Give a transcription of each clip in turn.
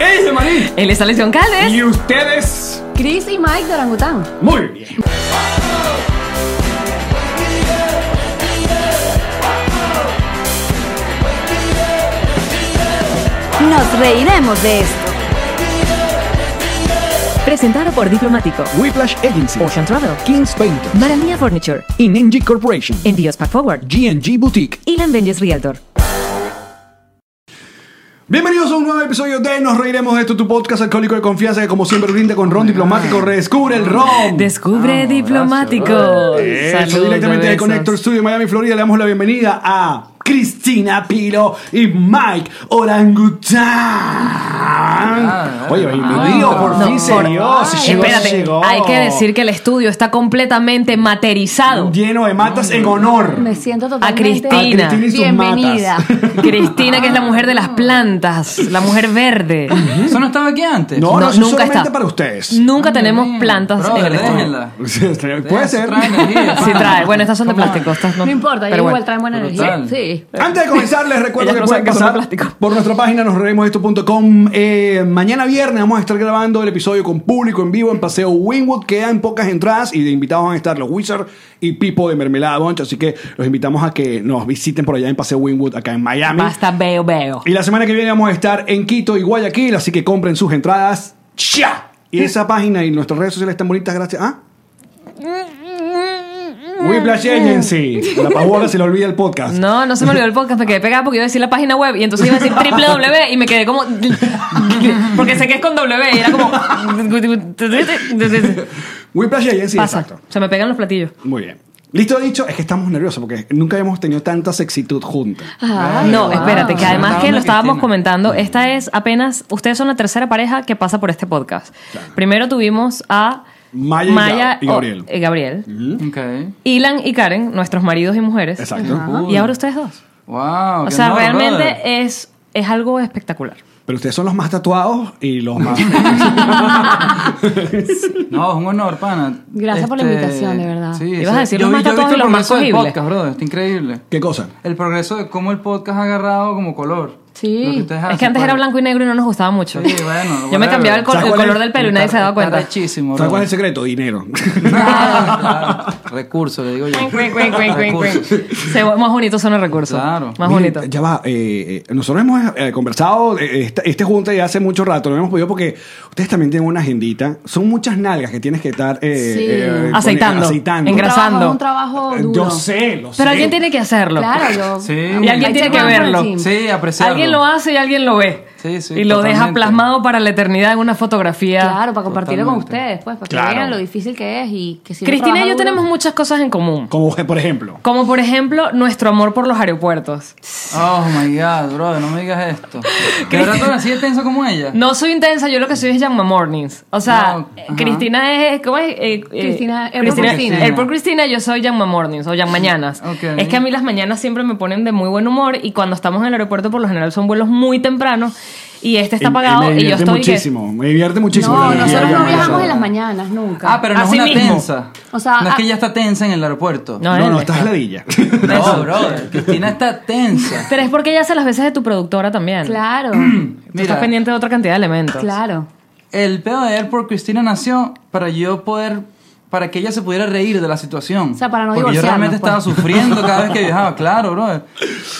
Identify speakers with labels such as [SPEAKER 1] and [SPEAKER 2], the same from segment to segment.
[SPEAKER 1] ¡Ey, maní!
[SPEAKER 2] Él es Alex Goncalves.
[SPEAKER 1] Y ustedes,
[SPEAKER 2] Chris y Mike de Orangután.
[SPEAKER 1] muy bien.
[SPEAKER 3] Nos reiremos de esto.
[SPEAKER 2] Presentado por Diplomático,
[SPEAKER 4] Whiplash Agency,
[SPEAKER 2] Ocean Travel,
[SPEAKER 4] Kings Painter,
[SPEAKER 2] Maranía Furniture,
[SPEAKER 4] ING Corporation,
[SPEAKER 2] Envíos Pack Forward
[SPEAKER 4] G&G Boutique.
[SPEAKER 2] y Vengeance Realtor.
[SPEAKER 1] Bienvenidos a un nuevo episodio de Nos Reiremos de esto, tu podcast alcohólico de confianza que como siempre rinde con ron diplomático, redescubre el ron.
[SPEAKER 2] Descubre Diplomático.
[SPEAKER 1] Eso,
[SPEAKER 2] Salud,
[SPEAKER 1] directamente de
[SPEAKER 2] besos.
[SPEAKER 1] Connector Studio en Miami, Florida, le damos la bienvenida a Cristina Pilo y Mike Orangután. Oye, bienvenido, por
[SPEAKER 2] Ah, No,
[SPEAKER 1] fin se
[SPEAKER 2] por-
[SPEAKER 1] dio, se llegó,
[SPEAKER 2] Espérate,
[SPEAKER 1] se llegó.
[SPEAKER 2] hay que decir que el estudio está completamente materizado.
[SPEAKER 1] Lleno de matas en honor.
[SPEAKER 3] Me siento totalmente
[SPEAKER 2] Cristina. A Cristina
[SPEAKER 1] y sus
[SPEAKER 3] bienvenida.
[SPEAKER 1] matas.
[SPEAKER 2] Cristina, que es la mujer de las plantas, la mujer verde.
[SPEAKER 5] Eso no estaba aquí antes.
[SPEAKER 1] Mm. No, no,
[SPEAKER 2] No,
[SPEAKER 1] eso es
[SPEAKER 2] nunca
[SPEAKER 1] solamente
[SPEAKER 2] está.
[SPEAKER 1] para ustedes.
[SPEAKER 2] Nunca tenemos plantas en
[SPEAKER 5] Brother,
[SPEAKER 2] el estudio.
[SPEAKER 5] déjenla.
[SPEAKER 1] Puede ser.
[SPEAKER 2] Sí trae, bueno, estas son de plástico. estas no,
[SPEAKER 3] No importa, yo
[SPEAKER 2] pero
[SPEAKER 3] igual
[SPEAKER 2] bueno.
[SPEAKER 3] traen buena energía.
[SPEAKER 5] Brutal.
[SPEAKER 3] Sí.
[SPEAKER 1] Antes de comenzar, les recuerdo
[SPEAKER 2] Ellas Eh, no
[SPEAKER 1] que pueden
[SPEAKER 2] saben que son de
[SPEAKER 1] pasar
[SPEAKER 2] plástico.
[SPEAKER 1] por nuestra página nosreímosesto.com. Eh, mañana viernes vamos a estar grabando el episodio con público en vivo en Paseo Winwood. Quedan pocas entradas y de invitados van a estar los Wizards y Pipo de Mermelada Boncho. Así que los invitamos a que nos visiten por allá en Paseo Winwood, acá en Miami.
[SPEAKER 2] Basta, veo, veo.
[SPEAKER 1] Y la semana que viene vamos a estar en Quito y Guayaquil, así que compren sus entradas ya. Y esa página y nuestras redes sociales están bonitas, gracias. ¿Ah? Whiplash Agency. La pavola se le olvida el podcast.
[SPEAKER 2] No, no se me olvidó el podcast, me quedé pegada porque iba a decir la página web y entonces iba a decir www y me quedé como. Porque sé que es con W y era como.
[SPEAKER 1] Whiplash Agency,
[SPEAKER 2] Pasa,
[SPEAKER 1] exacto.
[SPEAKER 2] se me pegan los platillos.
[SPEAKER 1] Muy bien. Listo dicho, es que estamos nerviosos porque nunca hemos tenido tanta sexitud juntos.
[SPEAKER 2] Ah,
[SPEAKER 3] Ay,
[SPEAKER 2] no,
[SPEAKER 3] wow.
[SPEAKER 2] espérate, que además que lo
[SPEAKER 5] Cristina.
[SPEAKER 2] estábamos comentando, esta es apenas. Ustedes son la tercera pareja que pasa por este podcast. Primero tuvimos a.
[SPEAKER 1] Maya y Gab- y
[SPEAKER 2] o-
[SPEAKER 1] Gabriel.
[SPEAKER 2] eh, Gabriel.
[SPEAKER 5] Ok.
[SPEAKER 2] Ilan y Karen, nuestros maridos y mujeres.
[SPEAKER 1] Exacto.
[SPEAKER 2] Y ahora ustedes dos.
[SPEAKER 5] Wow.
[SPEAKER 2] O
[SPEAKER 5] qué
[SPEAKER 2] sea,
[SPEAKER 5] honor, brother.
[SPEAKER 2] realmente es, es algo espectacular.
[SPEAKER 1] Pero ustedes son los más tatuados y los más.
[SPEAKER 5] No, es un honor, pana. Este,
[SPEAKER 3] Gracias por la invitación, de verdad.
[SPEAKER 5] Sí, sí.
[SPEAKER 2] Ibas a decir
[SPEAKER 5] Yo
[SPEAKER 2] los
[SPEAKER 5] vi-
[SPEAKER 2] más
[SPEAKER 5] yo he visto
[SPEAKER 2] tatuados y
[SPEAKER 5] el
[SPEAKER 2] los más
[SPEAKER 5] progreso del
[SPEAKER 2] cogibles.
[SPEAKER 5] podcast, brother. Está increíble.
[SPEAKER 1] ¿Qué cosa?
[SPEAKER 5] El progreso de cómo el podcast ha agarrado como color.
[SPEAKER 3] Sí.
[SPEAKER 5] Lo que ustedes
[SPEAKER 2] Es
[SPEAKER 5] hacen,
[SPEAKER 2] que antes
[SPEAKER 5] pues.
[SPEAKER 2] era blanco y negro y no nos gustaba mucho.
[SPEAKER 5] Sí, bueno,
[SPEAKER 2] Yo me
[SPEAKER 5] whatever.
[SPEAKER 2] cambiaba el, col-
[SPEAKER 1] ¿Sabes
[SPEAKER 2] el
[SPEAKER 1] cuál es?
[SPEAKER 2] color del pelo y nadie se daba
[SPEAKER 5] Está
[SPEAKER 2] cuenta.
[SPEAKER 5] rechísimo,
[SPEAKER 1] ¿Sabes cuál es el
[SPEAKER 5] brother.
[SPEAKER 1] secreto? Dinero.
[SPEAKER 5] Claro, Recurso, le digo yo. Recurso.
[SPEAKER 2] Se- más bonitos son los recursos.
[SPEAKER 5] Claro.
[SPEAKER 2] Más
[SPEAKER 1] Miren,
[SPEAKER 2] bonito.
[SPEAKER 1] Ya va, eh, eh, nosotros hemos eh, conversado eh, esta- este junta ya hace mucho rato, no hemos podido porque ustedes también tienen una agendita. Son muchas nalgas que tienes que estar eh,
[SPEAKER 3] Sí.
[SPEAKER 1] eh, pone-
[SPEAKER 2] Aceitando,
[SPEAKER 1] aceitando. Eh,
[SPEAKER 2] engrasando. Engrasando.
[SPEAKER 3] Un trabajo, un trabajo duro.
[SPEAKER 1] Yo sé, lo sé.
[SPEAKER 2] Pero alguien tiene que hacerlo.
[SPEAKER 3] Claro, yo.
[SPEAKER 5] Sí.
[SPEAKER 2] Y alguien tiene que verlo.
[SPEAKER 5] Sí, apreciarlo.
[SPEAKER 2] Alguien lo hace y alguien lo ve.
[SPEAKER 5] Sí, sí,
[SPEAKER 2] y lo deja
[SPEAKER 5] totalmente.
[SPEAKER 2] plasmado para la eternidad en una fotografía.
[SPEAKER 3] Claro, para compartirlo con
[SPEAKER 5] Totalmente.
[SPEAKER 3] ustedes, pues, para que
[SPEAKER 1] Claro.
[SPEAKER 3] vean lo difícil que es y que si uno
[SPEAKER 2] Cristina y
[SPEAKER 3] trabaja
[SPEAKER 2] yo
[SPEAKER 3] duro-
[SPEAKER 2] tenemos muchas cosas en común.
[SPEAKER 1] Como que, por ejemplo.
[SPEAKER 2] Como por ejemplo, nuestro amor por los aeropuertos.
[SPEAKER 5] Oh my god, brother, no me digas esto. ¿De verdad tú eres así de tenso como ella?
[SPEAKER 2] No soy intensa, yo lo que soy es Llama Mornings. O sea,
[SPEAKER 5] No,
[SPEAKER 2] eh,
[SPEAKER 5] ajá.
[SPEAKER 2] Cristina es. ¿Cómo es? Eh, eh,
[SPEAKER 3] Cristina, Airport
[SPEAKER 2] Cristina,
[SPEAKER 3] Cristina.
[SPEAKER 2] Airport Cristina, yo soy Llama Mornings o Llama Mañanas.
[SPEAKER 5] Ok.
[SPEAKER 2] Es que a mí las mañanas siempre me ponen de muy buen humor y cuando estamos en el aeropuerto, por lo general son vuelos muy tempranos y este está
[SPEAKER 1] Y- y
[SPEAKER 2] apagado
[SPEAKER 1] me
[SPEAKER 2] y, yo
[SPEAKER 1] divierte
[SPEAKER 2] estoy. que-
[SPEAKER 1] muchísimo, me divierte muchísimo.
[SPEAKER 3] No,
[SPEAKER 1] la energía
[SPEAKER 3] nosotros
[SPEAKER 1] de
[SPEAKER 3] no
[SPEAKER 1] Llama
[SPEAKER 3] viajamos en
[SPEAKER 1] Mañana.
[SPEAKER 3] las mañanas nunca.
[SPEAKER 5] Ah, pero no
[SPEAKER 2] Así
[SPEAKER 5] es una
[SPEAKER 2] mismo.
[SPEAKER 5] tensa.
[SPEAKER 3] O sea,
[SPEAKER 5] no es que
[SPEAKER 3] ah-
[SPEAKER 5] ella está tensa en el aeropuerto.
[SPEAKER 2] No,
[SPEAKER 1] No,
[SPEAKER 2] él
[SPEAKER 1] no,
[SPEAKER 2] está.
[SPEAKER 1] estás ladilla.
[SPEAKER 5] No, brother, Cristina está tensa.
[SPEAKER 2] Pero es porque ella hace las veces de tu productora también.
[SPEAKER 3] Claro,
[SPEAKER 2] Tú estás
[SPEAKER 5] Mira,
[SPEAKER 2] pendiente de otra cantidad de elementos.
[SPEAKER 3] claro.
[SPEAKER 5] el pedo de él por Cristina nació para yo poder para que ella se pudiera reír de la situación.
[SPEAKER 3] O sea, para no
[SPEAKER 5] Porque yo
[SPEAKER 3] divorciarnos,
[SPEAKER 5] realmente
[SPEAKER 3] pues.
[SPEAKER 5] estaba sufriendo cada vez que viajaba, claro, brother.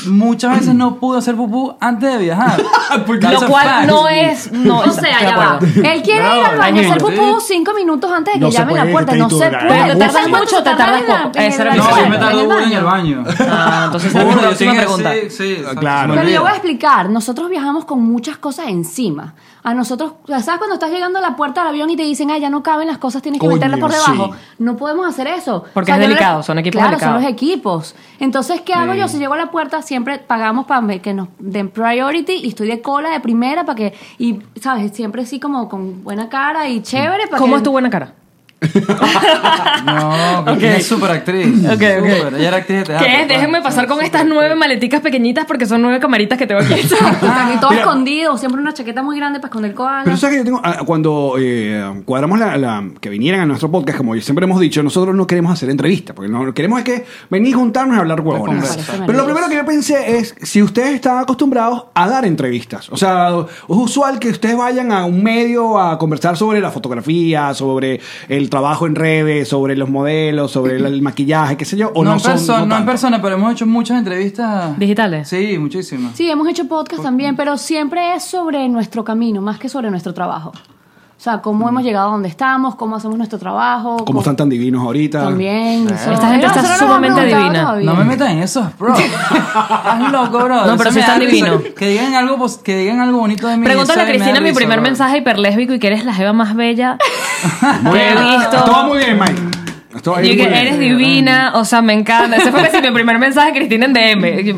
[SPEAKER 5] Muchas veces no pude hacer pupú antes de viajar.
[SPEAKER 1] Porque-
[SPEAKER 2] Lo
[SPEAKER 5] That's a
[SPEAKER 2] cual
[SPEAKER 5] fact.
[SPEAKER 2] no es. No,
[SPEAKER 3] o sea,
[SPEAKER 2] estoy de
[SPEAKER 3] ya va.
[SPEAKER 2] acuerdo.
[SPEAKER 3] Él quiere
[SPEAKER 5] Bravo,
[SPEAKER 3] ir al baño a hacer
[SPEAKER 5] imagínate.
[SPEAKER 3] pupú cinco minutos antes de que
[SPEAKER 1] No se
[SPEAKER 3] llamen a la
[SPEAKER 1] puede,
[SPEAKER 3] puerta.
[SPEAKER 1] está
[SPEAKER 3] No se
[SPEAKER 1] intolerable.
[SPEAKER 3] puede.
[SPEAKER 2] Pero te tardas
[SPEAKER 3] ¿Cuánto
[SPEAKER 2] mucho,
[SPEAKER 3] se
[SPEAKER 2] te
[SPEAKER 3] tardan
[SPEAKER 2] tardas
[SPEAKER 3] en
[SPEAKER 2] poco.
[SPEAKER 3] la- en
[SPEAKER 2] Ese
[SPEAKER 3] el
[SPEAKER 2] era mi
[SPEAKER 5] No, yo
[SPEAKER 2] Exacto,
[SPEAKER 5] me
[SPEAKER 3] aeropuerto,
[SPEAKER 5] tardo
[SPEAKER 3] el
[SPEAKER 5] uno en el baño.
[SPEAKER 2] Ah, entonces esa es
[SPEAKER 5] Uno,
[SPEAKER 2] la
[SPEAKER 5] yo
[SPEAKER 2] próxima
[SPEAKER 5] tengo-
[SPEAKER 2] pregunta.
[SPEAKER 5] sí, sí, exacto,
[SPEAKER 1] Claro.
[SPEAKER 5] se me
[SPEAKER 3] Pero yo
[SPEAKER 5] olvida.
[SPEAKER 3] voy a explicar. Nosotros viajamos con muchas cosas encima. A nosotros, ¿sabes cuando estás llegando a la puerta del avión y te dicen, ah, ya no caben las cosas, tienes que
[SPEAKER 1] Coño,
[SPEAKER 3] meterlas por debajo?
[SPEAKER 1] sí.
[SPEAKER 3] No podemos hacer eso.
[SPEAKER 2] Porque es
[SPEAKER 3] yo no le-
[SPEAKER 2] delicado, son equipos
[SPEAKER 3] claro,
[SPEAKER 2] delicados.
[SPEAKER 3] son los equipos. Entonces, ¿qué hago yo? Si llego a la puerta, siempre pagamos para que nos den priority y estoy de cola de primera para que. Y, ¿sabes? Siempre así como con buena cara y chévere. Para
[SPEAKER 2] ¿Cómo
[SPEAKER 3] que-
[SPEAKER 2] es tu buena cara?
[SPEAKER 5] No, Cristina
[SPEAKER 2] Ok.
[SPEAKER 5] es súper actriz.
[SPEAKER 2] Ok, ok.
[SPEAKER 5] Ella era actriz de teatro.
[SPEAKER 2] ¿Qué?
[SPEAKER 5] pues.
[SPEAKER 2] Déjenme pasar con estas nueve maleticas pequeñitas porque son nueve camaritas que tengo aquí.
[SPEAKER 3] Aquí todo
[SPEAKER 1] Mira.
[SPEAKER 3] escondido, siempre una chaqueta muy grande para esconder el koala.
[SPEAKER 1] Ah. Pero sabes que yo tengo, ah, cuando eh, cuadramos la, la- que vinieran a nuestro podcast, como siempre hemos dicho, nosotros no queremos hacer entrevistas, porque no, lo que queremos es que venir juntarnos y hablar huevonas.
[SPEAKER 5] conversa. Me
[SPEAKER 3] parece
[SPEAKER 1] Pero lo primero
[SPEAKER 3] maravilloso.
[SPEAKER 1] que yo pensé es si ustedes están acostumbrados a dar entrevistas. O sea, es usual que ustedes vayan a un medio a conversar sobre la fotografía, sobre el trabajo en redes, sobre los modelos, sobre el, el maquillaje, qué sé yo, o no,
[SPEAKER 5] no, en
[SPEAKER 1] son-
[SPEAKER 5] persona, no, en
[SPEAKER 1] tanto.
[SPEAKER 5] persona, pero hemos hecho muchas entrevistas.
[SPEAKER 2] ¿Digitales?
[SPEAKER 5] Sí, muchísimas.
[SPEAKER 3] Sí, hemos hecho podcast también, pero siempre es sobre nuestro camino, más que sobre nuestro trabajo. O sea, cómo hemos llegado a donde estamos, cómo hacemos nuestro trabajo.
[SPEAKER 1] Como están tan divinos ahorita.
[SPEAKER 3] También. eso-
[SPEAKER 2] Esta gente está
[SPEAKER 3] Pero nosotros no nos han
[SPEAKER 2] sumamente
[SPEAKER 3] preguntado
[SPEAKER 2] divina.
[SPEAKER 3] todavía.
[SPEAKER 5] No me metas en esos, bro. Estás loco, bro.
[SPEAKER 2] No,
[SPEAKER 5] Eso
[SPEAKER 2] pero sí
[SPEAKER 5] me
[SPEAKER 2] está
[SPEAKER 5] da risa.
[SPEAKER 2] divino.
[SPEAKER 5] Que digan algo, pues, que digan algo bonito de mí.
[SPEAKER 2] Pregúntale a
[SPEAKER 5] eso me da
[SPEAKER 2] Cristina mi
[SPEAKER 5] risa,
[SPEAKER 2] primer
[SPEAKER 5] bro.
[SPEAKER 2] mensaje hiperlésbico y que eres la jeva más bella
[SPEAKER 1] Muy
[SPEAKER 2] que
[SPEAKER 1] bien.
[SPEAKER 2] he visto.
[SPEAKER 1] Todo muy bien, Mike. Todo-
[SPEAKER 2] Y
[SPEAKER 1] eres
[SPEAKER 2] que
[SPEAKER 1] muy bien.
[SPEAKER 2] eres divina, o sea, me encanta. Ese fue casi mi primer mensaje, Cristina, en DM. Y yo,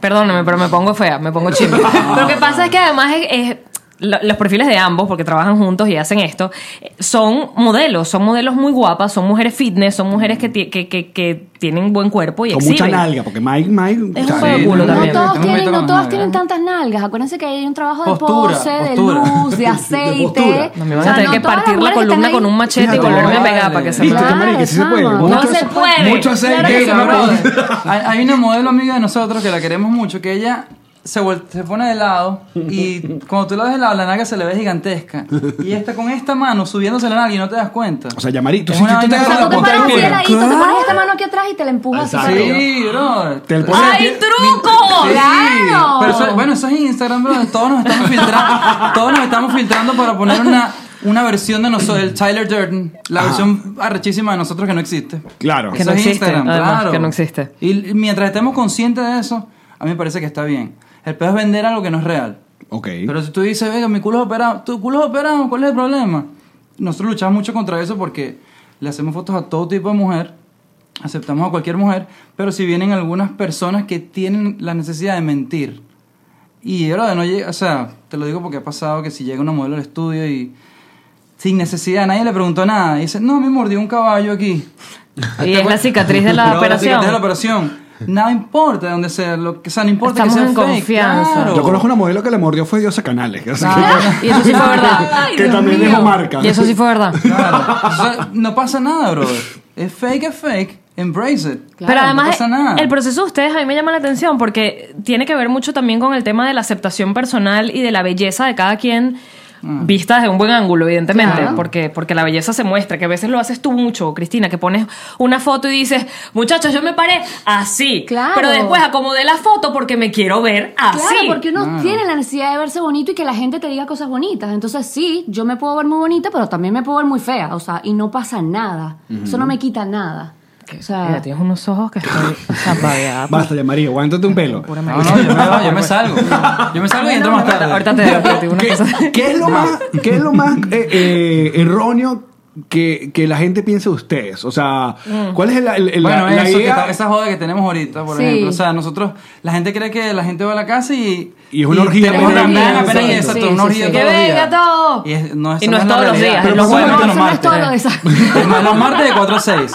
[SPEAKER 2] Perdóname, pero me pongo fea, me pongo chimba. Lo que pasa es que además es- es- lo- los perfiles de ambos, porque trabajan juntos y hacen esto, eh, son modelos, son modelos muy guapas, son mujeres fitness, son mujeres que, ti- que, que- que tienen buen cuerpo y
[SPEAKER 1] Con mucha
[SPEAKER 2] exhiben.
[SPEAKER 1] nalga, porque Mike, Mike.
[SPEAKER 2] Es
[SPEAKER 1] o sea,
[SPEAKER 2] un juego de culo
[SPEAKER 1] no,
[SPEAKER 2] también.
[SPEAKER 3] No todos
[SPEAKER 5] Tengo un
[SPEAKER 3] tienen,
[SPEAKER 5] poquito
[SPEAKER 3] no
[SPEAKER 5] más
[SPEAKER 3] todas
[SPEAKER 5] nalga.
[SPEAKER 3] tienen tantas nalgas. Acuérdense que hay un trabajo de
[SPEAKER 5] Postura,
[SPEAKER 3] pose, de
[SPEAKER 5] postura.
[SPEAKER 3] luz, de aceite.
[SPEAKER 1] postura.
[SPEAKER 2] No, me van
[SPEAKER 3] O sea,
[SPEAKER 2] a tener
[SPEAKER 3] no
[SPEAKER 2] que
[SPEAKER 3] todas las
[SPEAKER 2] partir la
[SPEAKER 3] mujeres que
[SPEAKER 2] columna
[SPEAKER 3] están
[SPEAKER 2] con
[SPEAKER 3] ahí-
[SPEAKER 2] un machete y
[SPEAKER 5] Fíjate,
[SPEAKER 2] volverme a
[SPEAKER 5] vale.
[SPEAKER 2] pegar para que se
[SPEAKER 1] Viste,
[SPEAKER 2] me-
[SPEAKER 1] que
[SPEAKER 3] Claro,
[SPEAKER 1] marica, sí se
[SPEAKER 3] chama.
[SPEAKER 1] puede.
[SPEAKER 3] No
[SPEAKER 1] Mucho-
[SPEAKER 2] se puede.
[SPEAKER 1] Mucho aceite.
[SPEAKER 3] Claro que
[SPEAKER 5] Mira,
[SPEAKER 3] no,
[SPEAKER 5] bro,
[SPEAKER 1] no,
[SPEAKER 5] hay, hay una modelo amiga de nosotros que la queremos mucho, que ella se, vuel- se pone de lado y cuando tú la ves de lado, la naga se le ve gigantesca. Y esta con esta mano subiéndose la naga y no te das cuenta.
[SPEAKER 1] O sea, Yamari, tú
[SPEAKER 5] Es
[SPEAKER 1] sí
[SPEAKER 5] una
[SPEAKER 1] tú te
[SPEAKER 5] vaina
[SPEAKER 1] agarras
[SPEAKER 5] que
[SPEAKER 1] la
[SPEAKER 3] O sea, tú te
[SPEAKER 1] punta
[SPEAKER 3] paras
[SPEAKER 1] del
[SPEAKER 3] así
[SPEAKER 1] culo.
[SPEAKER 3] de ladito, te pones esta mano aquí atrás y te la empujas. así para arriba.
[SPEAKER 5] Sí, bro.
[SPEAKER 1] Te pones
[SPEAKER 2] ¡Ay, truco!
[SPEAKER 5] Sí.
[SPEAKER 3] ¡Claro!
[SPEAKER 5] Pero eso- bueno, eso es Instagram, bro. Todos nos estamos filtrando. todos nos estamos filtrando para poner una, una versión de nosotros, el Tyler Durden, la versión arrechísima de nosotros que no existe.
[SPEAKER 1] Claro.
[SPEAKER 2] Que
[SPEAKER 5] Eso
[SPEAKER 2] no
[SPEAKER 5] es
[SPEAKER 2] existe,
[SPEAKER 5] Instagram,
[SPEAKER 2] además,
[SPEAKER 5] claro.
[SPEAKER 2] que no existe.
[SPEAKER 5] Y mientras estemos conscientes de eso, a mí me parece que está bien. El peor es vender algo que no es real.
[SPEAKER 1] Ok.
[SPEAKER 5] Pero si tú dices, venga, mi culo es operado, tu culo es operado, ¿cuál es el problema? Nosotros luchamos mucho contra eso porque le hacemos fotos a todo tipo de mujer, aceptamos a cualquier mujer, pero si vienen algunas personas que tienen la necesidad de mentir. Y, bro, no llega, o sea, te lo digo porque ha pasado que si llega una modelo al estudio y sin necesidad, nadie le preguntó nada, y dice, no, me mordió un caballo aquí.
[SPEAKER 2] Y es la cicatriz de la
[SPEAKER 5] Bro, cicatriz
[SPEAKER 2] operación.
[SPEAKER 5] de la operación. Nada importa de dónde sea, lo que, o sea, no importa que sea
[SPEAKER 2] Estamos
[SPEAKER 5] fake,
[SPEAKER 2] en confianza.
[SPEAKER 5] claro.
[SPEAKER 1] Yo conozco una modelo que le mordió fue Diosa Canales. así que-
[SPEAKER 5] Claro.
[SPEAKER 2] Ah, Y eso sí fue verdad.
[SPEAKER 3] Ay,
[SPEAKER 1] que
[SPEAKER 3] Dios
[SPEAKER 1] también dejó
[SPEAKER 3] mío.
[SPEAKER 1] marca.
[SPEAKER 2] Y eso sí fue verdad.
[SPEAKER 5] Claro. O sea, no pasa nada, bro. Es fake, es fake. Embrace it.
[SPEAKER 2] Pero además,
[SPEAKER 5] no pasa nada.
[SPEAKER 2] el proceso de ustedes a mí me llama la atención porque tiene que ver mucho también con el tema de la aceptación personal y de la belleza de cada quien vista desde un buen ángulo, evidentemente,
[SPEAKER 3] Claro.
[SPEAKER 2] porque, porque la belleza se muestra, que a veces lo haces tú mucho, Cristina, que pones una foto y dices, muchachos, yo me paré así,
[SPEAKER 3] Claro.
[SPEAKER 2] pero después acomodé la foto porque me quiero ver así.
[SPEAKER 3] Claro, porque uno
[SPEAKER 5] Mm.
[SPEAKER 3] tiene la necesidad de verse bonito y que la gente te diga cosas bonitas. Entonces, sí, yo me puedo ver muy bonita, pero también me puedo ver muy fea. O sea, y no pasa nada. Eso no me quita nada. O sea,
[SPEAKER 2] Mira, tienes unos ojos que estoy o sea, babeada,
[SPEAKER 1] Basta, Yamari, aguántate un pelo.
[SPEAKER 2] pura
[SPEAKER 5] No,
[SPEAKER 2] madre.
[SPEAKER 5] no, yo me, voy, yo me salgo. Yo me salgo y entro más tarde.
[SPEAKER 2] Ahorita te digo, pero te digo una
[SPEAKER 1] ¿Qué,
[SPEAKER 2] cosa.
[SPEAKER 1] qué es lo más, qué es lo más eh, eh, erróneo que, que la gente piense de ustedes? O sea, ¿cuál es el, el- el-
[SPEAKER 5] Bueno,
[SPEAKER 1] la, la
[SPEAKER 5] eso, que
[SPEAKER 1] idea?
[SPEAKER 5] está- esa joda que tenemos ahorita, por
[SPEAKER 3] Sí.
[SPEAKER 5] ejemplo. O sea, nosotros, la gente cree que la gente va a la casa y.
[SPEAKER 1] Y es una orgía
[SPEAKER 5] Tenemos
[SPEAKER 1] todos
[SPEAKER 5] una
[SPEAKER 1] los
[SPEAKER 5] orgía,
[SPEAKER 1] días,
[SPEAKER 5] apenas y
[SPEAKER 1] exacto.
[SPEAKER 5] exacto,
[SPEAKER 3] Sí,
[SPEAKER 5] una
[SPEAKER 3] sí,
[SPEAKER 5] orgía
[SPEAKER 3] sí.
[SPEAKER 5] todos los
[SPEAKER 2] ¡Que venga
[SPEAKER 5] días.
[SPEAKER 2] todo!
[SPEAKER 5] Y, es, no, esa
[SPEAKER 2] Y no
[SPEAKER 5] no
[SPEAKER 2] es
[SPEAKER 5] la
[SPEAKER 2] todos los
[SPEAKER 5] realidad.
[SPEAKER 2] días,
[SPEAKER 5] Pero
[SPEAKER 2] es los
[SPEAKER 5] más o menos
[SPEAKER 2] jueves.
[SPEAKER 5] los
[SPEAKER 3] No, eso no es
[SPEAKER 5] martes.
[SPEAKER 3] todo, exacto.
[SPEAKER 5] Es más, Los martes de 4 a 6.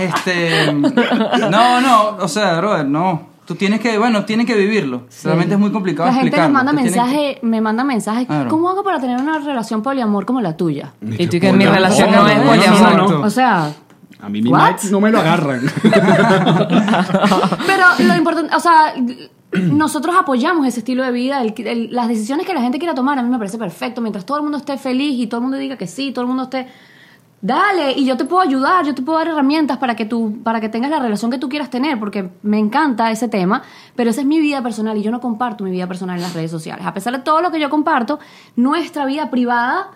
[SPEAKER 5] Este. No, no, o sea, Robert, no. Tú tienes que, bueno, tienes que vivirlo. Realmente es muy complicado
[SPEAKER 3] la gente nos
[SPEAKER 5] explicarlo.
[SPEAKER 3] manda
[SPEAKER 5] Te tienen que-
[SPEAKER 3] mensajes, me manda mensajes.
[SPEAKER 5] Claro.
[SPEAKER 3] ¿Cómo hago para tener una relación poliamor como la tuya?
[SPEAKER 2] Y tú que mi
[SPEAKER 1] Poliamor.
[SPEAKER 2] relación no es
[SPEAKER 5] Oh, No, no,
[SPEAKER 2] poliamor.
[SPEAKER 5] no, no.
[SPEAKER 3] O sea,
[SPEAKER 1] A mí mi
[SPEAKER 3] What?
[SPEAKER 1] Mike no me lo agarran.
[SPEAKER 3] Pero lo importante, o sea, nosotros apoyamos ese estilo de vida, el- el- las decisiones que la gente quiera tomar, a mí me parece perfecto. Mientras todo el mundo esté feliz y todo el mundo diga que sí, todo el mundo esté. Dale, y yo te puedo ayudar, yo te puedo dar herramientas para que tú, para que tengas la relación que tú quieras tener, porque me encanta ese tema, pero esa es mi vida personal y yo no comparto mi vida personal en las redes sociales. A pesar de todo lo que yo comparto, nuestra vida privada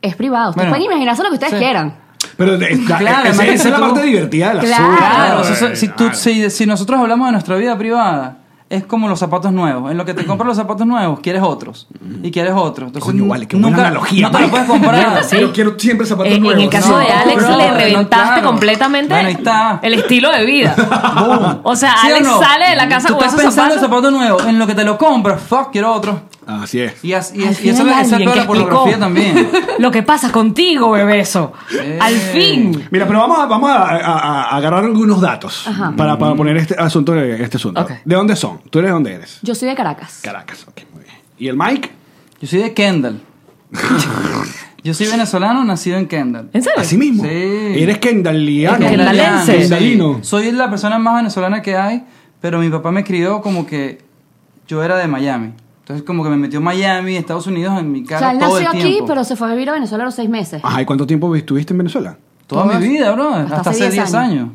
[SPEAKER 3] es privada. Ustedes
[SPEAKER 5] Bueno,
[SPEAKER 3] pueden imaginarse lo que ustedes
[SPEAKER 5] sí.
[SPEAKER 3] quieran.
[SPEAKER 1] Pero está-
[SPEAKER 5] Claro,
[SPEAKER 1] esa,
[SPEAKER 5] imagínate
[SPEAKER 1] esa es la
[SPEAKER 5] tú.
[SPEAKER 1] parte divertida del
[SPEAKER 3] Claro.
[SPEAKER 1] asunto.
[SPEAKER 5] Claro, o sea,
[SPEAKER 1] Claro.
[SPEAKER 5] si, tú- si- si nosotros hablamos de nuestra vida privada, es como los zapatos nuevos. En lo que te compras los zapatos nuevos, quieres otros. Y quieres otros. Entonces,
[SPEAKER 1] Coño, vale, Mm. qué buena
[SPEAKER 5] Pues No
[SPEAKER 1] analogía,
[SPEAKER 5] te lo
[SPEAKER 1] Mike.
[SPEAKER 5] puedes comprar.
[SPEAKER 2] Sí.
[SPEAKER 1] Yo quiero siempre zapatos
[SPEAKER 2] En- en,
[SPEAKER 1] nuevos.
[SPEAKER 2] el caso
[SPEAKER 5] No,
[SPEAKER 2] de Alex
[SPEAKER 5] bro,
[SPEAKER 2] le
[SPEAKER 5] no,
[SPEAKER 2] reventaste
[SPEAKER 5] claro.
[SPEAKER 2] completamente
[SPEAKER 5] Bueno, ahí está.
[SPEAKER 2] el estilo de vida. o sea,
[SPEAKER 5] ¿Sí o
[SPEAKER 2] Alex
[SPEAKER 5] no?
[SPEAKER 2] sale de la casa
[SPEAKER 5] Tú
[SPEAKER 2] con
[SPEAKER 5] estás
[SPEAKER 2] esos
[SPEAKER 5] pensando en
[SPEAKER 2] zapatos.
[SPEAKER 5] zapatos nuevos. En lo que te lo compras, fuck, quiero otro.
[SPEAKER 1] Así es.
[SPEAKER 5] Y, as- y,
[SPEAKER 2] Al
[SPEAKER 5] es- y esa
[SPEAKER 2] final
[SPEAKER 5] es esa es
[SPEAKER 2] alguien
[SPEAKER 5] la
[SPEAKER 2] que
[SPEAKER 5] pornografía
[SPEAKER 2] explicó.
[SPEAKER 5] también.
[SPEAKER 2] Lo que pasa contigo, bebeso.
[SPEAKER 5] Eh.
[SPEAKER 2] Al fin.
[SPEAKER 1] Mira, pero vamos a, vamos a, a- a- a agarrar algunos datos
[SPEAKER 3] Ajá.
[SPEAKER 1] para, para poner este asunto. Este asunto.
[SPEAKER 2] Ok.
[SPEAKER 1] ¿De dónde son? ¿Tú eres de dónde eres?
[SPEAKER 3] Yo soy de Caracas.
[SPEAKER 1] Caracas. Ok, muy bien. ¿Y el Mike?
[SPEAKER 5] Yo soy de Kendall. Yo soy venezolano, nacido en Kendall.
[SPEAKER 2] ¿En serio?
[SPEAKER 1] Así mismo.
[SPEAKER 5] Sí.
[SPEAKER 1] Eres kendaliano.
[SPEAKER 2] Es kendalense.
[SPEAKER 5] Sí.
[SPEAKER 1] Kendalino.
[SPEAKER 5] Soy la persona más venezolana que hay, pero mi papá me crió como que yo era de Miami. Entonces como que me metió Miami, Estados Unidos en mi
[SPEAKER 3] O
[SPEAKER 5] cara
[SPEAKER 3] sea, él
[SPEAKER 5] todo el
[SPEAKER 3] nació aquí,
[SPEAKER 5] tiempo.
[SPEAKER 3] pero se fue a vivir a Venezuela a los seis meses.
[SPEAKER 1] Ajá, ¿y cuánto tiempo estuviste en Venezuela?
[SPEAKER 5] Toda
[SPEAKER 3] Todas-
[SPEAKER 5] mi vida, bro.
[SPEAKER 3] hasta
[SPEAKER 5] Hasta,
[SPEAKER 3] hace
[SPEAKER 5] hace
[SPEAKER 3] 10
[SPEAKER 5] 10 años.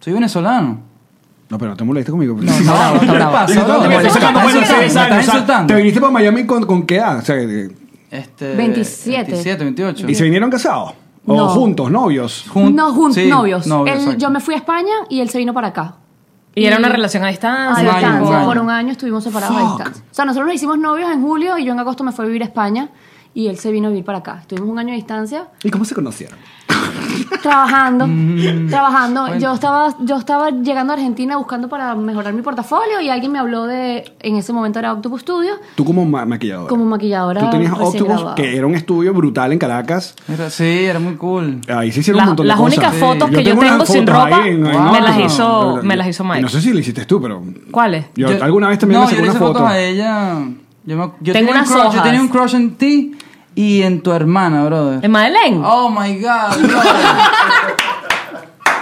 [SPEAKER 5] Soy venezolano.
[SPEAKER 1] No, pero no te molestes conmigo.
[SPEAKER 5] No, no, no,
[SPEAKER 2] no, no.
[SPEAKER 5] pasa,
[SPEAKER 1] Dije,
[SPEAKER 5] bro?
[SPEAKER 1] te
[SPEAKER 5] Me
[SPEAKER 1] molestes
[SPEAKER 5] estás
[SPEAKER 1] cuando- bueno,
[SPEAKER 5] insultando,
[SPEAKER 1] seis
[SPEAKER 5] me
[SPEAKER 1] años,
[SPEAKER 5] estás
[SPEAKER 1] o sea,
[SPEAKER 5] insultando.
[SPEAKER 1] ¿Te viniste para Miami con, con qué edad? O sea, eh,
[SPEAKER 5] Este,
[SPEAKER 3] 27.
[SPEAKER 5] 27, 28.
[SPEAKER 1] ¿Y se vinieron casados? ¿O
[SPEAKER 3] No.
[SPEAKER 1] juntos, novios?
[SPEAKER 5] Jun-
[SPEAKER 3] no, juntos,
[SPEAKER 5] sí,
[SPEAKER 3] novios. Él-
[SPEAKER 5] exacto.
[SPEAKER 3] yo me fui a España y él se vino para acá.
[SPEAKER 2] Y era una relación a distancia.
[SPEAKER 3] A
[SPEAKER 5] un año,
[SPEAKER 3] distancia,
[SPEAKER 5] un año.
[SPEAKER 3] por un año estuvimos separados a
[SPEAKER 1] Fuck.
[SPEAKER 3] distancia. O sea, nosotros nos hicimos novios en julio y yo en agosto me fui a vivir a España y él se vino a vivir para acá. Estuvimos un año a distancia
[SPEAKER 1] ¿Y cómo se conocieron?
[SPEAKER 3] trabajando, trabajando.
[SPEAKER 5] Mm. Bueno.
[SPEAKER 3] Yo estaba yo estaba llegando a Argentina buscando para mejorar mi portafolio y alguien me habló de en ese momento era Octopus Studio
[SPEAKER 1] Tú como ma- maquilladora.
[SPEAKER 3] como maquilladora.
[SPEAKER 1] Tú tenías
[SPEAKER 3] recién
[SPEAKER 1] Octopus,
[SPEAKER 3] graduada.
[SPEAKER 1] que era un estudio brutal en Caracas.
[SPEAKER 5] Era- sí, era muy cool.
[SPEAKER 1] Ahí se hicieron
[SPEAKER 2] La-
[SPEAKER 1] un montón de
[SPEAKER 2] las
[SPEAKER 1] cosas.
[SPEAKER 2] únicas
[SPEAKER 5] Sí.
[SPEAKER 2] fotos que yo
[SPEAKER 1] unas
[SPEAKER 2] tengo sin
[SPEAKER 1] fotos
[SPEAKER 2] ropa,
[SPEAKER 1] ahí en- en
[SPEAKER 5] wow.
[SPEAKER 2] me, las
[SPEAKER 1] Octopus.
[SPEAKER 2] hizo,
[SPEAKER 1] Pero-
[SPEAKER 2] me las hizo Mike.
[SPEAKER 1] No sé si le hiciste tú, pero...
[SPEAKER 2] ¿Cuáles?
[SPEAKER 1] Yo, alguna vez también
[SPEAKER 5] no,
[SPEAKER 1] le saqué
[SPEAKER 5] yo le
[SPEAKER 1] una
[SPEAKER 5] hice
[SPEAKER 1] foto.
[SPEAKER 5] fotos a ella. Yo, me- yo
[SPEAKER 2] Tengo
[SPEAKER 5] tenía un
[SPEAKER 2] unas
[SPEAKER 5] crush, yo
[SPEAKER 2] hojas.
[SPEAKER 5] tenía un crush en ti y en tu hermana, brother.
[SPEAKER 2] ¿En Madeleine?
[SPEAKER 5] Oh my god, brother.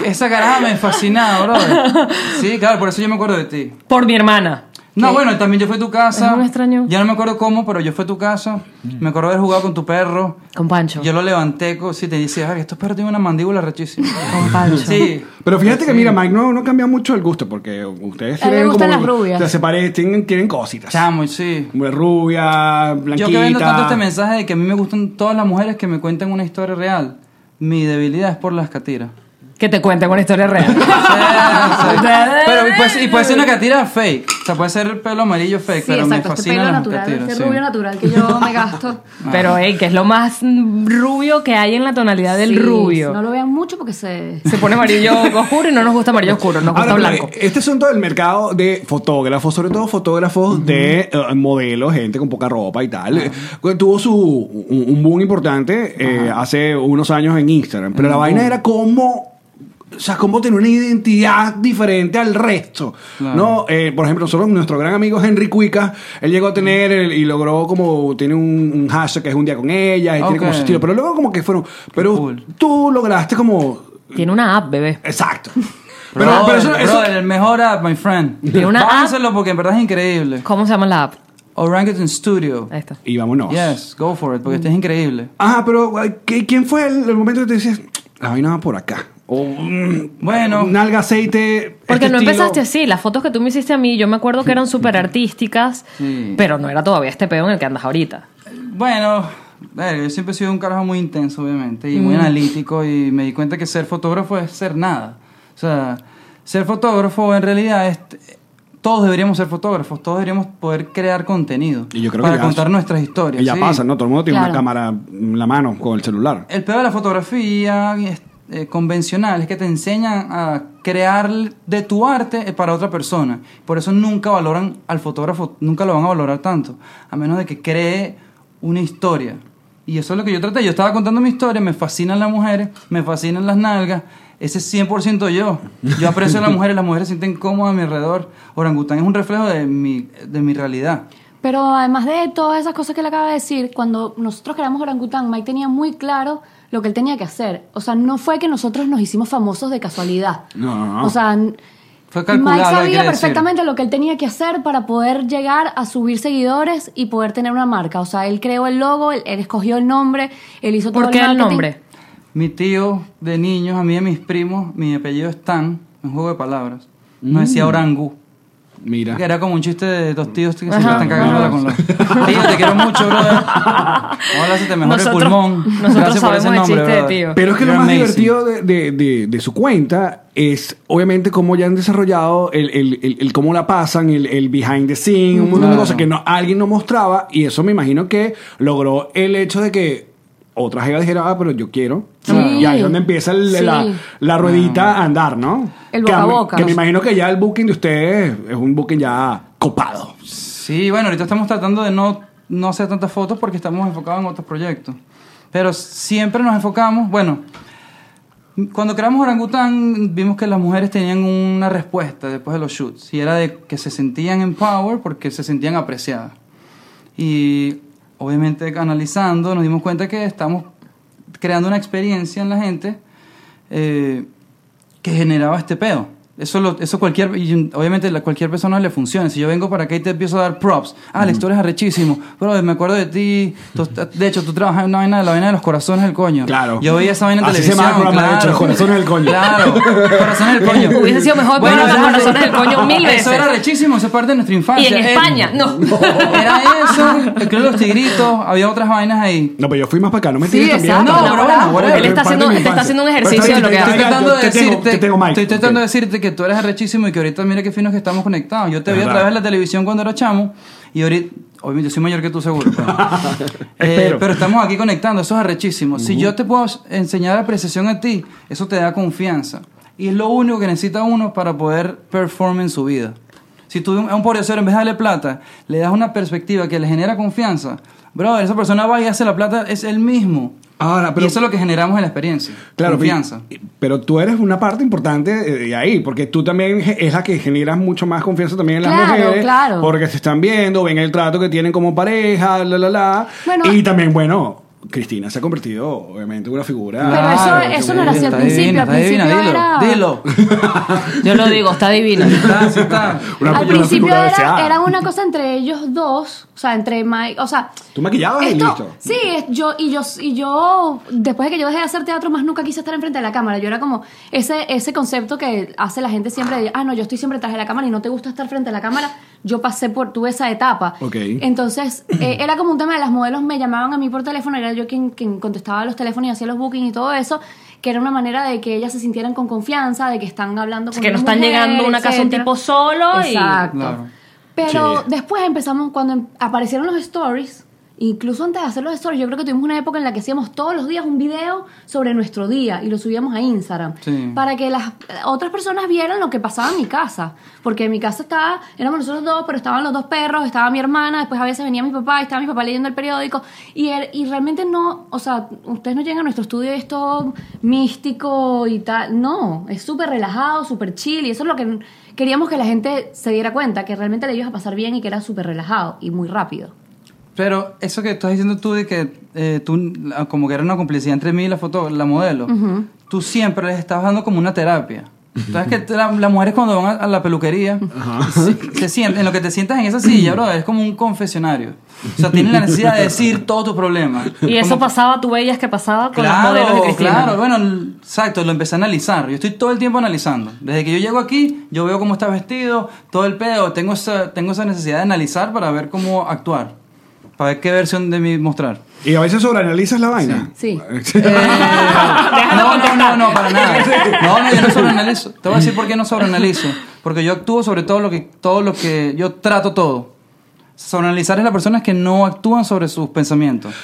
[SPEAKER 5] Esa caraja me fascinaba, brother. Sí, claro, por eso yo me acuerdo de ti.
[SPEAKER 2] Por mi hermana.
[SPEAKER 5] No, bueno, también yo fui a tu casa.
[SPEAKER 2] Es muy extraño.
[SPEAKER 5] Ya no me acuerdo cómo, pero yo fui a tu casa. Me acuerdo de haber jugado con tu perro.
[SPEAKER 2] Con Pancho.
[SPEAKER 5] Yo lo levanté, co- sí, te decía, "Ay, estos perros tienen una mandíbula rechísima.
[SPEAKER 2] Con Pancho.
[SPEAKER 5] Sí.
[SPEAKER 1] Pero fíjate que, mira, Mike, no, no cambia mucho el gusto, porque ustedes
[SPEAKER 3] A él le
[SPEAKER 1] tienen
[SPEAKER 3] gustan
[SPEAKER 1] como...
[SPEAKER 3] las rubias.
[SPEAKER 1] se pare- tienen, tienen cositas.
[SPEAKER 5] Chamo, sí.
[SPEAKER 1] Como Rubia, blanquita...
[SPEAKER 5] Yo que vendo tanto este mensaje de que a mí me gustan todas las mujeres que me cuentan una historia real. Mi debilidad es por las catiras.
[SPEAKER 2] Que te cuenten una historia real.
[SPEAKER 5] pero y puede, y puede ser una catira fake. O sea, puede ser el pelo amarillo fake,
[SPEAKER 3] Sí,
[SPEAKER 5] pero
[SPEAKER 3] exacto,
[SPEAKER 5] me
[SPEAKER 3] este
[SPEAKER 5] fascinan
[SPEAKER 3] pelo
[SPEAKER 5] las
[SPEAKER 3] natural,
[SPEAKER 5] catiras.
[SPEAKER 3] este
[SPEAKER 5] sí.
[SPEAKER 3] rubio natural que yo me gasto.
[SPEAKER 2] Pero, ey, que es lo más rubio que hay en la tonalidad del
[SPEAKER 3] Sí,
[SPEAKER 2] rubio.
[SPEAKER 3] No lo vean mucho porque se
[SPEAKER 2] Se pone amarillo oscuro y no nos gusta amarillo oscuro, nos gusta
[SPEAKER 1] Ahora, pero,
[SPEAKER 2] blanco.
[SPEAKER 1] eh, Este asunto del mercado de fotógrafos, sobre todo fotógrafos de eh, modelos, gente con poca ropa y tal, eh, tuvo su, un, un boom importante eh, hace unos años en Instagram. Pero la vaina era cómo... O sea, cómo tener una identidad diferente al resto.
[SPEAKER 5] Claro.
[SPEAKER 1] ¿no? Eh, por ejemplo, nosotros, nuestro gran amigo Henry Cuica, él llegó a tener el- y logró como, tiene un, un hashtag que es un día con ella y tiene como
[SPEAKER 5] Ok.
[SPEAKER 1] su estilo. Pero luego como que fueron, pero
[SPEAKER 5] cool.
[SPEAKER 1] tú lograste como...
[SPEAKER 2] Tiene una app, bebé.
[SPEAKER 1] Exacto.
[SPEAKER 5] Pero,
[SPEAKER 1] Pero, pero eso, eso-
[SPEAKER 5] el mejor app, my friend.
[SPEAKER 2] Tiene una app.
[SPEAKER 5] Bájenselo porque en verdad es increíble.
[SPEAKER 2] ¿Cómo se llama la app?
[SPEAKER 5] Orangutan Studio.
[SPEAKER 2] Ahí está.
[SPEAKER 1] Y vámonos.
[SPEAKER 5] Yes, go for it, porque este es increíble.
[SPEAKER 1] Ajá, pero ay, ¿qué- ¿quién fue el, el momento que te dices, la vaina va por acá? O,
[SPEAKER 5] Oh,
[SPEAKER 1] mm,
[SPEAKER 5] Bueno.
[SPEAKER 1] Nalga, aceite.
[SPEAKER 2] Porque
[SPEAKER 1] este
[SPEAKER 2] no
[SPEAKER 1] estilo.
[SPEAKER 2] empezaste así. Las fotos que tú me hiciste a mí, yo me acuerdo que eran súper artísticas,
[SPEAKER 5] Sí.
[SPEAKER 2] pero no era todavía este pedo en el que andas ahorita.
[SPEAKER 5] Bueno, verga, yo siempre he sido un carajo muy intenso, obviamente, y muy analítico, y me di cuenta que ser fotógrafo es ser nada. O sea, ser fotógrafo en realidad es... Todos deberíamos ser fotógrafos, todos deberíamos poder crear contenido
[SPEAKER 1] Y yo creo que
[SPEAKER 5] para
[SPEAKER 1] ya-
[SPEAKER 5] contar nuestras historias.
[SPEAKER 1] Y ya
[SPEAKER 5] sí.
[SPEAKER 1] pasa, ¿no? Todo el mundo tiene
[SPEAKER 3] Claro.
[SPEAKER 1] una cámara en la mano con el celular.
[SPEAKER 5] El peor de la fotografía es- eh, convencional es que te enseñan a crear de tu arte eh, para otra persona. Por eso nunca valoran al fotógrafo, nunca lo van a valorar tanto, a menos de que cree una historia. Y eso es lo que yo traté. Yo estaba contando mi historia, me fascinan las mujeres, me fascinan las nalgas. Ese es 100% yo. Yo aprecio a las mujeres, las mujeres se sienten cómodas a mi alrededor. Orangután es un reflejo de mi, de mi realidad.
[SPEAKER 3] Pero además de todas esas cosas que él acaba de decir, cuando nosotros creamos Orangután, Mike tenía muy claro lo que él tenía que hacer. O sea, no fue que nosotros nos hicimos famosos de casualidad.
[SPEAKER 1] No, no, no.
[SPEAKER 3] O sea, n-
[SPEAKER 5] Fue calculado.
[SPEAKER 3] Mike
[SPEAKER 5] hay que
[SPEAKER 3] sabía
[SPEAKER 5] decir.
[SPEAKER 3] perfectamente lo que él tenía que hacer para poder llegar a subir seguidores y poder tener una marca. O sea, él creó el logo, él, él escogió el nombre, él hizo todo
[SPEAKER 2] ¿Por qué el
[SPEAKER 3] marketing.
[SPEAKER 2] nombre?
[SPEAKER 5] Mi tío de niños, a mí y a mis primos, mi apellido es Tan, un juego de palabras. Nos decía Orangu.
[SPEAKER 1] Mira.
[SPEAKER 5] Que era como un chiste de dos tíos que se
[SPEAKER 2] Ajá.
[SPEAKER 5] están cagando con los. Tío, te quiero mucho, brother. Ahora se te mejora
[SPEAKER 2] Nosotros-
[SPEAKER 5] el pulmón.
[SPEAKER 2] nosotros
[SPEAKER 5] Gracias por ese
[SPEAKER 2] sabemos
[SPEAKER 5] nombre,
[SPEAKER 2] el chiste de
[SPEAKER 5] brother.
[SPEAKER 2] tío.
[SPEAKER 1] Pero es que lo
[SPEAKER 5] You're
[SPEAKER 1] más
[SPEAKER 5] amazing.
[SPEAKER 1] divertido de, de- de- de su cuenta es, obviamente, cómo ya han desarrollado el, el- el- el cómo la pasan, el, el behind the scene, un montón de
[SPEAKER 5] Claro.
[SPEAKER 1] cosas que no, alguien no mostraba. Y eso me imagino que logró el hecho de que otra jeva dijera, ah, pero yo quiero.
[SPEAKER 3] Sí.
[SPEAKER 1] Y ahí es donde empieza el-
[SPEAKER 3] Sí.
[SPEAKER 1] la, la ruedita a andar, ¿no?
[SPEAKER 3] El
[SPEAKER 1] que,
[SPEAKER 3] boca a
[SPEAKER 1] me-
[SPEAKER 3] boca.
[SPEAKER 1] Que me imagino que ya el booking de ustedes es un booking ya copado.
[SPEAKER 5] Sí, bueno, ahorita estamos tratando de no, no hacer tantas fotos porque estamos enfocados en otros proyectos. Pero siempre nos enfocamos, bueno, cuando creamos Orangután vimos que las mujeres tenían una respuesta después de los shoots y era de que se sentían empowered porque se sentían apreciadas. Y obviamente analizando nos dimos cuenta que estamos creando una experiencia en la gente eh, que generaba este pedo. Eso, lo- eso cualquier, y obviamente a cualquier persona le funciona. Si yo vengo para acá y te empiezo a dar props, ah, la historia es arrechísimo, bro, me acuerdo de ti, Tú- de hecho tú trabajas en una vaina de la vaina de los corazones del coño.
[SPEAKER 1] Claro.
[SPEAKER 5] Yo veía esa vaina en
[SPEAKER 1] Así se
[SPEAKER 5] televisión.
[SPEAKER 1] llama el programa, de hecho,
[SPEAKER 5] claro.
[SPEAKER 1] Corazones del Coño.
[SPEAKER 5] Claro, corazones del coño.
[SPEAKER 2] Hubiese sido mejor ponerlo
[SPEAKER 5] ya-
[SPEAKER 2] con Corazones del Coño mil
[SPEAKER 5] Eso
[SPEAKER 2] veces.
[SPEAKER 5] era rechísimo, eso es parte de nuestra
[SPEAKER 2] Y
[SPEAKER 5] infancia.
[SPEAKER 2] en
[SPEAKER 5] Era-
[SPEAKER 2] España, no.
[SPEAKER 5] Era eso, el club de los tigritos, había otras vainas ahí.
[SPEAKER 1] No, pero yo fui más para acá, no me
[SPEAKER 2] Sí,
[SPEAKER 1] tires también.
[SPEAKER 2] exacto,
[SPEAKER 1] No,
[SPEAKER 5] no, pero bueno, whatever,
[SPEAKER 2] él está
[SPEAKER 1] parte
[SPEAKER 2] haciendo-
[SPEAKER 1] de mi
[SPEAKER 2] te está
[SPEAKER 1] infancia.
[SPEAKER 2] haciendo un
[SPEAKER 1] Pero
[SPEAKER 2] ejercicio
[SPEAKER 1] está
[SPEAKER 2] de lo
[SPEAKER 1] bien,
[SPEAKER 2] que
[SPEAKER 5] Estoy
[SPEAKER 1] te-
[SPEAKER 2] haga.
[SPEAKER 5] tratando
[SPEAKER 1] yo
[SPEAKER 5] de
[SPEAKER 1] te tengo-
[SPEAKER 5] decirte,
[SPEAKER 1] Te tengo Mike.
[SPEAKER 5] estoy tratando de
[SPEAKER 1] Ok.
[SPEAKER 5] decirte que tú eres arrechísimo y que ahorita mira qué fino que estamos conectados. Yo te
[SPEAKER 1] Es
[SPEAKER 5] vi a
[SPEAKER 1] verdad.
[SPEAKER 5] través de la televisión cuando era chamo y ahorita, obviamente yo soy mayor que tú seguro. Pero, Eh,
[SPEAKER 1] Espero.
[SPEAKER 5] pero estamos aquí conectando, eso es arrechísimo. Si yo te puedo enseñar apreciación a ti, eso te da confianza. Y es lo único que necesita uno para poder perform en su vida. Si tú a un pobrecero en vez de darle plata, le das una perspectiva que le genera confianza, bro, esa persona va y hace la plata, es el mismo.
[SPEAKER 1] Ahora, pero-
[SPEAKER 5] y eso es lo que generamos en la experiencia.
[SPEAKER 1] Claro,
[SPEAKER 5] confianza.
[SPEAKER 1] Pero, pero tú eres una parte importante de de ahí, porque tú también ge- es la que generas mucho más confianza también en las
[SPEAKER 3] Claro,
[SPEAKER 1] mujeres,
[SPEAKER 3] claro.
[SPEAKER 1] porque se están viendo, ven el trato que tienen como pareja, la la la.
[SPEAKER 3] Bueno,
[SPEAKER 1] y también, bueno, Cristina se ha convertido obviamente en una figura.
[SPEAKER 3] Pero eso- eso no era así al
[SPEAKER 5] Está
[SPEAKER 3] principio,
[SPEAKER 5] divina,
[SPEAKER 3] al
[SPEAKER 5] está divina,
[SPEAKER 3] principio era-
[SPEAKER 5] dilo.
[SPEAKER 2] Yo lo digo, está divino.
[SPEAKER 5] Dilo. Está, sí está.
[SPEAKER 1] Una-
[SPEAKER 3] Al
[SPEAKER 1] una
[SPEAKER 3] principio
[SPEAKER 1] figura
[SPEAKER 3] era,
[SPEAKER 1] deseada.
[SPEAKER 3] era una cosa entre ellos dos, o sea, entre Mike, o sea...
[SPEAKER 1] Tú maquillabas y
[SPEAKER 3] esto-
[SPEAKER 1] listo.
[SPEAKER 3] Sí, es- yo, y yo, y yo, después de que yo dejé de hacer teatro, más nunca quise estar enfrente de la cámara. Yo era como ese, ese concepto que hace la gente siempre de, ah, no, yo estoy siempre detrás de la cámara y no te gusta estar frente a la cámara. Yo pasé por, tuve esa etapa.
[SPEAKER 1] Ok.
[SPEAKER 3] Entonces, eh, era como un tema de las modelos, me llamaban a mí por teléfono, era yo quien, quien contestaba los teléfonos y hacía los bookings y todo eso, que era una manera de que ellas se sintieran con confianza, de que están hablando con
[SPEAKER 2] Que no
[SPEAKER 3] una
[SPEAKER 2] están
[SPEAKER 3] mujer,
[SPEAKER 2] llegando a una casa un
[SPEAKER 3] etcétera.
[SPEAKER 2] tipo solo y-
[SPEAKER 3] Exacto.
[SPEAKER 5] Claro.
[SPEAKER 3] Pero
[SPEAKER 1] Sí.
[SPEAKER 3] después empezamos, cuando em- aparecieron los stories, incluso antes de hacer los stories, yo creo que tuvimos una época en la que hacíamos todos los días un video sobre nuestro día y lo subíamos a Instagram.
[SPEAKER 5] Sí.
[SPEAKER 3] Para que las eh, otras personas vieran lo que pasaba en mi casa. Porque en mi casa estaba, éramos nosotros dos, pero estaban los dos perros, estaba mi hermana, después a veces venía mi papá, y estaba mi papá leyendo el periódico. Y, él- y realmente no, o sea, ustedes no llegan a nuestro estudio y es todo místico y tal. No, es súper relajado, súper chill. Y eso es lo que queríamos que la gente se diera cuenta, que realmente le ibas a pasar bien y que era súper relajado y muy rápido.
[SPEAKER 5] Pero eso que estás diciendo tú de que eh, tú, la- como que era una complicidad entre mí y la foto, la modelo, tú siempre les estabas dando como una terapia. Sabes que la- las mujeres cuando van a, a la peluquería, se, se sienten, en lo que te sientas en esa silla, bro, es como un confesionario. O sea, tienen la necesidad de decir todos tus problemas.
[SPEAKER 2] Y eso
[SPEAKER 5] Como-
[SPEAKER 2] pasaba, tú veías que pasaba con los modelos de Cristina.
[SPEAKER 5] Claro, bueno, l- exacto, lo empecé a analizar. Yo estoy todo el tiempo analizando. Desde que yo llego aquí, yo veo cómo está vestido, todo el pedo. Tengo esa, tengo esa necesidad de analizar para ver cómo actuar. Para ver qué versión de mí mostrar.
[SPEAKER 1] Y a veces sobreanalizas la vaina.
[SPEAKER 3] Sí.
[SPEAKER 5] Eh, no,
[SPEAKER 2] Déjalo
[SPEAKER 5] no,
[SPEAKER 2] Eh, contestar.
[SPEAKER 5] no, no, para nada. No, no, yo no sobreanalizo. Te voy a decir por qué no sobreanalizo. Porque yo actúo sobre todo lo que, todo lo que yo trato todo. Sobreanalizar es las personas que no actúan sobre sus pensamientos.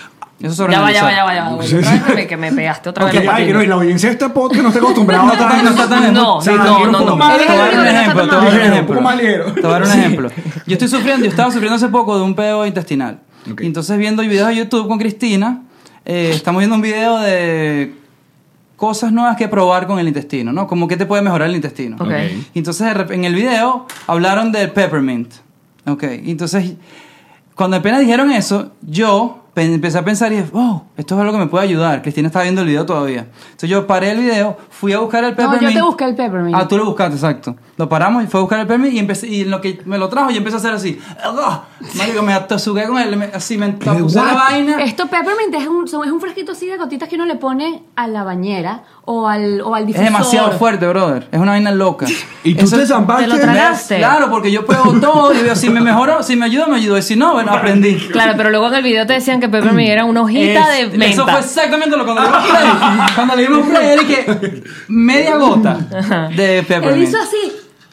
[SPEAKER 5] Eso es
[SPEAKER 2] Ya va,
[SPEAKER 5] sobreanalizar.
[SPEAKER 2] ya va, ya va, ya va.
[SPEAKER 1] Sí, sí.
[SPEAKER 2] Otra vez que me- que me pegaste otra
[SPEAKER 1] Ok,
[SPEAKER 2] vez. los
[SPEAKER 1] ay, que no, y
[SPEAKER 2] patines.
[SPEAKER 1] la audiencia de este podcast no está acostumbrada
[SPEAKER 5] No
[SPEAKER 1] a
[SPEAKER 5] está tan- no está tan-
[SPEAKER 2] No,
[SPEAKER 1] O sea,
[SPEAKER 2] no,
[SPEAKER 1] ligero,
[SPEAKER 2] no,
[SPEAKER 1] un poco
[SPEAKER 2] no.
[SPEAKER 1] más.
[SPEAKER 5] Te voy a dar un ejemplo. Te voy a dar un
[SPEAKER 1] Ligero, un
[SPEAKER 5] ejemplo.
[SPEAKER 1] poco más ligero.
[SPEAKER 5] Te voy a dar un ejemplo. Yo estoy sufriendo, yo estaba sufriendo hace poco de un pedo intestinal.
[SPEAKER 1] Ok.
[SPEAKER 5] Y entonces viendo videos de YouTube con Cristina, eh, estamos viendo un video de cosas nuevas que probar con el intestino, ¿no? Como que te puede mejorar el intestino.
[SPEAKER 2] Ok.
[SPEAKER 5] Y entonces de rep- en el video hablaron del peppermint. Ok, y entonces cuando apenas dijeron eso, yo pe- empecé a pensar y dije, wow, esto es algo que me puede ayudar. Cristina estaba viendo el video todavía. Entonces yo paré el video, fui a buscar el
[SPEAKER 3] No, yo
[SPEAKER 5] peppermint.
[SPEAKER 3] te busqué el peppermint.
[SPEAKER 5] Ah, tú lo buscaste, exacto. Lo paramos y fue a buscar el peppermint y, empecé, y en lo que me lo trajo yo empecé a hacer así. ¡Ah! Marico, me atosugué con él, me- así me tapuse la vaina.
[SPEAKER 3] Esto peppermint es un, son- es un frasquito así de gotitas que uno le pone a la bañera o al, o al
[SPEAKER 5] Es
[SPEAKER 3] difusor.
[SPEAKER 5] demasiado fuerte, brother. Es una vaina loca.
[SPEAKER 1] Y tú
[SPEAKER 5] Eso-
[SPEAKER 1] te zampaste.
[SPEAKER 2] te lo
[SPEAKER 5] Me-
[SPEAKER 2] tragaste.
[SPEAKER 5] Claro, porque yo pruebo todo y veo si me mejoró, si me ayuda, me ayudó. Y si no, bueno, aprendí.
[SPEAKER 2] Claro, pero luego en el video te decían que Peppermint era una hojita
[SPEAKER 5] Es-
[SPEAKER 2] de menta.
[SPEAKER 5] Eso fue exactamente lo que cuando le dimos play. Cuando le dimos play, yo dije media gota de
[SPEAKER 3] Él
[SPEAKER 5] peppermint.
[SPEAKER 3] hizo así.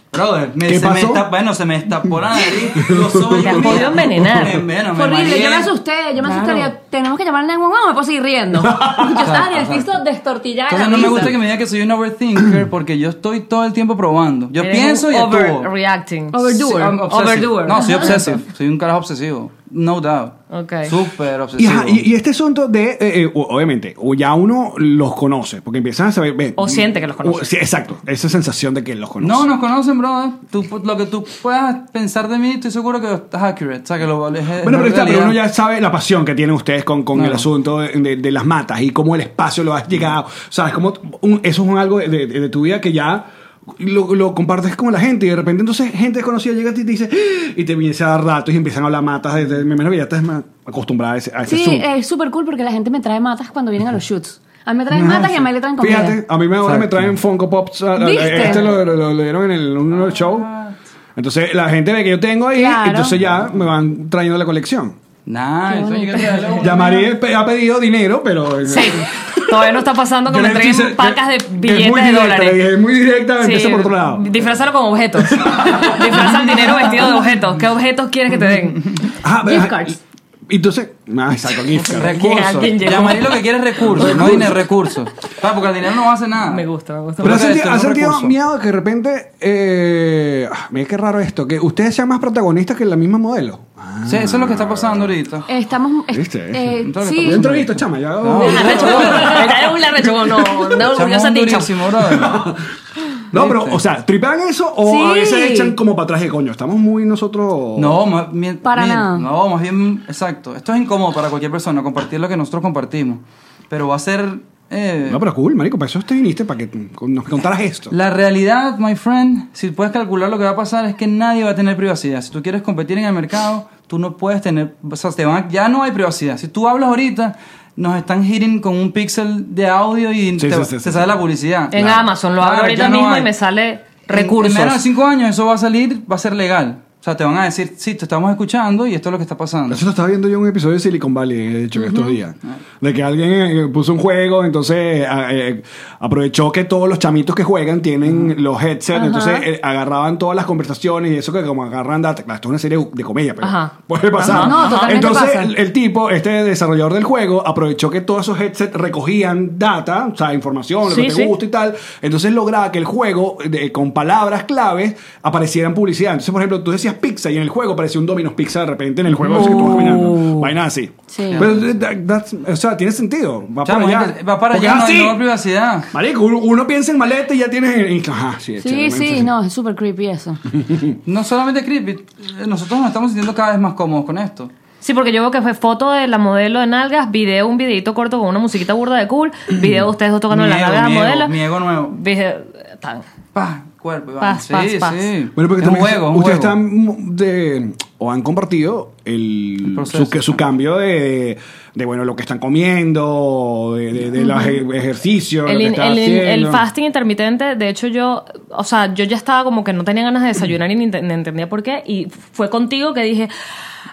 [SPEAKER 5] Brother, me,
[SPEAKER 1] ¿Qué
[SPEAKER 5] se me
[SPEAKER 1] pasó?
[SPEAKER 5] destap- bueno, se me destapó la nariz, los ojos.
[SPEAKER 2] Te has podido envenenar.
[SPEAKER 5] Bueno, me
[SPEAKER 3] Fue horrible, yo me
[SPEAKER 5] mareé.
[SPEAKER 3] asusté, yo me asusté.
[SPEAKER 2] Claro.
[SPEAKER 3] digo, Tenemos que llamar al 911 o me puedo seguir riendo. yo estaba
[SPEAKER 5] Exacto,
[SPEAKER 3] listo destortillada.
[SPEAKER 5] Entonces no me gusta que me digan que soy un overthinker porque yo estoy todo el tiempo probando. Yo
[SPEAKER 2] Eres
[SPEAKER 5] pienso
[SPEAKER 2] un
[SPEAKER 5] y actúo.
[SPEAKER 2] Overreacting.
[SPEAKER 5] Sí,
[SPEAKER 3] Overdoer.
[SPEAKER 5] I'm obsessive.
[SPEAKER 2] Overdoer.
[SPEAKER 5] No, soy obsesivo. Soy un carajo obsesivo. No doubt.
[SPEAKER 2] Ok.
[SPEAKER 5] Súper
[SPEAKER 1] Y,
[SPEAKER 5] obsesivo.
[SPEAKER 1] ajá, y- y este asunto de, eh, eh, o- obviamente, o ya uno los conoce, porque empiezan a saber. ve,
[SPEAKER 2] O siente que los conoce.
[SPEAKER 1] o- sí, exacto, esa sensación de que los conoce.
[SPEAKER 5] No, nos conocen, brother. Tú, lo que tú puedas pensar de mí, estoy seguro que estás accurate. O sea, que lo es- es
[SPEAKER 1] Bueno, pero, está, pero
[SPEAKER 5] realidad.
[SPEAKER 1] uno ya sabe la pasión que tienen ustedes con, con
[SPEAKER 5] Claro.
[SPEAKER 1] el asunto de, de- de las matas y cómo el espacio lo has llegado. ¿Sabes? Como un- eso es un algo de, de- de tu vida que ya lo, lo compartes con la gente y de repente entonces gente desconocida llega a ti y te dice "Ah", y te empieza a dar ratos y empiezan a hablar matas. de- de- Me imagino que ya estás más acostumbrada a ese, a ese
[SPEAKER 3] Sí,
[SPEAKER 1] asunto.
[SPEAKER 3] es súper cool porque la gente me trae matas cuando vienen a los shoots. A mí me traen
[SPEAKER 5] Ajá,
[SPEAKER 3] matas y a
[SPEAKER 5] sí.
[SPEAKER 3] mí le traen comida.
[SPEAKER 1] Fíjate, a mí me- ahora me
[SPEAKER 5] Exacto.
[SPEAKER 1] traen Funko Pops. a- a-
[SPEAKER 3] ¿Viste? Ah.
[SPEAKER 1] Este lo, lo- lo- lo dieron en el, en un show. Entonces la gente ve que yo tengo ahí,
[SPEAKER 3] Claro.
[SPEAKER 1] entonces ya me van trayendo la colección.
[SPEAKER 5] Nice. Oye,
[SPEAKER 3] Qué bonito.
[SPEAKER 5] ¿qué te da la-
[SPEAKER 1] Ya María pe- ha pedido dinero, pero... eh,
[SPEAKER 2] Sí. Todavía no está pasando que
[SPEAKER 1] Yo
[SPEAKER 2] me
[SPEAKER 1] le quise-
[SPEAKER 2] entreguen pacas de
[SPEAKER 1] que- que es
[SPEAKER 2] billetes
[SPEAKER 1] muy
[SPEAKER 2] de
[SPEAKER 1] directa, le
[SPEAKER 2] dólares.
[SPEAKER 1] dije, Es muy directa, empieza por otro lado.
[SPEAKER 2] Disfrázalo con objetos. Disfraza el dinero vestido de objetos. ¿Qué objetos quieres que te den?
[SPEAKER 1] Ajá,
[SPEAKER 3] Gift
[SPEAKER 1] ajá,
[SPEAKER 3] cards.
[SPEAKER 1] y- Entonces, ah, exacto, gift cards.
[SPEAKER 5] Recursos.
[SPEAKER 2] alguien llegó.
[SPEAKER 5] Ya María lo que quiere es recursos, no dinero, recursos. Claro, porque el dinero no hace nada.
[SPEAKER 2] Me gusta, me gusta.
[SPEAKER 1] Pero has
[SPEAKER 5] Creo que
[SPEAKER 1] sentido,
[SPEAKER 5] esto
[SPEAKER 1] has
[SPEAKER 5] es un
[SPEAKER 1] sentido
[SPEAKER 5] recurso.
[SPEAKER 1] miedo que de repente... Eh, ah, mira qué raro esto, que ustedes sean más protagonistas que la misma modelo. Ah,
[SPEAKER 5] Sí, eso es lo que está pasando ahorita.
[SPEAKER 3] Estamos. eh,
[SPEAKER 1] ¿Viste?
[SPEAKER 3] eh,
[SPEAKER 5] Entonces,
[SPEAKER 1] Yo
[SPEAKER 3] sí.
[SPEAKER 5] también-
[SPEAKER 1] entrevisto, chama, ya...
[SPEAKER 5] No.
[SPEAKER 2] La rechugó. Ella es una rechugó, no. Eh, No orgullosa
[SPEAKER 5] Chamo,
[SPEAKER 2] de dicho.
[SPEAKER 5] durísimo, brother.
[SPEAKER 1] No, pero,
[SPEAKER 5] ¿Viste?
[SPEAKER 1] o sea, ¿tripean eso o a
[SPEAKER 3] Sí.
[SPEAKER 1] veces echan como para atrás de coño? Estamos muy nosotros...
[SPEAKER 5] No, más bien.
[SPEAKER 3] Para
[SPEAKER 5] bien,
[SPEAKER 3] nada.
[SPEAKER 5] No, más bien, exacto. Esto es incómodo para cualquier persona, compartir lo que nosotros compartimos. Pero va a ser. eh,
[SPEAKER 1] No, pero cool, marico, para eso te viniste, para que nos contaras esto.
[SPEAKER 5] La realidad, my friend, si puedes calcular lo que va a pasar, es que nadie va a tener privacidad. Si tú quieres competir en el mercado, tú no puedes tener. O sea, te van a- ya no hay privacidad. Si tú hablas ahorita, nos están hitting con un pixel de audio y
[SPEAKER 1] Sí,
[SPEAKER 5] te,
[SPEAKER 1] sí, sí,
[SPEAKER 5] te
[SPEAKER 1] sí,
[SPEAKER 5] sale
[SPEAKER 1] sí.
[SPEAKER 5] la publicidad.
[SPEAKER 2] En
[SPEAKER 5] Claro.
[SPEAKER 2] Amazon lo abro
[SPEAKER 5] Claro,
[SPEAKER 2] ahorita
[SPEAKER 5] ya no
[SPEAKER 2] mismo
[SPEAKER 5] hay.
[SPEAKER 2] y me sale
[SPEAKER 5] En- En menos de
[SPEAKER 2] recursos.
[SPEAKER 5] cinco años eso va a salir, va a ser legal. O sea, te van a decir, sí, te estamos escuchando y esto es lo que está pasando.
[SPEAKER 1] Eso lo estaba viendo yo en un episodio de Silicon Valley, de hecho, en estos días. De que alguien eh, puso un juego, entonces a- eh, aprovechó que todos los chamitos que juegan tienen los headsets, entonces eh, agarraban todas las conversaciones y eso que como agarran data. Claro, esto es una serie de comedia, pero
[SPEAKER 2] Ajá.
[SPEAKER 1] puede pasar.
[SPEAKER 3] Ajá. No, totalmente
[SPEAKER 1] entonces
[SPEAKER 3] pasa.
[SPEAKER 1] El, el tipo, este desarrollador del juego, aprovechó que todos esos headsets recogían data, o sea, información, lo
[SPEAKER 2] Sí,
[SPEAKER 1] que te
[SPEAKER 2] sí.
[SPEAKER 1] gusta y tal. Entonces lograba que el juego, de- con palabras claves, aparecieran publicidad. Entonces, por ejemplo, tú decías pizza y en el juego apareció un Domino's Pizza de repente en el juego. Así que tú vas caminando. Vaina así.
[SPEAKER 3] Sí.
[SPEAKER 1] Pero, eh, that- that's- o sea, tiene sentido. Va
[SPEAKER 5] Chamo,
[SPEAKER 1] para allá.
[SPEAKER 5] gente, va para
[SPEAKER 1] Porque
[SPEAKER 5] allá,
[SPEAKER 1] es
[SPEAKER 5] no hay
[SPEAKER 1] así.
[SPEAKER 5] no hay privacidad.
[SPEAKER 1] Marico, uno, uno piensa en maleta y ya tienes. en- en- ajá, sí, es
[SPEAKER 3] Sí,
[SPEAKER 1] chévere,
[SPEAKER 3] sí, no, es súper creepy eso.
[SPEAKER 5] No solamente creepy, eh, nosotros nos estamos sintiendo cada vez más cómodos con esto.
[SPEAKER 2] Sí, porque yo veo que fue foto de la modelo de nalgas, video, un videito corto con una musiquita burda de cool, video de ustedes dos tocando las
[SPEAKER 5] Miego,
[SPEAKER 2] nalgas a
[SPEAKER 5] miego,
[SPEAKER 2] modelo.
[SPEAKER 5] miego nuevo.
[SPEAKER 2] Dije, eh, tan.
[SPEAKER 5] Pa, cuerpo, y vamos.
[SPEAKER 2] Paz,
[SPEAKER 5] Sí,
[SPEAKER 2] paz, paz.
[SPEAKER 5] sí.
[SPEAKER 1] Bueno, porque
[SPEAKER 5] es un
[SPEAKER 1] también
[SPEAKER 5] juego, es un
[SPEAKER 1] ustedes
[SPEAKER 5] juego.
[SPEAKER 1] están de, o han compartido el,
[SPEAKER 5] proceso.
[SPEAKER 1] su, que- su cambio de, de, bueno lo que están comiendo, de, de, de los ej- ejercicios,
[SPEAKER 2] El,
[SPEAKER 1] lo que
[SPEAKER 2] in-
[SPEAKER 1] están
[SPEAKER 2] el in- el
[SPEAKER 1] haciendo.
[SPEAKER 2] fasting intermitente, de hecho yo, o sea, yo ya estaba como que no tenía ganas de desayunar y ni, ent- ni entendía por qué. Y fue contigo que dije,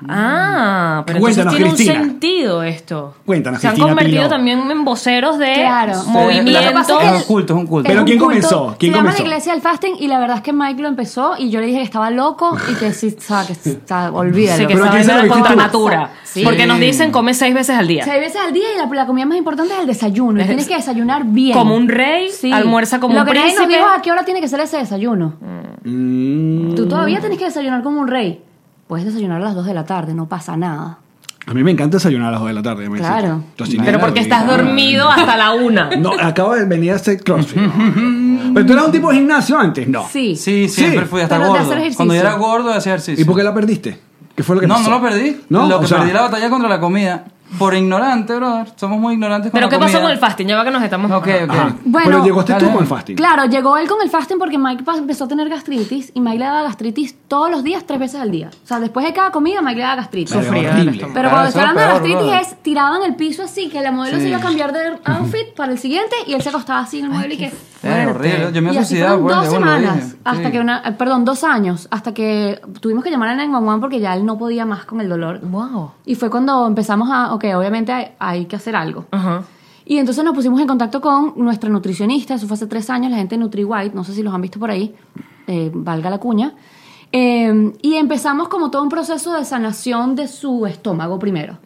[SPEAKER 2] ah, pero entonces
[SPEAKER 1] Cuéntanos,
[SPEAKER 2] tiene
[SPEAKER 1] Cristina.
[SPEAKER 2] un sentido esto.
[SPEAKER 1] Cuéntanos,
[SPEAKER 2] Se han
[SPEAKER 1] Cristina
[SPEAKER 2] convertido
[SPEAKER 1] Pilo.
[SPEAKER 2] también en voceros de
[SPEAKER 3] Claro.
[SPEAKER 5] Lo que
[SPEAKER 2] movimientos.
[SPEAKER 5] pasa es que- Es un culto, es un culto.
[SPEAKER 1] Pero
[SPEAKER 3] un
[SPEAKER 1] ¿quién
[SPEAKER 3] culto.
[SPEAKER 1] comenzó? ¿Quién
[SPEAKER 3] se
[SPEAKER 1] comenzó?
[SPEAKER 3] llama la iglesia del fasting y la verdad es que Mike lo empezó y yo le dije que estaba loco y que sí, o sea, que está, olvídalo.
[SPEAKER 2] Sí, que
[SPEAKER 1] Pero
[SPEAKER 2] esa
[SPEAKER 1] aquí se
[SPEAKER 2] vaina
[SPEAKER 1] lo
[SPEAKER 2] era
[SPEAKER 1] dijiste
[SPEAKER 2] contra
[SPEAKER 1] tú.
[SPEAKER 2] natura.
[SPEAKER 3] Sí.
[SPEAKER 2] Porque nos dicen come seis veces al día.
[SPEAKER 3] Seis veces al día y la, la comida más importante es el desayuno. Y tienes que desayunar bien.
[SPEAKER 2] Como un rey, almuerza como
[SPEAKER 3] Lo
[SPEAKER 2] un
[SPEAKER 3] que nadie nos
[SPEAKER 2] príncipe.
[SPEAKER 3] dijo es a qué hora tiene que ser ese desayuno.
[SPEAKER 1] Mm.
[SPEAKER 3] Tú todavía tienes que desayunar como un rey. Puedes desayunar a las 2 de la tarde, no pasa nada.
[SPEAKER 1] A mí me encanta desayunar a las 2 de la tarde. me
[SPEAKER 3] Claro.
[SPEAKER 1] dicen. Tocineta,
[SPEAKER 2] Pero porque
[SPEAKER 1] huevita.
[SPEAKER 2] estás dormido hasta la una.
[SPEAKER 1] No, acabo de venir a hacer crossfit. Pero tú eras un tipo de gimnasio antes, no.
[SPEAKER 3] Sí.
[SPEAKER 5] Sí, siempre
[SPEAKER 1] Sí.
[SPEAKER 5] fui hasta
[SPEAKER 3] Pero de hacer
[SPEAKER 5] gordo.
[SPEAKER 3] ejercicio.
[SPEAKER 5] Cuando yo era gordo, hacía ejercicio.
[SPEAKER 1] ¿Y por qué la perdiste? ¿Qué fue lo que
[SPEAKER 5] no,
[SPEAKER 1] pasó?
[SPEAKER 5] no lo perdí.
[SPEAKER 1] No,
[SPEAKER 5] lo que
[SPEAKER 1] o sea,
[SPEAKER 5] perdí la batalla contra la comida. Por ignorante, brother. Somos muy ignorantes con
[SPEAKER 2] Pero
[SPEAKER 5] la
[SPEAKER 2] ¿qué pasó
[SPEAKER 5] comida.
[SPEAKER 2] con el fasting? Ya va que nos estamos...
[SPEAKER 5] Ok, ok.
[SPEAKER 1] ajá.
[SPEAKER 3] Bueno,
[SPEAKER 1] Pero llegaste tú
[SPEAKER 5] dale.
[SPEAKER 1] con el fasting.
[SPEAKER 3] Claro, llegó él con el fasting porque Mike pas- empezó a tener gastritis y Mike le daba gastritis todos los días, tres veces al día. O sea, después de cada comida, Mike le daba gastritis.
[SPEAKER 1] Vale,
[SPEAKER 2] Sufría
[SPEAKER 1] horrible.
[SPEAKER 2] del estómago.
[SPEAKER 3] Pero
[SPEAKER 5] Claro,
[SPEAKER 3] cuando
[SPEAKER 5] Ah, eso
[SPEAKER 3] estaba
[SPEAKER 5] es
[SPEAKER 3] hablando de
[SPEAKER 5] lo
[SPEAKER 3] gastritis
[SPEAKER 5] peor, brother.
[SPEAKER 3] es tirado en el piso así, que la modelo se iba a cambiar de outfit para el siguiente y él se acostaba así en el mueble y que...
[SPEAKER 5] Eh, horrible. Yo me pues,
[SPEAKER 3] Y así
[SPEAKER 5] asociaba,
[SPEAKER 3] fueron
[SPEAKER 5] bueno,
[SPEAKER 3] dos
[SPEAKER 5] de uno, lo
[SPEAKER 3] semanas,
[SPEAKER 5] dije.
[SPEAKER 3] hasta
[SPEAKER 5] Sí.
[SPEAKER 3] que una, eh, perdón, dos años, hasta que tuvimos que llamar a 911 porque ya él no podía más con el dolor.
[SPEAKER 2] Wow.
[SPEAKER 3] Y fue cuando empezamos a, ok, obviamente hay, hay que hacer algo.
[SPEAKER 2] Ajá.
[SPEAKER 3] Y entonces nos pusimos en contacto con nuestra nutricionista, eso fue hace tres años, la gente de NutriWhite, no sé si los han visto por ahí. eh, valga la cuña. Eh, y empezamos como todo un proceso de sanación de su estómago primero.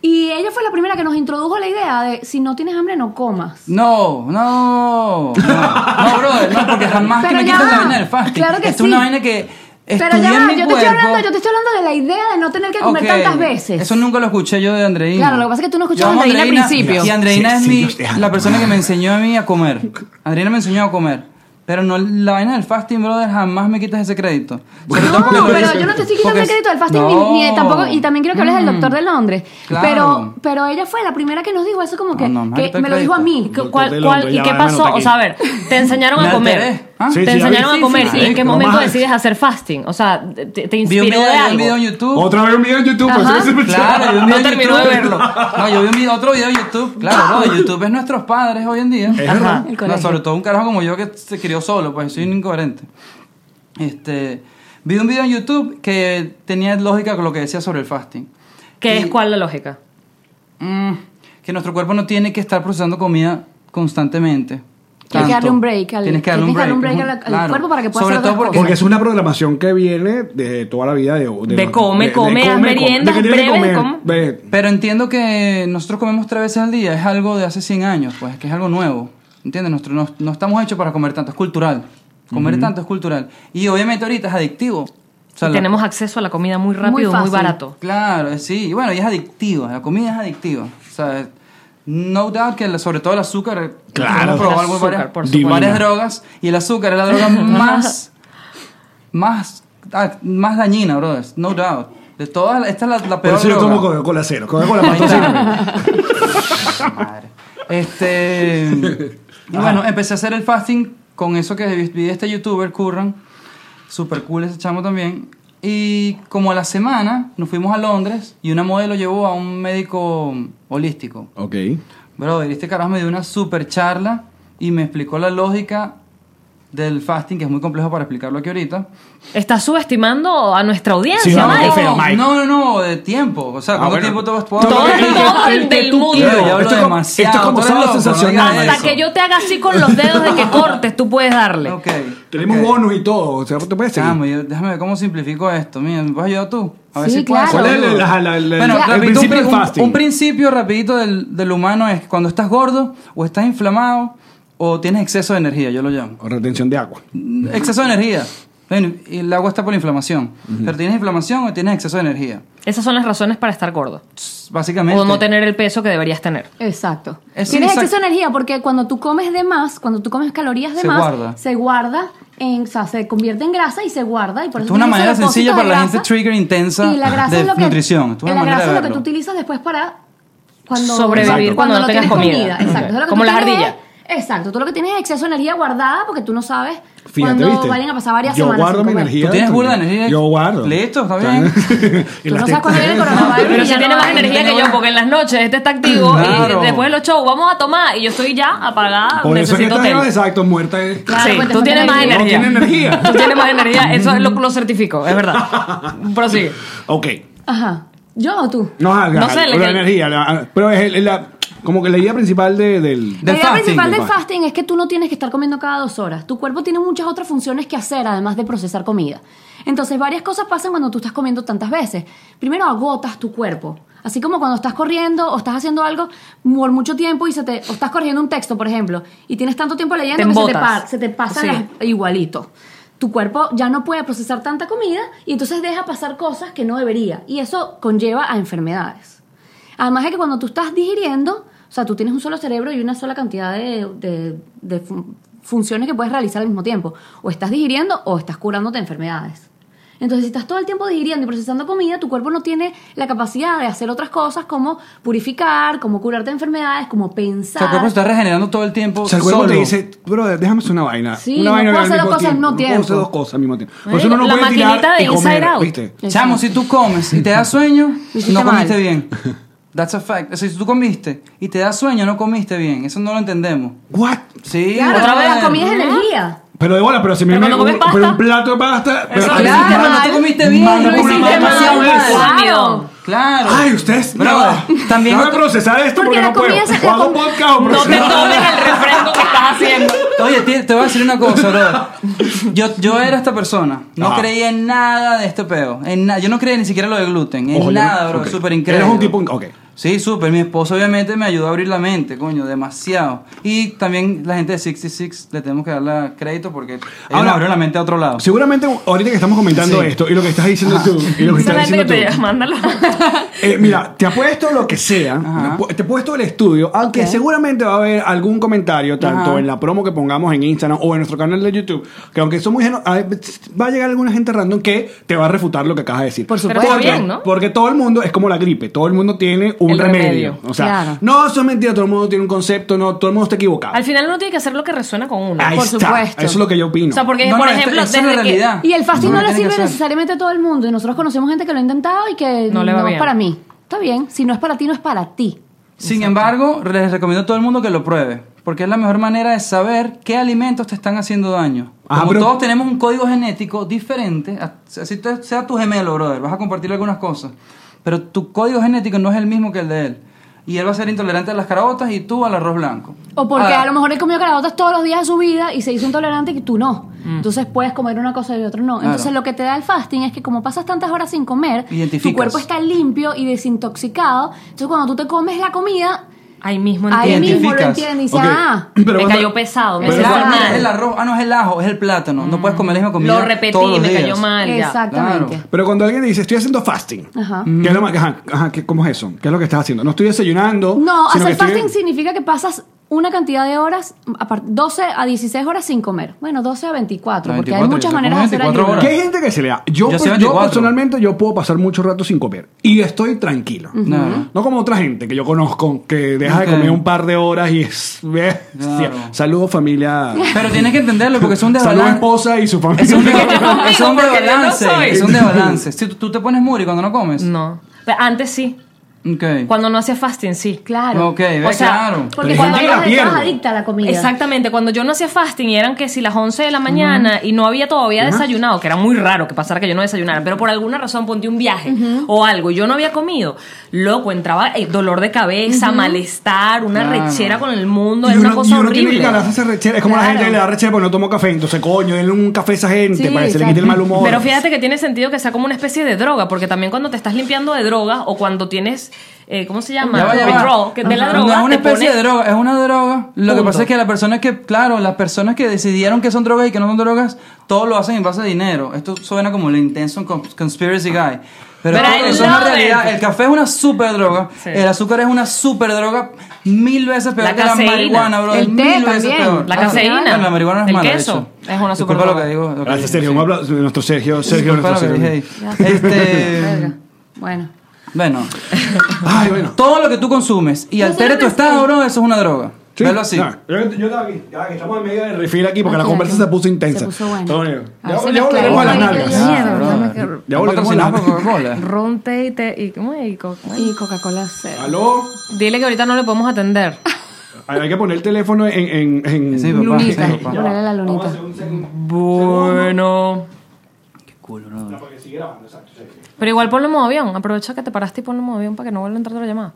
[SPEAKER 3] Y ella fue la primera que nos introdujo la idea de si no tienes hambre no comas.
[SPEAKER 5] No, no, no, no, brother, no, porque jamás que
[SPEAKER 3] Pero
[SPEAKER 5] me
[SPEAKER 3] ya
[SPEAKER 5] quitas la
[SPEAKER 3] va.
[SPEAKER 5] vaina del fasting.
[SPEAKER 3] Claro que
[SPEAKER 5] Esto
[SPEAKER 3] sí.
[SPEAKER 5] es una vaina que
[SPEAKER 3] Pero ya,
[SPEAKER 5] estudié en
[SPEAKER 3] va,
[SPEAKER 5] mi
[SPEAKER 3] yo te,
[SPEAKER 5] cuerpo.
[SPEAKER 3] estoy hablando, yo te estoy hablando de la idea de no tener que comer
[SPEAKER 5] Ok,
[SPEAKER 3] tantas veces.
[SPEAKER 5] Eso nunca lo escuché yo de Andreina.
[SPEAKER 3] Claro, lo que pasa es que tú no escuchas
[SPEAKER 5] Yo amo
[SPEAKER 3] a Andreina al principio.
[SPEAKER 5] Y Andreina
[SPEAKER 1] Sí,
[SPEAKER 5] es
[SPEAKER 1] sí,
[SPEAKER 5] mi-
[SPEAKER 1] yo sé, ah,
[SPEAKER 5] la persona que me enseñó a mí a comer. Andreina me enseñó a comer. Pero no, la vaina del fasting, brother, jamás me quitas ese crédito. Sobre todo porque
[SPEAKER 3] No,
[SPEAKER 5] lo
[SPEAKER 3] pero
[SPEAKER 5] hice-
[SPEAKER 3] yo no te estoy quitando
[SPEAKER 5] porque-
[SPEAKER 3] el crédito del fasting
[SPEAKER 5] No.
[SPEAKER 3] ni, ni tampoco y también quiero que hables del
[SPEAKER 5] Mm.
[SPEAKER 3] doctor de Londres.
[SPEAKER 5] Claro.
[SPEAKER 3] Pero pero ella fue la primera que nos dijo eso como que,
[SPEAKER 5] No, no,
[SPEAKER 3] que
[SPEAKER 5] maldito
[SPEAKER 3] me lo dijo a mí.
[SPEAKER 2] ¿Cu-
[SPEAKER 1] Doctor
[SPEAKER 2] cuál-
[SPEAKER 1] del
[SPEAKER 2] cuál-
[SPEAKER 1] hombre,
[SPEAKER 2] ¿Y
[SPEAKER 1] ya
[SPEAKER 2] qué
[SPEAKER 1] va,
[SPEAKER 2] pasó?
[SPEAKER 1] hermano,
[SPEAKER 2] O sea, a ver, te enseñaron
[SPEAKER 5] Me
[SPEAKER 2] a
[SPEAKER 5] alteré.
[SPEAKER 2] comer.
[SPEAKER 5] Ah,
[SPEAKER 1] sí,
[SPEAKER 2] Te
[SPEAKER 1] sí,
[SPEAKER 2] enseñaron
[SPEAKER 1] sí,
[SPEAKER 2] a comer.
[SPEAKER 5] sí,
[SPEAKER 2] ¿Y en qué
[SPEAKER 5] marico,
[SPEAKER 2] momento
[SPEAKER 1] mamá.
[SPEAKER 2] decides hacer fasting? O sea, te, te
[SPEAKER 5] Vi un
[SPEAKER 2] inspiró
[SPEAKER 5] video,
[SPEAKER 2] de
[SPEAKER 5] vi un
[SPEAKER 2] algo.
[SPEAKER 5] video en YouTube.
[SPEAKER 1] Otra vez un video en YouTube.
[SPEAKER 3] Ajá.
[SPEAKER 1] pues, ese-
[SPEAKER 5] Claro, yo vi un
[SPEAKER 2] No
[SPEAKER 5] video en
[SPEAKER 2] terminó
[SPEAKER 5] YouTube.
[SPEAKER 2] de verlo.
[SPEAKER 5] No, yo vi un video- otro video en YouTube. Claro, bro, YouTube es nuestros padres hoy en día.
[SPEAKER 1] Es
[SPEAKER 2] Ajá.
[SPEAKER 1] verdad.
[SPEAKER 3] El
[SPEAKER 5] No,
[SPEAKER 3] colegio.
[SPEAKER 5] sobre todo un carajo como yo que se crió solo, pues soy un incoherente. Este, vi un video en YouTube que tenía lógica con lo que decía sobre el fasting.
[SPEAKER 2] ¿Qué
[SPEAKER 5] Y-
[SPEAKER 2] es cuál la lógica?
[SPEAKER 5] Mm, que nuestro cuerpo no tiene que estar procesando comida constantemente.
[SPEAKER 3] Tienes que
[SPEAKER 5] Tanto.
[SPEAKER 3] darle un break al-
[SPEAKER 5] tienes que darle un break,
[SPEAKER 3] a la- al
[SPEAKER 5] Claro.
[SPEAKER 3] cuerpo para que pueda
[SPEAKER 5] Sobre
[SPEAKER 3] hacer
[SPEAKER 5] todo
[SPEAKER 3] otras
[SPEAKER 5] porque
[SPEAKER 1] Porque es una programación que viene de toda la vida de...
[SPEAKER 2] De come, come, haz meriendas
[SPEAKER 1] de que tiene que
[SPEAKER 2] breves,
[SPEAKER 1] comer,
[SPEAKER 2] come.
[SPEAKER 1] de-
[SPEAKER 5] Pero entiendo que nosotros comemos tres veces al día, es algo de hace 100 años, pues, que es algo nuevo. ¿Entiendes? Nosotros no, no estamos hechos para comer tanto, es cultural. Comer tanto es cultural. Y obviamente ahorita es adictivo. O sea, la-
[SPEAKER 2] Tenemos acceso a la comida muy
[SPEAKER 3] Muy
[SPEAKER 2] rápido, muy,
[SPEAKER 3] fácil.
[SPEAKER 2] barato.
[SPEAKER 5] Claro, sí. Y bueno, y es adictiva, la comida es adictiva. O sea, no doubt que la- sobre todo el azúcar. eh,
[SPEAKER 1] Claro.
[SPEAKER 5] hemos probado algo-
[SPEAKER 2] El azúcar,
[SPEAKER 5] varias-
[SPEAKER 2] por
[SPEAKER 1] supuesto.
[SPEAKER 5] varias
[SPEAKER 1] Divina.
[SPEAKER 5] drogas y el azúcar es la droga más, más, ah, más dañina, brothers. No doubt. De todas, esta es la, la
[SPEAKER 1] Por
[SPEAKER 5] peor
[SPEAKER 1] eso yo
[SPEAKER 5] droga.
[SPEAKER 1] tomo Coca-Cola cero. Coca-Cola
[SPEAKER 5] Ahí está.
[SPEAKER 1] patrocina.
[SPEAKER 5] Madre. Este. y bueno, empecé a hacer el fasting con eso que vi vi de este youtuber, Curran. Super cool ese chamo también. Y como a la semana nos fuimos a Londres y una modelo llevó a un médico holístico.
[SPEAKER 1] Ok.
[SPEAKER 5] Brother, este carajo me dio una super charla y me explicó la lógica del fasting, que es muy complejo para explicarlo aquí ahorita.
[SPEAKER 2] Estás subestimando a nuestra audiencia,
[SPEAKER 1] Sí, vamos,
[SPEAKER 2] Mike.
[SPEAKER 1] qué feo, Mike. Ah,
[SPEAKER 5] no, no, no, de tiempo. O sea, ¿cuánto
[SPEAKER 1] bueno.
[SPEAKER 5] tiempo te vas
[SPEAKER 2] Todo, todo el del mundo.
[SPEAKER 5] Yo hablo
[SPEAKER 1] Esto es como-
[SPEAKER 5] demasiado,
[SPEAKER 1] esto es como
[SPEAKER 5] tú eres
[SPEAKER 1] sábado
[SPEAKER 5] loco, no
[SPEAKER 1] sensacional.
[SPEAKER 5] digas
[SPEAKER 2] Hasta
[SPEAKER 5] eso.
[SPEAKER 2] que yo te haga así con los dedos de que cortes, tú puedes darle.
[SPEAKER 5] Ok.
[SPEAKER 1] Tenemos
[SPEAKER 5] ok.
[SPEAKER 1] bonus y todo. O sea, ¿te puedes seguir?
[SPEAKER 5] Chamo, yo- déjame ver cómo simplifico esto. Mira, ¿me puedes ayudar tú? A ver
[SPEAKER 3] Sí,
[SPEAKER 5] si puedes.
[SPEAKER 3] claro.
[SPEAKER 1] ¿Cuál es el- la- la- la-
[SPEAKER 5] Bueno,
[SPEAKER 1] el
[SPEAKER 5] rapidito,
[SPEAKER 1] principio
[SPEAKER 5] un,
[SPEAKER 1] del
[SPEAKER 5] un-
[SPEAKER 1] fasting?
[SPEAKER 5] un principio rapidito del, del humano es que cuando estás gordo o estás inflamado o tienes exceso de energía, yo lo llamo.
[SPEAKER 1] O retención de agua.
[SPEAKER 5] Exceso de energía. Bueno, y el agua está por la inflamación. Pero tienes inflamación o tienes exceso de energía.
[SPEAKER 2] Esas son las razones para estar gordo.
[SPEAKER 5] Básicamente.
[SPEAKER 2] O no tener el peso que deberías tener.
[SPEAKER 3] Exacto.
[SPEAKER 5] Es-
[SPEAKER 3] Tienes
[SPEAKER 5] exacto.
[SPEAKER 3] exceso de energía porque cuando tú comes de más, cuando tú comes calorías de
[SPEAKER 5] Se
[SPEAKER 3] más,
[SPEAKER 5] guarda.
[SPEAKER 3] se guarda en, o sea, se convierte en grasa y se guarda y por
[SPEAKER 5] Esto es
[SPEAKER 3] eso
[SPEAKER 5] una
[SPEAKER 3] tienes
[SPEAKER 5] manera
[SPEAKER 3] esos depósitos
[SPEAKER 5] sencilla
[SPEAKER 3] de
[SPEAKER 5] para la
[SPEAKER 3] grasa.
[SPEAKER 5] gente trigger intensa
[SPEAKER 3] y la grasa
[SPEAKER 5] de
[SPEAKER 3] es lo que,
[SPEAKER 5] nutrición. Esto es una
[SPEAKER 3] la
[SPEAKER 5] manera
[SPEAKER 3] grasa
[SPEAKER 5] de
[SPEAKER 3] es lo que tú
[SPEAKER 5] verlo.
[SPEAKER 3] utilizas después para cuando
[SPEAKER 2] Sobrevivir cuando no tengas
[SPEAKER 3] tienes
[SPEAKER 2] comida.
[SPEAKER 3] Exacto.
[SPEAKER 2] Ok.
[SPEAKER 3] Eso es lo que
[SPEAKER 2] Como
[SPEAKER 3] tú
[SPEAKER 2] las
[SPEAKER 3] tienes
[SPEAKER 2] ardillas.
[SPEAKER 3] es- Exacto, tú lo que tienes es exceso de energía guardada porque tú no sabes
[SPEAKER 1] Fíjate,
[SPEAKER 3] cuándo
[SPEAKER 1] ¿viste?
[SPEAKER 3] vayan a pasar varias
[SPEAKER 1] Yo
[SPEAKER 3] semanas. sin
[SPEAKER 1] guardo mi
[SPEAKER 3] comer.
[SPEAKER 1] energía.
[SPEAKER 5] Tú tienes burda de energía.
[SPEAKER 1] Yo guardo.
[SPEAKER 5] Listo, está bien.
[SPEAKER 1] Y
[SPEAKER 3] Tú
[SPEAKER 1] las
[SPEAKER 3] no
[SPEAKER 1] tengo.
[SPEAKER 3] sabes cuándo viene el coronavirus.
[SPEAKER 2] Pero
[SPEAKER 3] y
[SPEAKER 2] si
[SPEAKER 3] ya
[SPEAKER 2] tiene
[SPEAKER 3] no
[SPEAKER 2] más
[SPEAKER 3] hay.
[SPEAKER 2] energía que yo, porque en las noches este está activo
[SPEAKER 5] Claro.
[SPEAKER 2] y después de los shows vamos a tomar y yo estoy ya apagada,
[SPEAKER 1] Por eso es que
[SPEAKER 2] necesito
[SPEAKER 1] estás
[SPEAKER 2] tele.
[SPEAKER 1] exacto, muerta. es-
[SPEAKER 3] Claro,
[SPEAKER 2] Sí,
[SPEAKER 3] pues, te
[SPEAKER 2] tú
[SPEAKER 3] falta
[SPEAKER 2] tienes más
[SPEAKER 3] energía.
[SPEAKER 1] No
[SPEAKER 2] energía.
[SPEAKER 1] tiene energía.
[SPEAKER 2] Tú tienes más energía, eso es lo, lo certifico, es verdad. Prosigue.
[SPEAKER 1] Ok.
[SPEAKER 3] Ajá. ¿Yo o tú?
[SPEAKER 1] No, ah,
[SPEAKER 2] No
[SPEAKER 1] la-
[SPEAKER 2] sé,
[SPEAKER 1] la,
[SPEAKER 2] le-
[SPEAKER 1] la energía. la- ah, pero es el- el- la, como que la idea principal de- del...
[SPEAKER 5] Del
[SPEAKER 3] la idea
[SPEAKER 5] fasting,
[SPEAKER 3] principal
[SPEAKER 5] del
[SPEAKER 3] del fasting es que tú no tienes que estar comiendo cada dos horas. Tu cuerpo tiene muchas otras funciones que hacer, además de procesar comida. Entonces, varias cosas pasan cuando tú estás comiendo tantas veces. Primero, agotas tu cuerpo. Así como cuando estás corriendo o estás haciendo algo por mucho tiempo y se te, o estás corriendo un texto, por ejemplo, y tienes tanto tiempo leyendo
[SPEAKER 2] Te
[SPEAKER 3] que se te,
[SPEAKER 2] embotas.
[SPEAKER 3] pa- se te pasa
[SPEAKER 2] Sí.
[SPEAKER 3] las- igualito. Tu cuerpo ya no puede procesar tanta comida y entonces deja pasar cosas que no debería. Y eso conlleva a enfermedades. Además de que cuando tú estás digiriendo, o sea, tú tienes un solo cerebro y una sola cantidad de, de- de fun- funciones que puedes realizar al mismo tiempo. O estás digiriendo o estás curándote enfermedades. Entonces, si estás todo el tiempo digiriendo y procesando comida, tu cuerpo no tiene la capacidad de hacer otras cosas como purificar, como curarte de enfermedades, como
[SPEAKER 5] O
[SPEAKER 3] pensar.
[SPEAKER 5] sea, el cuerpo se está regenerando todo el tiempo.
[SPEAKER 1] O sea, el cuerpo
[SPEAKER 5] solo.
[SPEAKER 1] te dice, bro, déjame hacer una vaina.
[SPEAKER 3] Sí,
[SPEAKER 1] una
[SPEAKER 3] no
[SPEAKER 1] vaina
[SPEAKER 3] puedo
[SPEAKER 1] al
[SPEAKER 3] hacer dos cosas al
[SPEAKER 1] tiempo.
[SPEAKER 3] mismo
[SPEAKER 1] No puedo hacer
[SPEAKER 3] tiempo.
[SPEAKER 1] dos cosas al mismo tiempo. Por
[SPEAKER 2] Marico,
[SPEAKER 1] eso uno no
[SPEAKER 2] la
[SPEAKER 1] puede
[SPEAKER 2] maquinita
[SPEAKER 1] tirar
[SPEAKER 2] de
[SPEAKER 1] y comer,
[SPEAKER 2] Inside Out.
[SPEAKER 1] ¿viste?
[SPEAKER 5] Chamo, si tú comes y te da sueño,
[SPEAKER 3] Lo hiciste
[SPEAKER 5] no comiste
[SPEAKER 3] mal.
[SPEAKER 5] bien. That's a fact. O sea, si tú comiste y te da sueño, no comiste bien. Eso no lo entendemos.
[SPEAKER 1] What?
[SPEAKER 5] Sí,
[SPEAKER 3] Claro,
[SPEAKER 5] brother.
[SPEAKER 3] la comida es energía.
[SPEAKER 1] Pero de bola, pero si me
[SPEAKER 2] Pero
[SPEAKER 1] me-
[SPEAKER 2] cuando comes
[SPEAKER 1] un,
[SPEAKER 2] pasta.
[SPEAKER 1] pero un plato de pasta, pero
[SPEAKER 2] Eso
[SPEAKER 1] pero-
[SPEAKER 2] lo hiciste
[SPEAKER 5] Claro,
[SPEAKER 2] mal.
[SPEAKER 5] no te comiste bien.
[SPEAKER 1] Mano,
[SPEAKER 5] no
[SPEAKER 1] lo
[SPEAKER 5] comiste
[SPEAKER 1] hiciste
[SPEAKER 5] demasiado
[SPEAKER 1] mal.
[SPEAKER 5] bien.
[SPEAKER 2] Claro.
[SPEAKER 5] Claro.
[SPEAKER 1] Ay, ustedes.
[SPEAKER 5] Brother,
[SPEAKER 1] no,
[SPEAKER 5] también
[SPEAKER 1] Déjame
[SPEAKER 5] otro-
[SPEAKER 1] procesar esto porque,
[SPEAKER 3] Porque la
[SPEAKER 1] no puedo.
[SPEAKER 3] comida se-
[SPEAKER 1] O
[SPEAKER 3] la
[SPEAKER 1] hago
[SPEAKER 3] com-
[SPEAKER 1] podcast o
[SPEAKER 2] No te
[SPEAKER 1] proceso.
[SPEAKER 2] tomes el refresco que estás haciendo.
[SPEAKER 5] Oye, te, te voy a decir una cosa, brother. Yo, yo era esta persona. No
[SPEAKER 1] Ajá.
[SPEAKER 5] creía en nada de este peo. En na- yo no creía ni siquiera en lo de gluten. En
[SPEAKER 1] Ojo, yo no-
[SPEAKER 5] nada, bro.
[SPEAKER 1] ok.
[SPEAKER 5] Súper increíble.
[SPEAKER 1] Eres un tipo. Ok.
[SPEAKER 5] Sí, súper. Mi esposo obviamente me ayudó a abrir la mente, coño, demasiado. Y también la gente de 66 le tenemos que dar la crédito porque ellos
[SPEAKER 1] Ahora-
[SPEAKER 5] nos abrieron la mente a otro lado.
[SPEAKER 1] Seguramente ahorita que estamos comentando
[SPEAKER 5] Ah. Sí. Ah.
[SPEAKER 1] esto y lo que estás diciendo tú y lo que
[SPEAKER 2] Esa
[SPEAKER 1] estás
[SPEAKER 2] gente que
[SPEAKER 1] diciendo tú.
[SPEAKER 2] te llama, mándalo.
[SPEAKER 1] Eh, mira, te apuesto lo que sea,
[SPEAKER 5] Ajá.
[SPEAKER 1] te apuesto el estudio, aunque
[SPEAKER 5] Ok.
[SPEAKER 1] seguramente va a haber algún comentario, tanto
[SPEAKER 5] Ajá.
[SPEAKER 1] en la promo que pongamos en Instagram o en nuestro canal de YouTube, que aunque somos ingenuos, a- va a llegar alguna gente random que te va a refutar lo que acabas de decir. Por
[SPEAKER 2] supuesto. Pero está bien, ¿no?
[SPEAKER 1] Porque todo el mundo es como la gripe, todo el mundo tiene un
[SPEAKER 2] El
[SPEAKER 1] remedio.
[SPEAKER 2] remedio.
[SPEAKER 1] O sea,
[SPEAKER 3] Claro.
[SPEAKER 1] no, eso es mentira, todo el mundo tiene un concepto, no, todo el mundo está equivocado.
[SPEAKER 2] Al final uno tiene que hacer lo que resuena con uno.
[SPEAKER 1] Ahí
[SPEAKER 3] por
[SPEAKER 1] está,
[SPEAKER 3] supuesto.
[SPEAKER 1] eso es lo que yo opino.
[SPEAKER 2] O sea, porque,
[SPEAKER 5] No, no,
[SPEAKER 2] por
[SPEAKER 5] esto-
[SPEAKER 2] ejemplo,
[SPEAKER 5] esa es la
[SPEAKER 2] desde que-
[SPEAKER 5] realidad.
[SPEAKER 3] Y el fasting
[SPEAKER 5] No
[SPEAKER 3] no,
[SPEAKER 5] lo
[SPEAKER 3] le
[SPEAKER 5] tiene que
[SPEAKER 3] sirve
[SPEAKER 5] hacer.
[SPEAKER 3] necesariamente a todo el mundo. Y nosotros conocemos gente que lo ha intentado y que
[SPEAKER 2] No
[SPEAKER 3] no,
[SPEAKER 2] le va bien.
[SPEAKER 3] es para mí. Está bien, si no es para ti, no es para ti.
[SPEAKER 5] Sin embargo, les recomiendo a todo el mundo que lo pruebe, porque es la mejor manera de saber qué alimentos te están haciendo daño.
[SPEAKER 1] Ah,
[SPEAKER 5] Como
[SPEAKER 1] pero-
[SPEAKER 5] todos tenemos un código genético diferente, a- así tú sea tu gemelo, brother, vas a compartir algunas cosas, pero tu código genético no es el mismo que el de él. Y él va a ser intolerante a las carabotas y tú al arroz blanco.
[SPEAKER 3] O porque
[SPEAKER 5] Ah,
[SPEAKER 3] a lo mejor él comió carabotas todos los días de su vida y se hizo intolerante y tú no. Entonces puedes comer una cosa y otra no. Entonces
[SPEAKER 5] Claro.
[SPEAKER 3] lo que te da el fasting es que como pasas tantas horas sin comer,
[SPEAKER 5] Identificas.
[SPEAKER 3] tu cuerpo está limpio y desintoxicado. Entonces cuando tú te comes la comida,
[SPEAKER 2] Ahí mismo
[SPEAKER 3] ahí
[SPEAKER 2] entiendes.
[SPEAKER 3] mismo lo
[SPEAKER 5] Identificas.
[SPEAKER 3] entiendes y dices,
[SPEAKER 1] Ok,
[SPEAKER 3] ah,
[SPEAKER 2] me
[SPEAKER 1] cuando-
[SPEAKER 2] cayó pesado, me
[SPEAKER 5] El
[SPEAKER 2] hizo
[SPEAKER 5] ajo,
[SPEAKER 2] mal.
[SPEAKER 5] es el arroz, ah, no es el ajo, es el plátano. No puedes comer la misma comida.
[SPEAKER 2] Lo repetí,
[SPEAKER 5] todos los
[SPEAKER 2] me cayó
[SPEAKER 5] días.
[SPEAKER 2] mal. ya.
[SPEAKER 3] exactamente.
[SPEAKER 5] Claro.
[SPEAKER 1] Pero cuando alguien te dice, estoy haciendo fasting,
[SPEAKER 3] Ajá.
[SPEAKER 1] ¿qué es lo más- ajá, ajá, ¿qué- ¿cómo es eso? ¿Qué es lo que estás haciendo? No estoy desayunando. sino
[SPEAKER 3] No, hacer
[SPEAKER 1] que estoy-
[SPEAKER 3] fasting significa que pasas una cantidad de horas, apart- 12 a 16 horas sin comer. Bueno, 12 a 24, porque
[SPEAKER 5] 24,
[SPEAKER 3] hay muchas
[SPEAKER 5] yo
[SPEAKER 3] maneras
[SPEAKER 5] como
[SPEAKER 3] de hacer
[SPEAKER 5] 24
[SPEAKER 3] ayuno.
[SPEAKER 5] horas.
[SPEAKER 1] Que hay gente que se le da. Yo,
[SPEAKER 5] Yo
[SPEAKER 1] pues,
[SPEAKER 5] soy
[SPEAKER 1] yo
[SPEAKER 5] 24.
[SPEAKER 1] personalmente yo puedo pasar mucho rato sin comer y estoy tranquilo.
[SPEAKER 5] Claro.
[SPEAKER 1] No como otra gente que yo conozco que deja
[SPEAKER 5] Ok.
[SPEAKER 1] de comer un par de horas y es bestia. Saludos familia.
[SPEAKER 5] Pero tienes que entenderlo porque es un
[SPEAKER 1] Saludos
[SPEAKER 5] desbalance.
[SPEAKER 1] esposa y su familia.
[SPEAKER 5] Es un, de-
[SPEAKER 2] conmigo,
[SPEAKER 5] es un
[SPEAKER 2] porque yo no
[SPEAKER 5] desbalance.
[SPEAKER 2] soy.
[SPEAKER 5] es un desbalance. Si tú, tú te pones muri cuando no comes.
[SPEAKER 2] No. Pero antes sí.
[SPEAKER 5] Ok.
[SPEAKER 2] Cuando no hacía fasting, sí.
[SPEAKER 3] Claro.
[SPEAKER 5] Ok, ve,
[SPEAKER 2] O sea,
[SPEAKER 5] claro.
[SPEAKER 1] Pero
[SPEAKER 3] Porque
[SPEAKER 1] hay
[SPEAKER 3] cuando
[SPEAKER 1] gente que la
[SPEAKER 3] eras estabas
[SPEAKER 1] pierde.
[SPEAKER 3] adicta a la comida.
[SPEAKER 2] Exactamente, cuando yo no hacía fasting y eran que si las 11 de la mañana y no había todavía desayunado, que era muy raro que pasara que yo no desayunara, pero por alguna razón ponte un viaje o algo, y yo no había comido, loco, entraba eh, dolor de cabeza, malestar, una
[SPEAKER 5] Claro.
[SPEAKER 2] rechera con el mundo,
[SPEAKER 1] Y
[SPEAKER 2] era
[SPEAKER 1] uno,
[SPEAKER 2] una cosa
[SPEAKER 1] y uno tiene que
[SPEAKER 2] horrible.
[SPEAKER 1] ganarse esa rechera. Es como la gente que le da rechera porque no tomó café. Entonces, coño, denle un café a esa gente
[SPEAKER 3] Sí,
[SPEAKER 1] para que se le
[SPEAKER 3] exacto.
[SPEAKER 1] quite el mal humor.
[SPEAKER 2] Pero fíjate que tiene sentido que sea como una especie de droga, porque también cuando te estás limpiando de drogas o cuando tienes, eh, ¿cómo se llama?
[SPEAKER 5] Ya va, ya va.
[SPEAKER 2] Withdrawal, que de la droga.
[SPEAKER 5] No es una
[SPEAKER 2] te
[SPEAKER 5] especie
[SPEAKER 2] pones-
[SPEAKER 5] de droga, es una droga. Lo que
[SPEAKER 2] Punto.
[SPEAKER 5] pasa es que las personas que, claro, las personas que decidieron que son drogas y que no son drogas, todo lo hacen en base a dinero. Esto suena como el intenso cons- conspiracy guy. Pero,
[SPEAKER 2] Pero
[SPEAKER 5] todo
[SPEAKER 2] I
[SPEAKER 5] eso es una
[SPEAKER 2] love
[SPEAKER 5] realidad.
[SPEAKER 2] it.
[SPEAKER 5] El café es una super droga.
[SPEAKER 2] Sí.
[SPEAKER 5] El azúcar es una super droga. Mil veces peor
[SPEAKER 2] La
[SPEAKER 5] que la
[SPEAKER 2] caseína.
[SPEAKER 5] marihuana, bro.
[SPEAKER 3] El té
[SPEAKER 5] mil veces
[SPEAKER 3] también.
[SPEAKER 5] peor.
[SPEAKER 2] La
[SPEAKER 5] Ah,
[SPEAKER 2] caseína.
[SPEAKER 5] bueno, la marihuana es
[SPEAKER 2] El
[SPEAKER 5] mala. de
[SPEAKER 2] queso
[SPEAKER 5] hecho.
[SPEAKER 2] es una super
[SPEAKER 5] Disculpa
[SPEAKER 2] droga.
[SPEAKER 5] lo que digo. lo que
[SPEAKER 1] Gracias,
[SPEAKER 5] dije,
[SPEAKER 1] Sergio.
[SPEAKER 5] sí.
[SPEAKER 1] Un aplauso. Nuestro Sergio. Sergio,
[SPEAKER 5] Disculpa lo
[SPEAKER 1] nuestro
[SPEAKER 5] que dije
[SPEAKER 1] Sergio.
[SPEAKER 5] ahí. Este.
[SPEAKER 3] Verga. Bueno.
[SPEAKER 5] Bueno.
[SPEAKER 1] Ay, bueno.
[SPEAKER 5] Todo lo que tú consumes y
[SPEAKER 3] Yo
[SPEAKER 5] altere
[SPEAKER 3] solo
[SPEAKER 5] tu
[SPEAKER 3] pensé-
[SPEAKER 5] estado, bro, eso es una droga.
[SPEAKER 1] Sí,
[SPEAKER 5] Velo así.
[SPEAKER 1] no, yo, yo estaba aquí, ya que estamos en medio de refil aquí porque
[SPEAKER 3] Ok,
[SPEAKER 1] la conversa
[SPEAKER 3] ok.
[SPEAKER 1] se puso intensa.
[SPEAKER 3] Se puso buena.
[SPEAKER 1] Todo bien.
[SPEAKER 3] A
[SPEAKER 1] Ya,
[SPEAKER 3] ver si
[SPEAKER 1] ya
[SPEAKER 3] me
[SPEAKER 1] volveremos a las
[SPEAKER 3] aclaro. Ay,
[SPEAKER 1] nalgas.
[SPEAKER 3] Dios mío.
[SPEAKER 1] Ya volveremos a las
[SPEAKER 5] Patrocinado por
[SPEAKER 1] nalgas.
[SPEAKER 5] Coca-Cola.
[SPEAKER 2] Ron, té y té- y- ¿cómo es? Y co-
[SPEAKER 3] Y Coca-Cola cero.
[SPEAKER 1] ¿Aló?
[SPEAKER 2] Dile que ahorita no le podemos atender.
[SPEAKER 1] Hay hay que poner el teléfono en... en, en...
[SPEAKER 5] Sí, papá.
[SPEAKER 3] Lunita.
[SPEAKER 5] Sí, papá.
[SPEAKER 3] Ponerle la
[SPEAKER 1] Vamos a
[SPEAKER 3] lunita.
[SPEAKER 1] hacer un segundo.
[SPEAKER 2] Bueno.
[SPEAKER 5] Qué culo, bro.
[SPEAKER 1] Porque sigue grabando, exacto. sí.
[SPEAKER 2] Pero igual ponlo en modo avión. Aprovecha que te paraste y ponlo en modo avión para que no vuelva a entrar otra llamada.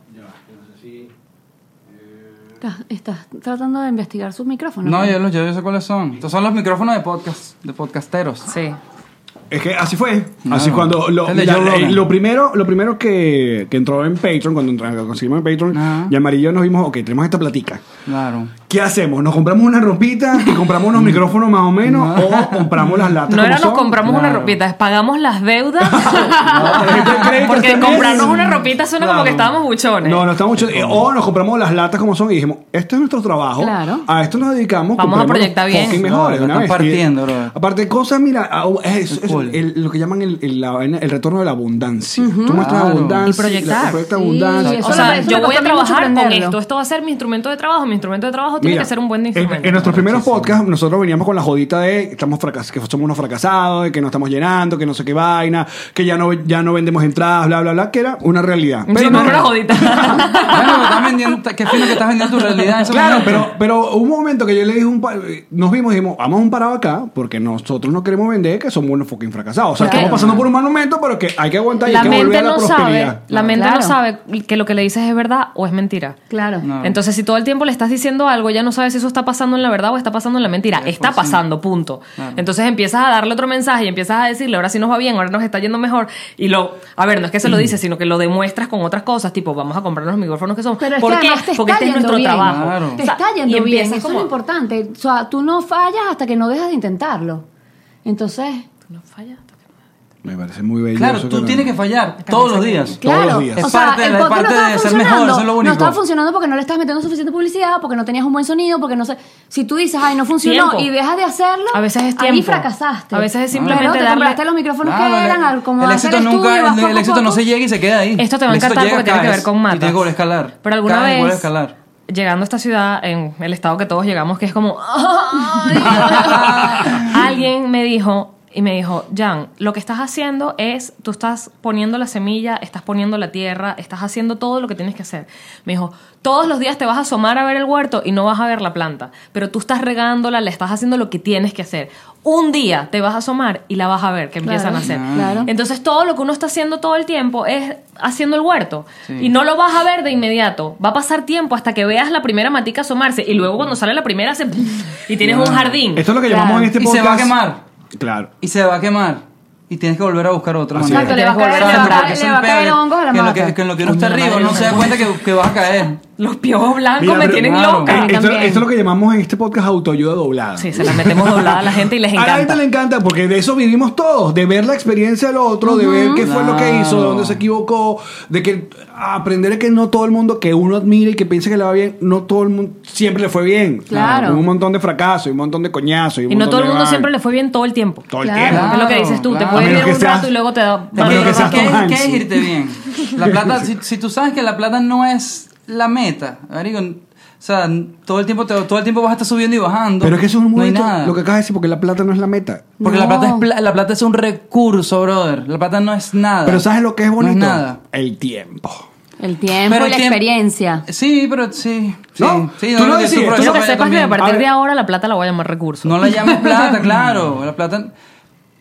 [SPEAKER 3] Estás- Estás tratando de investigar sus micrófonos.
[SPEAKER 5] No, yo, lo- yo, yo sé cuáles son. Estos son los micrófonos de podcast, de podcasteros.
[SPEAKER 2] Sí.
[SPEAKER 1] Es que así fue.
[SPEAKER 5] No.
[SPEAKER 1] Así cuando lo,
[SPEAKER 5] Te leyó
[SPEAKER 1] la-
[SPEAKER 5] Logan.
[SPEAKER 1] eh, lo primero, lo primero que, que entró en Patreon, cuando entra- lo conseguimos en Patreon,
[SPEAKER 5] Ajá.
[SPEAKER 1] y amarillo nos vimos, ok, tenemos esta platica.
[SPEAKER 5] Claro.
[SPEAKER 1] ¿Qué hacemos? ¿Nos compramos una ropita y compramos unos micrófonos más o menos? ¿O compramos las latas?
[SPEAKER 2] No
[SPEAKER 1] como
[SPEAKER 2] era nos
[SPEAKER 1] son?
[SPEAKER 2] compramos una
[SPEAKER 5] Claro.
[SPEAKER 2] ropita, es pagamos las deudas.
[SPEAKER 1] tarjeta de crédito este
[SPEAKER 2] Porque
[SPEAKER 1] mes.
[SPEAKER 2] comprarnos una ropita suena como
[SPEAKER 5] Claro.
[SPEAKER 2] que estábamos buchones.
[SPEAKER 1] No, no está mucho. eh, o nos compramos las latas como son y dijimos, esto es nuestro trabajo.
[SPEAKER 3] Claro.
[SPEAKER 1] A esto nos dedicamos.
[SPEAKER 2] Vamos a
[SPEAKER 1] compremos
[SPEAKER 2] proyectar
[SPEAKER 1] los
[SPEAKER 2] bien.
[SPEAKER 1] fucking mejores,
[SPEAKER 5] No,
[SPEAKER 1] una
[SPEAKER 5] la
[SPEAKER 1] vez.
[SPEAKER 5] están partiendo,
[SPEAKER 1] Y-
[SPEAKER 5] bro.
[SPEAKER 1] Aparte, cosas, mira, ah, es, es-
[SPEAKER 5] cool.
[SPEAKER 1] el- lo que llaman el, el- la vaina- el retorno de la abundancia. Tú muestras
[SPEAKER 5] Claro.
[SPEAKER 1] abundancia.
[SPEAKER 2] Y proyectar.
[SPEAKER 1] la- proyecta
[SPEAKER 3] Sí,
[SPEAKER 1] abundancia.
[SPEAKER 3] eso
[SPEAKER 2] O
[SPEAKER 3] me
[SPEAKER 2] sea,
[SPEAKER 3] parece-
[SPEAKER 2] yo
[SPEAKER 3] me
[SPEAKER 2] voy a
[SPEAKER 3] costó a mí mucho
[SPEAKER 2] trabajar con
[SPEAKER 3] aprenderlo.
[SPEAKER 2] esto. Esto va a ser mi instrumento de trabajo, mi mi instrumento de trabajo tiene
[SPEAKER 1] Mira,
[SPEAKER 2] que ser un buen
[SPEAKER 1] en-
[SPEAKER 2] instrumento.
[SPEAKER 1] En, nuestros primeros podcasts, nosotros veníamos con la jodita de estamos fracas, que somos unos fracasados, de que no estamos llenando, que no sé qué vaina, que ya no, ya no vendemos entradas, bla, bla, bla, que era una realidad.
[SPEAKER 2] Sí,
[SPEAKER 1] no-
[SPEAKER 2] no, pero jodita.
[SPEAKER 5] Bueno, pero estás vendiendo, qué fino que estás vendiendo tu realidad. eso
[SPEAKER 1] Claro,
[SPEAKER 5] me
[SPEAKER 1] pero,
[SPEAKER 5] gusta.
[SPEAKER 1] pero hubo un momento que yo le dije, un pa- nos vimos y dijimos, vamos a un parado acá, porque nosotros no queremos vender, que somos unos fucking fracasados. O sea,
[SPEAKER 2] Claro.
[SPEAKER 1] estamos pasando por un mal momento, pero que hay que aguantar y
[SPEAKER 2] la
[SPEAKER 1] hay que volver
[SPEAKER 2] mente
[SPEAKER 1] a la
[SPEAKER 2] no sabe,
[SPEAKER 1] prosperidad.
[SPEAKER 2] la mente
[SPEAKER 3] Claro.
[SPEAKER 2] no sabe que lo que le dices es verdad o es mentira.
[SPEAKER 3] Claro.
[SPEAKER 5] No.
[SPEAKER 2] Entonces, si todo el tiempo le estás diciendo algo, ya no sabes si eso está pasando en la verdad o está pasando en la mentira. Está pasando, punto. Entonces empiezas a darle otro mensaje y empiezas a decirle, ahora sí nos va bien, ahora nos está yendo mejor. Y lo, a ver, no es que se lo dices, sino que lo demuestras con otras cosas, tipo, vamos a comprar los micrófonos que son.
[SPEAKER 3] Pero es
[SPEAKER 2] ¿Por
[SPEAKER 3] que
[SPEAKER 2] qué?
[SPEAKER 3] además te
[SPEAKER 2] Porque
[SPEAKER 3] está
[SPEAKER 2] este es
[SPEAKER 3] yendo
[SPEAKER 2] nuestro
[SPEAKER 3] bien.
[SPEAKER 2] trabajo.
[SPEAKER 5] Claro.
[SPEAKER 3] Te
[SPEAKER 2] O sea,
[SPEAKER 3] está
[SPEAKER 2] y
[SPEAKER 3] yendo bien,
[SPEAKER 2] empiezas
[SPEAKER 3] eso es
[SPEAKER 2] como-
[SPEAKER 3] lo importante. O sea, tú no fallas hasta que no dejas de intentarlo. Entonces,
[SPEAKER 2] No falla.
[SPEAKER 1] Me parece muy bello.
[SPEAKER 5] Claro,
[SPEAKER 1] eso
[SPEAKER 5] tú
[SPEAKER 1] no-
[SPEAKER 5] tienes que fallar todos los días.
[SPEAKER 1] Todos los
[SPEAKER 3] claro.
[SPEAKER 1] días.
[SPEAKER 5] Es
[SPEAKER 3] O sea,
[SPEAKER 5] parte de-
[SPEAKER 3] el
[SPEAKER 5] es
[SPEAKER 3] podcast
[SPEAKER 5] parte
[SPEAKER 3] no estaba
[SPEAKER 5] de ser mejor,
[SPEAKER 3] funcionando.
[SPEAKER 5] eso es lo
[SPEAKER 3] No
[SPEAKER 5] único.
[SPEAKER 3] estaba funcionando porque no le estás metiendo suficiente publicidad, porque no tenías un buen sonido, porque no sé. Si tú dices, ay, no funcionó
[SPEAKER 2] Tiempo.
[SPEAKER 3] y dejas de hacerlo,
[SPEAKER 2] A veces es
[SPEAKER 3] ahí
[SPEAKER 2] tiempo.
[SPEAKER 3] fracasaste.
[SPEAKER 2] A veces es
[SPEAKER 3] Pero
[SPEAKER 2] simplemente
[SPEAKER 3] te
[SPEAKER 2] darle-
[SPEAKER 3] compraste los micrófonos
[SPEAKER 5] Claro,
[SPEAKER 3] que
[SPEAKER 5] el-
[SPEAKER 3] eran, al- como
[SPEAKER 5] el
[SPEAKER 3] hace
[SPEAKER 5] éxito
[SPEAKER 3] el
[SPEAKER 5] nunca,
[SPEAKER 3] estudio,
[SPEAKER 5] el,
[SPEAKER 3] vas poco
[SPEAKER 5] el
[SPEAKER 3] a
[SPEAKER 5] éxito no
[SPEAKER 3] poco.
[SPEAKER 5] se llega y se queda ahí.
[SPEAKER 2] Esto te va a
[SPEAKER 5] El éxito
[SPEAKER 2] encantar
[SPEAKER 5] llega,
[SPEAKER 2] porque tiene que
[SPEAKER 5] caes,
[SPEAKER 2] ver con
[SPEAKER 5] y
[SPEAKER 2] matas.
[SPEAKER 5] Tienes que volver a escalar.
[SPEAKER 2] Pero alguna
[SPEAKER 5] Caes y
[SPEAKER 2] vez,
[SPEAKER 5] vuelves a escalar.
[SPEAKER 2] llegando a esta ciudad, en el estado que todos llegamos, que es como... "Ay". alguien me dijo, y me dijo, Jan, lo que estás haciendo es, tú estás poniendo la semilla, estás poniendo la tierra, estás haciendo todo lo que tienes que hacer. Me dijo, todos los días te vas a asomar a ver el huerto y no vas a ver la planta, pero tú estás regándola, le estás haciendo lo que tienes que hacer. Un día te vas a asomar y la vas a ver que
[SPEAKER 3] Claro,
[SPEAKER 2] empiezan a hacer.
[SPEAKER 3] Claro.
[SPEAKER 2] Entonces todo lo que uno está haciendo todo el tiempo es haciendo el huerto.
[SPEAKER 5] Sí.
[SPEAKER 2] Y no lo vas a ver de inmediato. Va a pasar tiempo hasta que veas la primera matica asomarse. Y luego cuando sale la primera se... Y tienes un jardín.
[SPEAKER 1] Esto es lo que
[SPEAKER 3] Claro.
[SPEAKER 1] llamamos en este
[SPEAKER 5] Y
[SPEAKER 1] podcast.
[SPEAKER 5] se va a quemar.
[SPEAKER 1] Claro.
[SPEAKER 5] Y se va a quemar. Y tienes que volver a buscar otra
[SPEAKER 1] Así
[SPEAKER 5] manera.
[SPEAKER 1] es. Pues Exacto,
[SPEAKER 3] le va a caer-
[SPEAKER 5] Exacto,
[SPEAKER 3] le va
[SPEAKER 5] porque
[SPEAKER 3] a caer-
[SPEAKER 5] es un
[SPEAKER 3] le va a caer
[SPEAKER 5] pedo
[SPEAKER 3] hongos a
[SPEAKER 5] que en
[SPEAKER 3] la
[SPEAKER 5] lo que-
[SPEAKER 3] mata.
[SPEAKER 5] que en lo que uno está arriba no se da cuenta que, que vas a caer.
[SPEAKER 2] Los piojos blancos
[SPEAKER 1] Mira,
[SPEAKER 2] me
[SPEAKER 1] pero-
[SPEAKER 2] tienen
[SPEAKER 5] Claro.
[SPEAKER 2] loca.
[SPEAKER 1] Eh, esto,
[SPEAKER 3] también.
[SPEAKER 1] esto es lo que llamamos en este podcast autoayuda doblada.
[SPEAKER 2] Sí, se las metemos doblada a la gente y les
[SPEAKER 1] A la gente le
[SPEAKER 2] encanta.
[SPEAKER 1] encanta porque de eso vivimos todos, de ver la experiencia del otro, de ver qué fue lo que hizo, de
[SPEAKER 5] Claro.
[SPEAKER 1] dónde se equivocó, de que aprender que no todo el mundo que uno admira y que piensa que le va bien, no todo el mundo siempre le fue bien.
[SPEAKER 3] Claro.
[SPEAKER 1] Hubo Un montón de fracasos, y un montón de coñazos.
[SPEAKER 2] Y no todo el mundo siempre le fue bien todo el tiempo.
[SPEAKER 1] Todo el
[SPEAKER 3] Claro.
[SPEAKER 1] tiempo.
[SPEAKER 2] Es lo que dices tú.
[SPEAKER 5] Claro.
[SPEAKER 2] Te
[SPEAKER 1] A
[SPEAKER 2] puede ir bien
[SPEAKER 1] menos que
[SPEAKER 2] un
[SPEAKER 1] seas-
[SPEAKER 2] rato y luego te da...
[SPEAKER 1] A menos que seas
[SPEAKER 5] ¿Qué,
[SPEAKER 1] Tom
[SPEAKER 5] qué
[SPEAKER 1] Hanks.
[SPEAKER 5] es irte bien? La plata, si, si tú sabes que la plata no es la meta, marico, o sea, todo el tiempo te- todo el tiempo vas a estar subiendo y bajando.
[SPEAKER 1] Pero es que eso es muy
[SPEAKER 5] no hay
[SPEAKER 1] bonito,
[SPEAKER 5] nada.
[SPEAKER 1] lo que acabas de decir, porque la plata no es la meta.
[SPEAKER 5] Porque la
[SPEAKER 3] No.
[SPEAKER 5] plata es pla- la plata es un recurso, brother. La plata no es nada.
[SPEAKER 1] Pero ¿sabes lo que es bonito?
[SPEAKER 5] No es nada.
[SPEAKER 1] El tiempo.
[SPEAKER 3] El tiempo y
[SPEAKER 5] el
[SPEAKER 3] la
[SPEAKER 5] tiempo-
[SPEAKER 3] experiencia.
[SPEAKER 5] Sí, pero sí. sí,
[SPEAKER 1] No,
[SPEAKER 5] sí,
[SPEAKER 1] tú lo
[SPEAKER 5] yo sufro
[SPEAKER 1] decides, tú
[SPEAKER 5] eso
[SPEAKER 2] Quiero que
[SPEAKER 5] para allá
[SPEAKER 2] sepas que a
[SPEAKER 5] también.
[SPEAKER 1] A
[SPEAKER 2] partir
[SPEAKER 1] ver.
[SPEAKER 2] de ahora la plata la voy a llamar recurso.
[SPEAKER 5] No la llames plata, claro. La plata.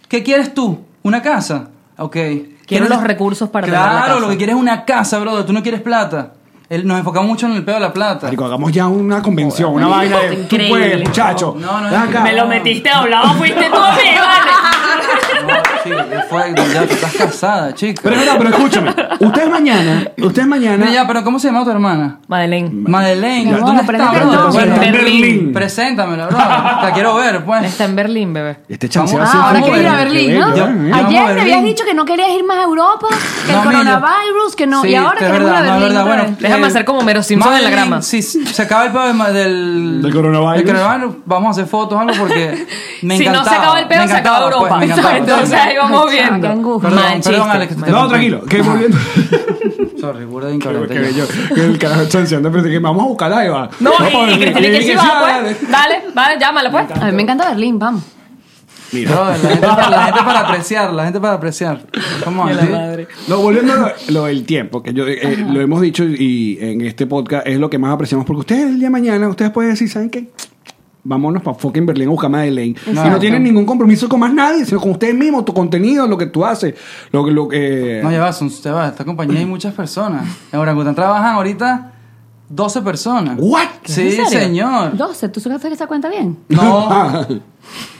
[SPEAKER 5] ¿Qué quieres tú? ¿Una casa? Ok.
[SPEAKER 2] Quiero
[SPEAKER 5] ¿Quieres-
[SPEAKER 2] los recursos para tener la
[SPEAKER 5] Claro,
[SPEAKER 2] casa.
[SPEAKER 5] lo que quieres es una casa, brother. Tú no quieres plata. El- nos enfocamos mucho en el pedo de la plata.
[SPEAKER 1] Marico, hagamos ya una convención, una vaina de... tú
[SPEAKER 2] Increíble.
[SPEAKER 1] puedes, muchacho.
[SPEAKER 5] No, no,
[SPEAKER 1] Ven
[SPEAKER 5] no.
[SPEAKER 1] acá.
[SPEAKER 2] Me lo metiste doblado, fuiste tú a mí, vale.
[SPEAKER 5] No, chico, ya fue, ya tú estás casada, chico.
[SPEAKER 1] Pero, es verdad, pero escúchame, ustedes mañana, ustedes mañana...
[SPEAKER 5] Mira, ya, pero ¿cómo se llama tu hermana?
[SPEAKER 2] Madeleine.
[SPEAKER 5] Madeleine.
[SPEAKER 3] Mi amor,
[SPEAKER 5] ¿Dónde
[SPEAKER 3] aprende
[SPEAKER 5] está,
[SPEAKER 3] que
[SPEAKER 5] brother?
[SPEAKER 3] no.
[SPEAKER 1] Bueno,
[SPEAKER 5] Bueno,
[SPEAKER 2] Berlín.
[SPEAKER 5] Preséntamela, bro. La quiero ver, pues.
[SPEAKER 2] Está en Berlín, bebé.
[SPEAKER 1] Este chance
[SPEAKER 5] Vamos,
[SPEAKER 1] va
[SPEAKER 5] ah,
[SPEAKER 1] a ser
[SPEAKER 3] Ahora
[SPEAKER 5] Vamos
[SPEAKER 1] feliz.
[SPEAKER 5] a
[SPEAKER 3] quieres ir a
[SPEAKER 5] ver,
[SPEAKER 3] Berlín,
[SPEAKER 1] Qué
[SPEAKER 3] ¿no?
[SPEAKER 1] bello,
[SPEAKER 5] Yo-
[SPEAKER 1] ¿eh?
[SPEAKER 5] vamos a
[SPEAKER 3] Ayer me
[SPEAKER 5] Berlín.
[SPEAKER 3] habías dicho que no querías ir más a Europa, que
[SPEAKER 5] No,
[SPEAKER 3] el
[SPEAKER 5] mira.
[SPEAKER 3] coronavirus, que no.
[SPEAKER 5] Sí,
[SPEAKER 3] y
[SPEAKER 5] es
[SPEAKER 3] ahora queremos ir
[SPEAKER 5] verdad, no,
[SPEAKER 3] a
[SPEAKER 5] es
[SPEAKER 3] Berlín.
[SPEAKER 5] verdad.
[SPEAKER 3] otra
[SPEAKER 5] Bueno,
[SPEAKER 3] vez.
[SPEAKER 2] Déjame
[SPEAKER 5] eh,
[SPEAKER 2] hacer como Homero Simpson en la
[SPEAKER 5] Madeleine,
[SPEAKER 2] grama.
[SPEAKER 5] Si se acaba el pedo de ma- del,
[SPEAKER 1] Del coronavirus.
[SPEAKER 5] del coronavirus, vamos a hacer fotos algo porque me
[SPEAKER 2] si no
[SPEAKER 5] encantaba.
[SPEAKER 2] se acaba el
[SPEAKER 5] me
[SPEAKER 2] pedo, se
[SPEAKER 5] encantaba,
[SPEAKER 2] acaba Europa.
[SPEAKER 5] pues, me encantaba.
[SPEAKER 2] Entonces ahí vamos
[SPEAKER 3] Ay,
[SPEAKER 2] viendo.
[SPEAKER 3] qué angustia.
[SPEAKER 5] Perdón, perdón,
[SPEAKER 2] Mal chiste,
[SPEAKER 5] Alex, que
[SPEAKER 2] mal
[SPEAKER 5] te-
[SPEAKER 1] No, tranquilo, que volviendo.
[SPEAKER 5] Sorry, burda de
[SPEAKER 1] Qué
[SPEAKER 5] ignorante.
[SPEAKER 1] bello. Que el carajo chanceando, pero que vamos a buscar a Eva.
[SPEAKER 2] No, y- y,
[SPEAKER 1] Joder,
[SPEAKER 2] Cristina que
[SPEAKER 1] y
[SPEAKER 2] sí
[SPEAKER 1] que
[SPEAKER 2] va,
[SPEAKER 1] sí,
[SPEAKER 2] pues. Dale, vale, llámala, pues.
[SPEAKER 3] A mí me encanta Berlín, vamos.
[SPEAKER 5] Bro, la gente, para, la gente para apreciar, la gente para apreciar. ¿Cómo así?
[SPEAKER 1] No, volviendo a lo, lo del tiempo, que yo, eh, lo hemos dicho y en este podcast es lo que más apreciamos, porque ustedes el día de mañana, ustedes pueden decir, ¿saben qué? Vámonos para fucking Berlín a buscar Madeleine. Y no
[SPEAKER 5] Exacto.
[SPEAKER 1] tienen ningún compromiso con más nadie, sino con ustedes mismos, tu contenido, lo que tú haces, lo, que- lo que...
[SPEAKER 5] No, ya va, son, ya va, esta compañía hay muchas personas. En Orangután trabajan ahorita 12 personas.
[SPEAKER 1] ¿What?
[SPEAKER 5] Sí,
[SPEAKER 2] ¿En serio?
[SPEAKER 5] señor.
[SPEAKER 3] 12, ¿tú sacaste esa cuenta bien?
[SPEAKER 1] Ah,
[SPEAKER 5] No.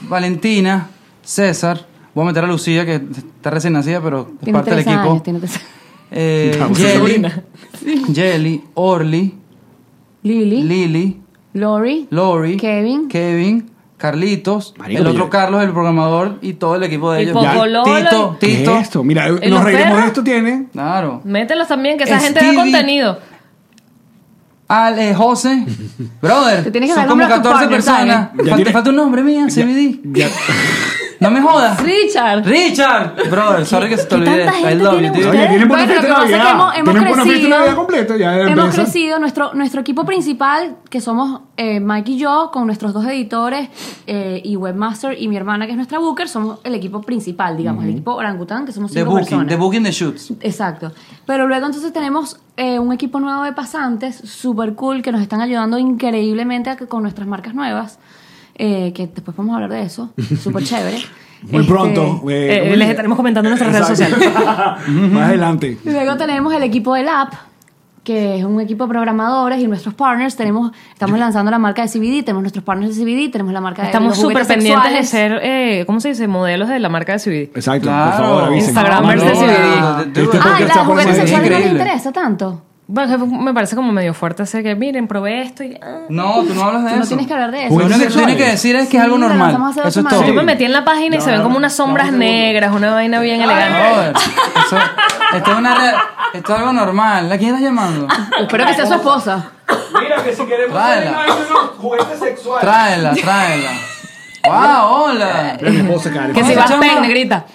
[SPEAKER 5] Valentina, César. Voy a meter a Lucía, que está recién nacida, pero es
[SPEAKER 3] Tiene
[SPEAKER 5] parte del
[SPEAKER 3] 3
[SPEAKER 5] equipo.
[SPEAKER 3] años, tiene 3 años.
[SPEAKER 5] Eh,
[SPEAKER 1] Vamos,
[SPEAKER 5] Jelly,
[SPEAKER 2] sobrina.
[SPEAKER 5] Jelly, Orly,
[SPEAKER 3] Lili,
[SPEAKER 5] Lily,
[SPEAKER 3] Lori,
[SPEAKER 5] Lori,
[SPEAKER 3] Kevin.
[SPEAKER 5] Kevin, Carlitos,
[SPEAKER 1] Marico,
[SPEAKER 5] el
[SPEAKER 1] pero
[SPEAKER 5] otro
[SPEAKER 1] yo-
[SPEAKER 5] Carlos, el programador, y todo el equipo de
[SPEAKER 2] Y
[SPEAKER 5] ellos.
[SPEAKER 2] Pocololo y-
[SPEAKER 5] Tito,
[SPEAKER 1] ¿Qué
[SPEAKER 5] Tito.
[SPEAKER 1] es esto? Mira,
[SPEAKER 2] ¿Y
[SPEAKER 1] nos
[SPEAKER 2] los
[SPEAKER 1] reiremos de
[SPEAKER 2] perros?
[SPEAKER 1] esto, tiene.
[SPEAKER 5] Claro.
[SPEAKER 2] Mételos también, que esa gente
[SPEAKER 5] Stevie.
[SPEAKER 2] da contenido.
[SPEAKER 5] Ale, Jose, brother.
[SPEAKER 3] Te tienes que
[SPEAKER 5] son
[SPEAKER 3] dar
[SPEAKER 5] como
[SPEAKER 3] nombre a tu
[SPEAKER 5] 14
[SPEAKER 3] partner,
[SPEAKER 5] personas.
[SPEAKER 1] Ya
[SPEAKER 5] Falta,
[SPEAKER 1] tiene-
[SPEAKER 5] falta un nombre mía,
[SPEAKER 1] Ya-
[SPEAKER 5] CBD.
[SPEAKER 1] ya-
[SPEAKER 5] No me jodas.
[SPEAKER 3] Richard.
[SPEAKER 5] Richard. Brother, sorry que se te
[SPEAKER 3] ¿Qué
[SPEAKER 5] olvidé.
[SPEAKER 3] tanta
[SPEAKER 5] I
[SPEAKER 3] gente
[SPEAKER 5] love
[SPEAKER 3] tienen
[SPEAKER 5] you, dude.
[SPEAKER 3] ustedes?
[SPEAKER 1] Oye, tienen buena
[SPEAKER 3] Bueno,
[SPEAKER 1] fiesta
[SPEAKER 3] lo que
[SPEAKER 1] de
[SPEAKER 3] pasa es que
[SPEAKER 1] Navidad.
[SPEAKER 3] hemos- hemos
[SPEAKER 1] Tienen buena fiesta de
[SPEAKER 3] crecido.
[SPEAKER 1] Navidad completa, ya
[SPEAKER 3] Hemos
[SPEAKER 1] empieza.
[SPEAKER 3] crecido, nuestro, nuestro equipo principal, que somos eh, Mike y yo, con nuestros dos editores eh, y webmaster y mi hermana, que es nuestra booker, somos el equipo principal, digamos, el equipo orangután, que somos
[SPEAKER 5] The
[SPEAKER 3] cinco
[SPEAKER 5] Booking,
[SPEAKER 3] personas.
[SPEAKER 5] The Booking, The Shoots.
[SPEAKER 3] Exacto. Pero luego entonces tenemos eh, un equipo nuevo de pasantes, super cool, que nos están ayudando increíblemente a que- con nuestras marcas nuevas, eh, que después vamos a hablar de eso, súper chévere.
[SPEAKER 1] Muy
[SPEAKER 3] Este,
[SPEAKER 1] pronto.
[SPEAKER 2] Eh, les estaremos comentando en nuestras redes
[SPEAKER 1] Exacto. Más adelante.
[SPEAKER 3] Luego tenemos el equipo del app, que es un equipo de programadores y nuestros partners. Tenemos, estamos lanzando la marca de CBD, tenemos nuestros partners de CBD, tenemos la marca de
[SPEAKER 2] Estamos
[SPEAKER 3] los juguetes
[SPEAKER 2] súper pendientes de
[SPEAKER 3] sexuales.
[SPEAKER 2] ser, eh, ¿cómo se dice? Modelos de la marca de CBD.
[SPEAKER 1] Exacto, por favor, avisen.
[SPEAKER 2] Instagramers de
[SPEAKER 5] Ahora,
[SPEAKER 1] CBD.
[SPEAKER 5] dude,
[SPEAKER 1] Este
[SPEAKER 3] Ah,
[SPEAKER 1] podcast
[SPEAKER 3] y
[SPEAKER 1] está
[SPEAKER 3] la de
[SPEAKER 1] por
[SPEAKER 3] juguetes
[SPEAKER 1] ahí.
[SPEAKER 3] sexuales no les
[SPEAKER 5] Increíble.
[SPEAKER 3] interesa tanto.
[SPEAKER 2] Bueno, jefe, me parece como medio fuerte hacer que, miren, probé esto y... ah.
[SPEAKER 5] No, tú no hablas de
[SPEAKER 3] Tú
[SPEAKER 5] eso.
[SPEAKER 3] no tienes que hablar de eso.
[SPEAKER 5] Lo único que tú
[SPEAKER 1] Sexuales.
[SPEAKER 5] tienes que decir es que
[SPEAKER 3] Sí,
[SPEAKER 5] es algo
[SPEAKER 3] lo
[SPEAKER 5] normal.
[SPEAKER 3] lanzamos hace dos
[SPEAKER 5] Eso es todo.
[SPEAKER 3] semanas.
[SPEAKER 2] Yo me metí en la página y se ven como unas sombras negras, una vaina bien elegante.
[SPEAKER 5] Brother, eso- esto, es una re- esto es algo normal. ¿A quién estás llamando?
[SPEAKER 3] Espero que sea su esposa.
[SPEAKER 6] Mira, que si queremos
[SPEAKER 5] Vale.
[SPEAKER 6] hacer una- unos juguetes sexuales.
[SPEAKER 5] Tráela, tráela. ¡Wow! ¡Hola!
[SPEAKER 1] Mira, mi esposa, Karen.
[SPEAKER 2] Que si
[SPEAKER 5] Ay,
[SPEAKER 2] vas
[SPEAKER 5] chamo.
[SPEAKER 2] peg, negrita.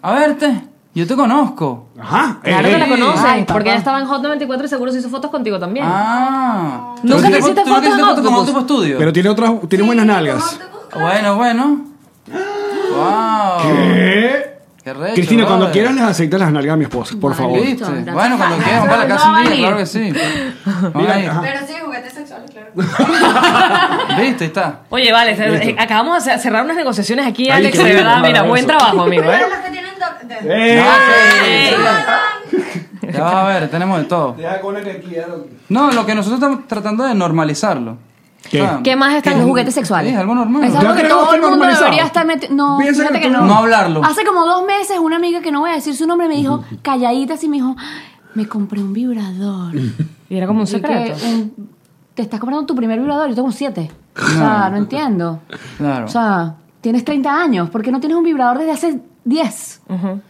[SPEAKER 5] A verte, yo te conozco.
[SPEAKER 1] Ajá.
[SPEAKER 2] Claro
[SPEAKER 1] eh,
[SPEAKER 2] que la
[SPEAKER 1] eh.
[SPEAKER 2] conoces,
[SPEAKER 5] Ay, papá.
[SPEAKER 2] porque ella estaba en Hot 94 y seguro se hizo fotos contigo también.
[SPEAKER 5] Ah.
[SPEAKER 2] ¿Nunca
[SPEAKER 5] ¿Tú
[SPEAKER 2] te
[SPEAKER 5] no
[SPEAKER 2] hiciste
[SPEAKER 5] tú no te
[SPEAKER 2] fotos
[SPEAKER 5] hiciste
[SPEAKER 2] en
[SPEAKER 5] fotos con
[SPEAKER 2] Octopus?
[SPEAKER 5] Octopus Studio?
[SPEAKER 1] Pero tiene otras, tiene buenas nalgas.
[SPEAKER 5] Bueno, bueno. ¡Wow!
[SPEAKER 1] ¿Qué?
[SPEAKER 5] ¡Qué recho,
[SPEAKER 1] Cristina, cuando
[SPEAKER 5] brother.
[SPEAKER 1] quieran les aceptas las nalgas a mi esposa, por favor.
[SPEAKER 5] ¿Viste?
[SPEAKER 3] Gracias.
[SPEAKER 5] Bueno, cuando quieran, para la casa un día, claro que sí.
[SPEAKER 1] Mira,
[SPEAKER 5] Ay,
[SPEAKER 1] ajá.
[SPEAKER 7] Pero sí, juguetes sexuales, claro.
[SPEAKER 5] ¿Viste? Ahí está.
[SPEAKER 2] Oye, vale, eh, acabamos de cerrar unas negociaciones aquí,
[SPEAKER 1] Ay,
[SPEAKER 2] Alex,
[SPEAKER 1] qué
[SPEAKER 2] de
[SPEAKER 1] bien,
[SPEAKER 2] verdad, mira, buen
[SPEAKER 1] maravilloso.
[SPEAKER 2] trabajo, amigo, ¿eh?
[SPEAKER 7] Pero los que tienen do- de- Ah,
[SPEAKER 1] Eh,
[SPEAKER 5] Ya vas a ver, tenemos de todo. No, lo que nosotros estamos tratando de normalizarlo.
[SPEAKER 1] ¿Qué?
[SPEAKER 3] ¿Qué más están los juguetes
[SPEAKER 5] Sí,
[SPEAKER 3] sexuales?
[SPEAKER 5] es algo normal.
[SPEAKER 3] Es
[SPEAKER 1] Ya
[SPEAKER 3] algo que
[SPEAKER 1] creo que
[SPEAKER 3] todo
[SPEAKER 1] está
[SPEAKER 3] el mundo
[SPEAKER 1] normalizado.
[SPEAKER 3] debería estar metido. No,
[SPEAKER 1] Piensa
[SPEAKER 3] fíjate
[SPEAKER 1] que
[SPEAKER 3] que,
[SPEAKER 1] tú-
[SPEAKER 3] no.
[SPEAKER 5] No hablarlo.
[SPEAKER 3] Hace como dos meses una amiga que no voy a decir su nombre me dijo calladita así me dijo me compré un vibrador.
[SPEAKER 2] Y era como un
[SPEAKER 3] Así que
[SPEAKER 2] secreto.
[SPEAKER 3] un- te estás comprando tu primer vibrador, yo tengo siete. O sea, no entiendo.
[SPEAKER 5] Claro.
[SPEAKER 3] O sea, tienes 30 años, ¿por qué no tienes un vibrador desde hace 10?
[SPEAKER 2] Ujú.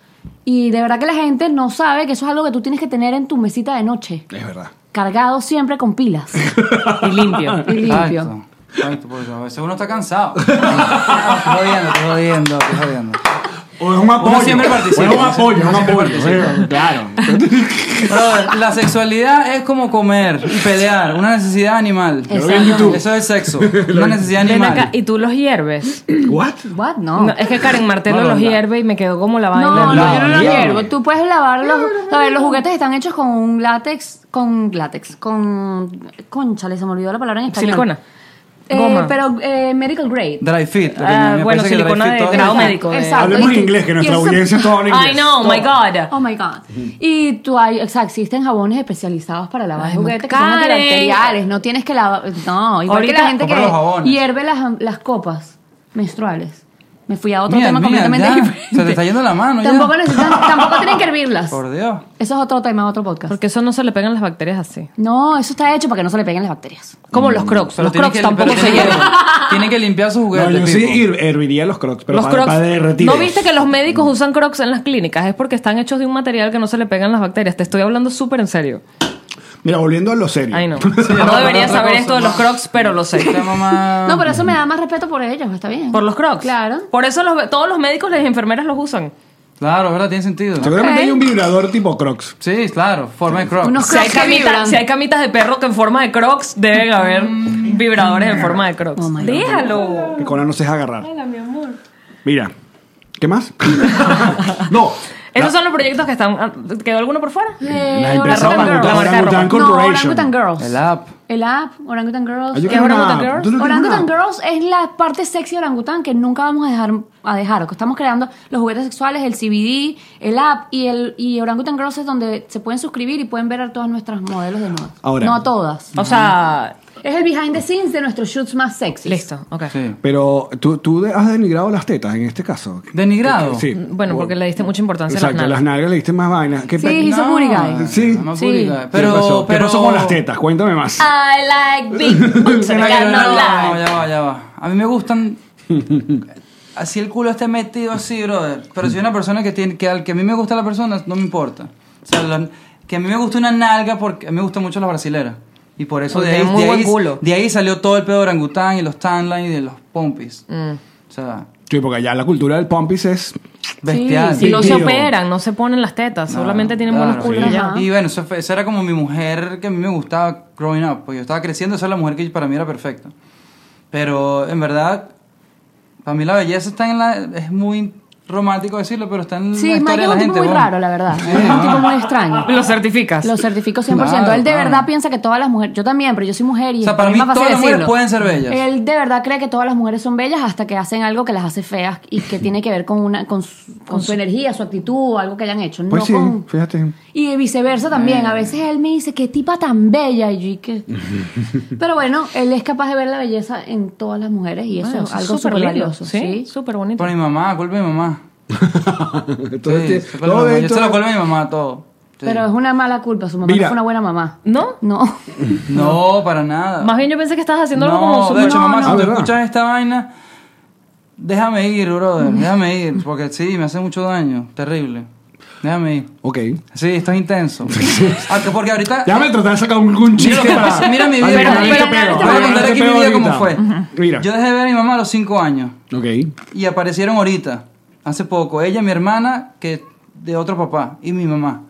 [SPEAKER 3] Y de verdad que la gente no sabe que eso es algo que tú tienes que tener en tu mesita de noche,
[SPEAKER 1] Es verdad.
[SPEAKER 3] cargado siempre con pilas
[SPEAKER 2] Y
[SPEAKER 5] Ah,
[SPEAKER 2] limpio.
[SPEAKER 3] y limpio.
[SPEAKER 5] Exacto. Exacto, porque a veces uno está cansado. Te jodiendo, te jodiendo, te jodiendo.
[SPEAKER 1] O es un apoyo.
[SPEAKER 5] siempre participa.
[SPEAKER 1] O es un apoyo, es un
[SPEAKER 5] Uno siempre
[SPEAKER 1] apoyo.
[SPEAKER 5] participa.
[SPEAKER 1] eh, Claro.
[SPEAKER 5] Brother, la sexualidad es como comer y pelear, una necesidad animal.
[SPEAKER 1] Yo lo vi en YouTube.
[SPEAKER 5] Eso es sexo, una necesidad
[SPEAKER 2] Ven acá,
[SPEAKER 5] animal.
[SPEAKER 2] y tú los hierves.
[SPEAKER 1] ¿What?
[SPEAKER 3] What? No.
[SPEAKER 2] No, es que Karen Martelo
[SPEAKER 5] No, no,
[SPEAKER 2] los
[SPEAKER 5] no.
[SPEAKER 2] hierve y me quedó como la vaina.
[SPEAKER 3] No, no,
[SPEAKER 5] la-
[SPEAKER 3] yo no
[SPEAKER 5] la-
[SPEAKER 3] lo hiervo.
[SPEAKER 5] la-
[SPEAKER 3] Tú puedes lavarlos. A ver, los juguetes están hechos con un látex, con látex, con... Concha, se me olvidó la palabra en español.
[SPEAKER 2] Silicona.
[SPEAKER 3] Eh,
[SPEAKER 2] Goma.
[SPEAKER 3] pero eh, medical grade.
[SPEAKER 5] Dry fit. lo que
[SPEAKER 2] Ah,
[SPEAKER 5] me
[SPEAKER 2] bueno,
[SPEAKER 5] parece que dry
[SPEAKER 2] silicona
[SPEAKER 5] fit
[SPEAKER 2] de
[SPEAKER 5] todo es
[SPEAKER 2] grado
[SPEAKER 5] dry fit.
[SPEAKER 2] médico. de-
[SPEAKER 3] Exacto.
[SPEAKER 1] Hablemos
[SPEAKER 3] y
[SPEAKER 1] en
[SPEAKER 3] tú-
[SPEAKER 1] inglés, que nuestra
[SPEAKER 3] y eso-
[SPEAKER 1] audiencia todo habla
[SPEAKER 2] I
[SPEAKER 1] inglés.
[SPEAKER 2] know, my God.
[SPEAKER 3] Oh my God. Y tú hay, exacto, existen jabones especializados para lavar
[SPEAKER 2] Ay,
[SPEAKER 3] juguetes que
[SPEAKER 2] Karen.
[SPEAKER 3] son antibacteriales. No tienes que lavar. No, igual
[SPEAKER 2] Ahorita-
[SPEAKER 3] que la gente
[SPEAKER 5] Comprar los
[SPEAKER 3] que
[SPEAKER 5] jabones.
[SPEAKER 3] hierve las, las copas menstruales. Me fui a otro
[SPEAKER 5] Mira,
[SPEAKER 3] tema
[SPEAKER 5] mira,
[SPEAKER 3] completamente
[SPEAKER 5] ya,
[SPEAKER 3] diferente.
[SPEAKER 5] se te está yendo la mano ya.
[SPEAKER 3] Tampoco, necesitan, tampoco tienen que hervirlas.
[SPEAKER 5] Por Dios.
[SPEAKER 3] Eso es otro tema, otro podcast.
[SPEAKER 2] Porque eso no se le pegan las bacterias así.
[SPEAKER 3] No, eso está hecho para que no se le peguen las bacterias.
[SPEAKER 2] Como los crocs.
[SPEAKER 5] Pero Mm.
[SPEAKER 2] Los
[SPEAKER 5] tiene
[SPEAKER 2] crocs
[SPEAKER 5] que,
[SPEAKER 2] tampoco
[SPEAKER 5] pero
[SPEAKER 2] se
[SPEAKER 5] tiene que-
[SPEAKER 2] hierven.
[SPEAKER 5] Tiene que limpiar sus
[SPEAKER 1] No,
[SPEAKER 5] juguetes.
[SPEAKER 1] yo sí
[SPEAKER 5] Pipo.
[SPEAKER 1] her- herviría los crocs, pero
[SPEAKER 2] los
[SPEAKER 1] para,
[SPEAKER 2] crocs.
[SPEAKER 1] para derretirlos.
[SPEAKER 2] ¿No viste que los
[SPEAKER 5] Mm.
[SPEAKER 2] médicos usan crocs en las clínicas? Es porque están hechos de un material que no se le pegan las bacterias. Te estoy hablando súper en serio.
[SPEAKER 1] Mira, volviendo a lo serio.
[SPEAKER 2] Ay, no.
[SPEAKER 5] no,
[SPEAKER 2] No debería
[SPEAKER 5] otra
[SPEAKER 2] saber
[SPEAKER 5] cosa,
[SPEAKER 2] esto de los crocs, pero lo sé.
[SPEAKER 5] Esta mamá-
[SPEAKER 3] No, pero eso me da más respeto por ellos, está bien.
[SPEAKER 2] Por los crocs.
[SPEAKER 3] Claro.
[SPEAKER 2] Por eso los- todos los médicos, las enfermeras los usan.
[SPEAKER 5] Claro, ¿verdad? Tiene sentido.
[SPEAKER 1] Seguramente hay un vibrador tipo crocs.
[SPEAKER 5] Sí, claro, forma de croc.
[SPEAKER 3] Unos
[SPEAKER 2] Si hay,
[SPEAKER 3] crocs que
[SPEAKER 2] camita-
[SPEAKER 3] vibran. Mm.
[SPEAKER 2] si hay camitas de perro que en forma de crocs, deben haber vibradores en forma de crocs.
[SPEAKER 3] Oh my God.
[SPEAKER 2] Déjalo.
[SPEAKER 1] Que con la no se deja agarrar. Hola, mi amor. Mira. ¿Qué más? no.
[SPEAKER 2] Esos son los proyectos que están. ah, ¿Quedó alguno por fuera?
[SPEAKER 3] Eh,
[SPEAKER 1] La empresa
[SPEAKER 3] Orangutan
[SPEAKER 2] Orangutan-
[SPEAKER 3] Girls.
[SPEAKER 1] Orangutan
[SPEAKER 3] No,
[SPEAKER 1] Corporation.
[SPEAKER 3] Orangutan Girls.
[SPEAKER 5] El app.
[SPEAKER 3] El app, Orangutan Girls.
[SPEAKER 1] Ay, yo
[SPEAKER 3] ¿Qué
[SPEAKER 1] quiero
[SPEAKER 3] es
[SPEAKER 1] una-
[SPEAKER 3] Orangutan Girls?
[SPEAKER 1] ¿Tú no quieres
[SPEAKER 3] Orangutan
[SPEAKER 1] una?
[SPEAKER 3] Girls es la parte sexy de Orangutan que nunca vamos a dejar, a dejar. que Estamos creando los juguetes sexuales, el CBD, el app y el y Orangutan Girls es donde se pueden suscribir y pueden ver a todas nuestras modelos de moda.
[SPEAKER 1] Ahora.
[SPEAKER 3] No a todas.
[SPEAKER 2] O sea,
[SPEAKER 3] Es el behind the scenes de nuestros shoots más sexy.
[SPEAKER 2] listo. Ok.
[SPEAKER 5] Sí.
[SPEAKER 1] Pero tú, tú de- has denigrado las tetas en este caso.
[SPEAKER 5] Denigrado.
[SPEAKER 1] Sí.
[SPEAKER 2] Bueno, porque le diste mucha importancia
[SPEAKER 1] Exacto,
[SPEAKER 2] a las
[SPEAKER 1] las
[SPEAKER 2] nalgas.
[SPEAKER 1] nalgas le diste más vainas. ¿Qué pe-
[SPEAKER 3] Sí, hizo
[SPEAKER 5] No.
[SPEAKER 3] booty guy.
[SPEAKER 1] Sí.
[SPEAKER 5] No,
[SPEAKER 3] Sí.
[SPEAKER 5] booty guy.
[SPEAKER 3] ¿Qué
[SPEAKER 5] Pero,
[SPEAKER 1] ¿Qué pasó?
[SPEAKER 5] pero
[SPEAKER 1] ¿Qué pasó con las tetas? Cuéntame más.
[SPEAKER 3] Ah.
[SPEAKER 2] I like big boots and I got no
[SPEAKER 5] ya va,
[SPEAKER 2] lie.
[SPEAKER 5] ya va, ya va. A mí me gustan. Así el culo esté metido así, brother. Pero si hay una persona que tiene. Que al que a mí me gusta la persona, no me importa. O sea, la- que a mí me gusta una nalga porque. A mí me gustan mucho las brasileras. Y por eso
[SPEAKER 2] Uy,
[SPEAKER 5] de ahí,
[SPEAKER 2] tiene muy
[SPEAKER 5] de,
[SPEAKER 2] buen
[SPEAKER 5] ahí,
[SPEAKER 2] culo. Mm.
[SPEAKER 5] de ahí salió todo el pedo de orangután y los tanlines y de los pompis. O sea,
[SPEAKER 1] Sí, porque allá la cultura del pompis es.
[SPEAKER 5] Bestial.
[SPEAKER 2] Sí, si no se
[SPEAKER 1] Tío.
[SPEAKER 2] operan, no se ponen las tetas, solamente tienen
[SPEAKER 5] Claro,
[SPEAKER 2] buenos culos
[SPEAKER 5] sí.
[SPEAKER 2] y ya.
[SPEAKER 5] Y bueno, eso, fue- esa era como mi mujer que a mí me gustaba growing up. Pues yo estaba creciendo, esa era la mujer que para mí era perfecta. Pero en verdad, para mí la belleza está en la. Es muy romántico decirlo, pero está en la
[SPEAKER 3] Sí,
[SPEAKER 5] historia
[SPEAKER 3] Mike
[SPEAKER 5] de
[SPEAKER 3] es
[SPEAKER 5] la
[SPEAKER 3] un tipo
[SPEAKER 5] gente. Eh.
[SPEAKER 3] muy
[SPEAKER 5] bueno.
[SPEAKER 3] raro, la verdad.
[SPEAKER 5] Sí,
[SPEAKER 3] Es un
[SPEAKER 5] no.
[SPEAKER 3] tipo muy extraño.
[SPEAKER 2] Lo Ah. certificas.
[SPEAKER 3] Lo certifico 100%.
[SPEAKER 5] Claro,
[SPEAKER 3] él de
[SPEAKER 5] claro.
[SPEAKER 3] verdad piensa que todas las mujeres. Yo también, pero yo soy mujer y.
[SPEAKER 5] O sea, para
[SPEAKER 3] es
[SPEAKER 5] mí
[SPEAKER 3] más fácil
[SPEAKER 5] todas las mujeres
[SPEAKER 3] decirlo.
[SPEAKER 5] pueden ser bellas.
[SPEAKER 3] Él de verdad cree que todas las mujeres son bellas hasta que hacen algo que las hace feas y que tiene que ver con una con su, con su energía, su actitud o algo que hayan hecho.
[SPEAKER 1] Pues
[SPEAKER 3] no
[SPEAKER 1] sí,
[SPEAKER 3] con-
[SPEAKER 1] fíjate.
[SPEAKER 3] Y viceversa también. A veces él me dice, qué tipa tan bella. Y yo, y que... Pero bueno, él es capaz de ver la belleza en todas las mujeres y eso
[SPEAKER 2] Bueno,
[SPEAKER 3] es algo súper
[SPEAKER 2] lindo,
[SPEAKER 3] valioso.
[SPEAKER 2] Sí,
[SPEAKER 3] Sí.
[SPEAKER 2] súper bonito.
[SPEAKER 5] Por mi mamá, culpa de mi mamá.
[SPEAKER 1] Entonces,
[SPEAKER 5] Sí,
[SPEAKER 1] tiene-
[SPEAKER 5] se
[SPEAKER 1] todo
[SPEAKER 5] culpa de mi mamá. Yo
[SPEAKER 1] esto-
[SPEAKER 5] se lo culpo a mi mamá todo. Sí.
[SPEAKER 3] Pero es una mala culpa. Su mamá
[SPEAKER 1] Mira.
[SPEAKER 3] no fue una buena mamá.
[SPEAKER 2] ¿No?
[SPEAKER 3] No.
[SPEAKER 5] No, para nada.
[SPEAKER 2] Más bien yo pensé que estabas haciendo
[SPEAKER 5] no,
[SPEAKER 2] algo como
[SPEAKER 5] de
[SPEAKER 2] súper...
[SPEAKER 5] hecho, mamá,
[SPEAKER 1] no.
[SPEAKER 5] si
[SPEAKER 1] Ah,
[SPEAKER 5] tú
[SPEAKER 1] ¿verdad?
[SPEAKER 5] escuchas esta vaina, déjame ir, brother. Déjame ir, porque sí, me hace mucho daño. Terrible. Déjame ir.
[SPEAKER 1] Ok.
[SPEAKER 5] Sí, esto es intenso. Ah, que porque ahorita.
[SPEAKER 1] Ya me tratar de sacar algún chiste
[SPEAKER 5] Mira, pues,
[SPEAKER 1] para.
[SPEAKER 5] mira mi vida.
[SPEAKER 1] Para
[SPEAKER 5] Pero-
[SPEAKER 1] contar
[SPEAKER 2] pero-
[SPEAKER 1] este pedo.
[SPEAKER 5] Voy
[SPEAKER 2] pero-
[SPEAKER 5] a
[SPEAKER 1] Para
[SPEAKER 5] contar
[SPEAKER 1] este
[SPEAKER 5] aquí mi
[SPEAKER 1] pedo
[SPEAKER 5] vida cómo
[SPEAKER 1] ahorita.
[SPEAKER 5] fue.
[SPEAKER 1] Mira.
[SPEAKER 5] Yo dejé de ver a mi mamá a los 5 años
[SPEAKER 1] Ok.
[SPEAKER 5] y aparecieron ahorita, hace poco. Ella, mi hermana, que de otro papá, y mi mamá.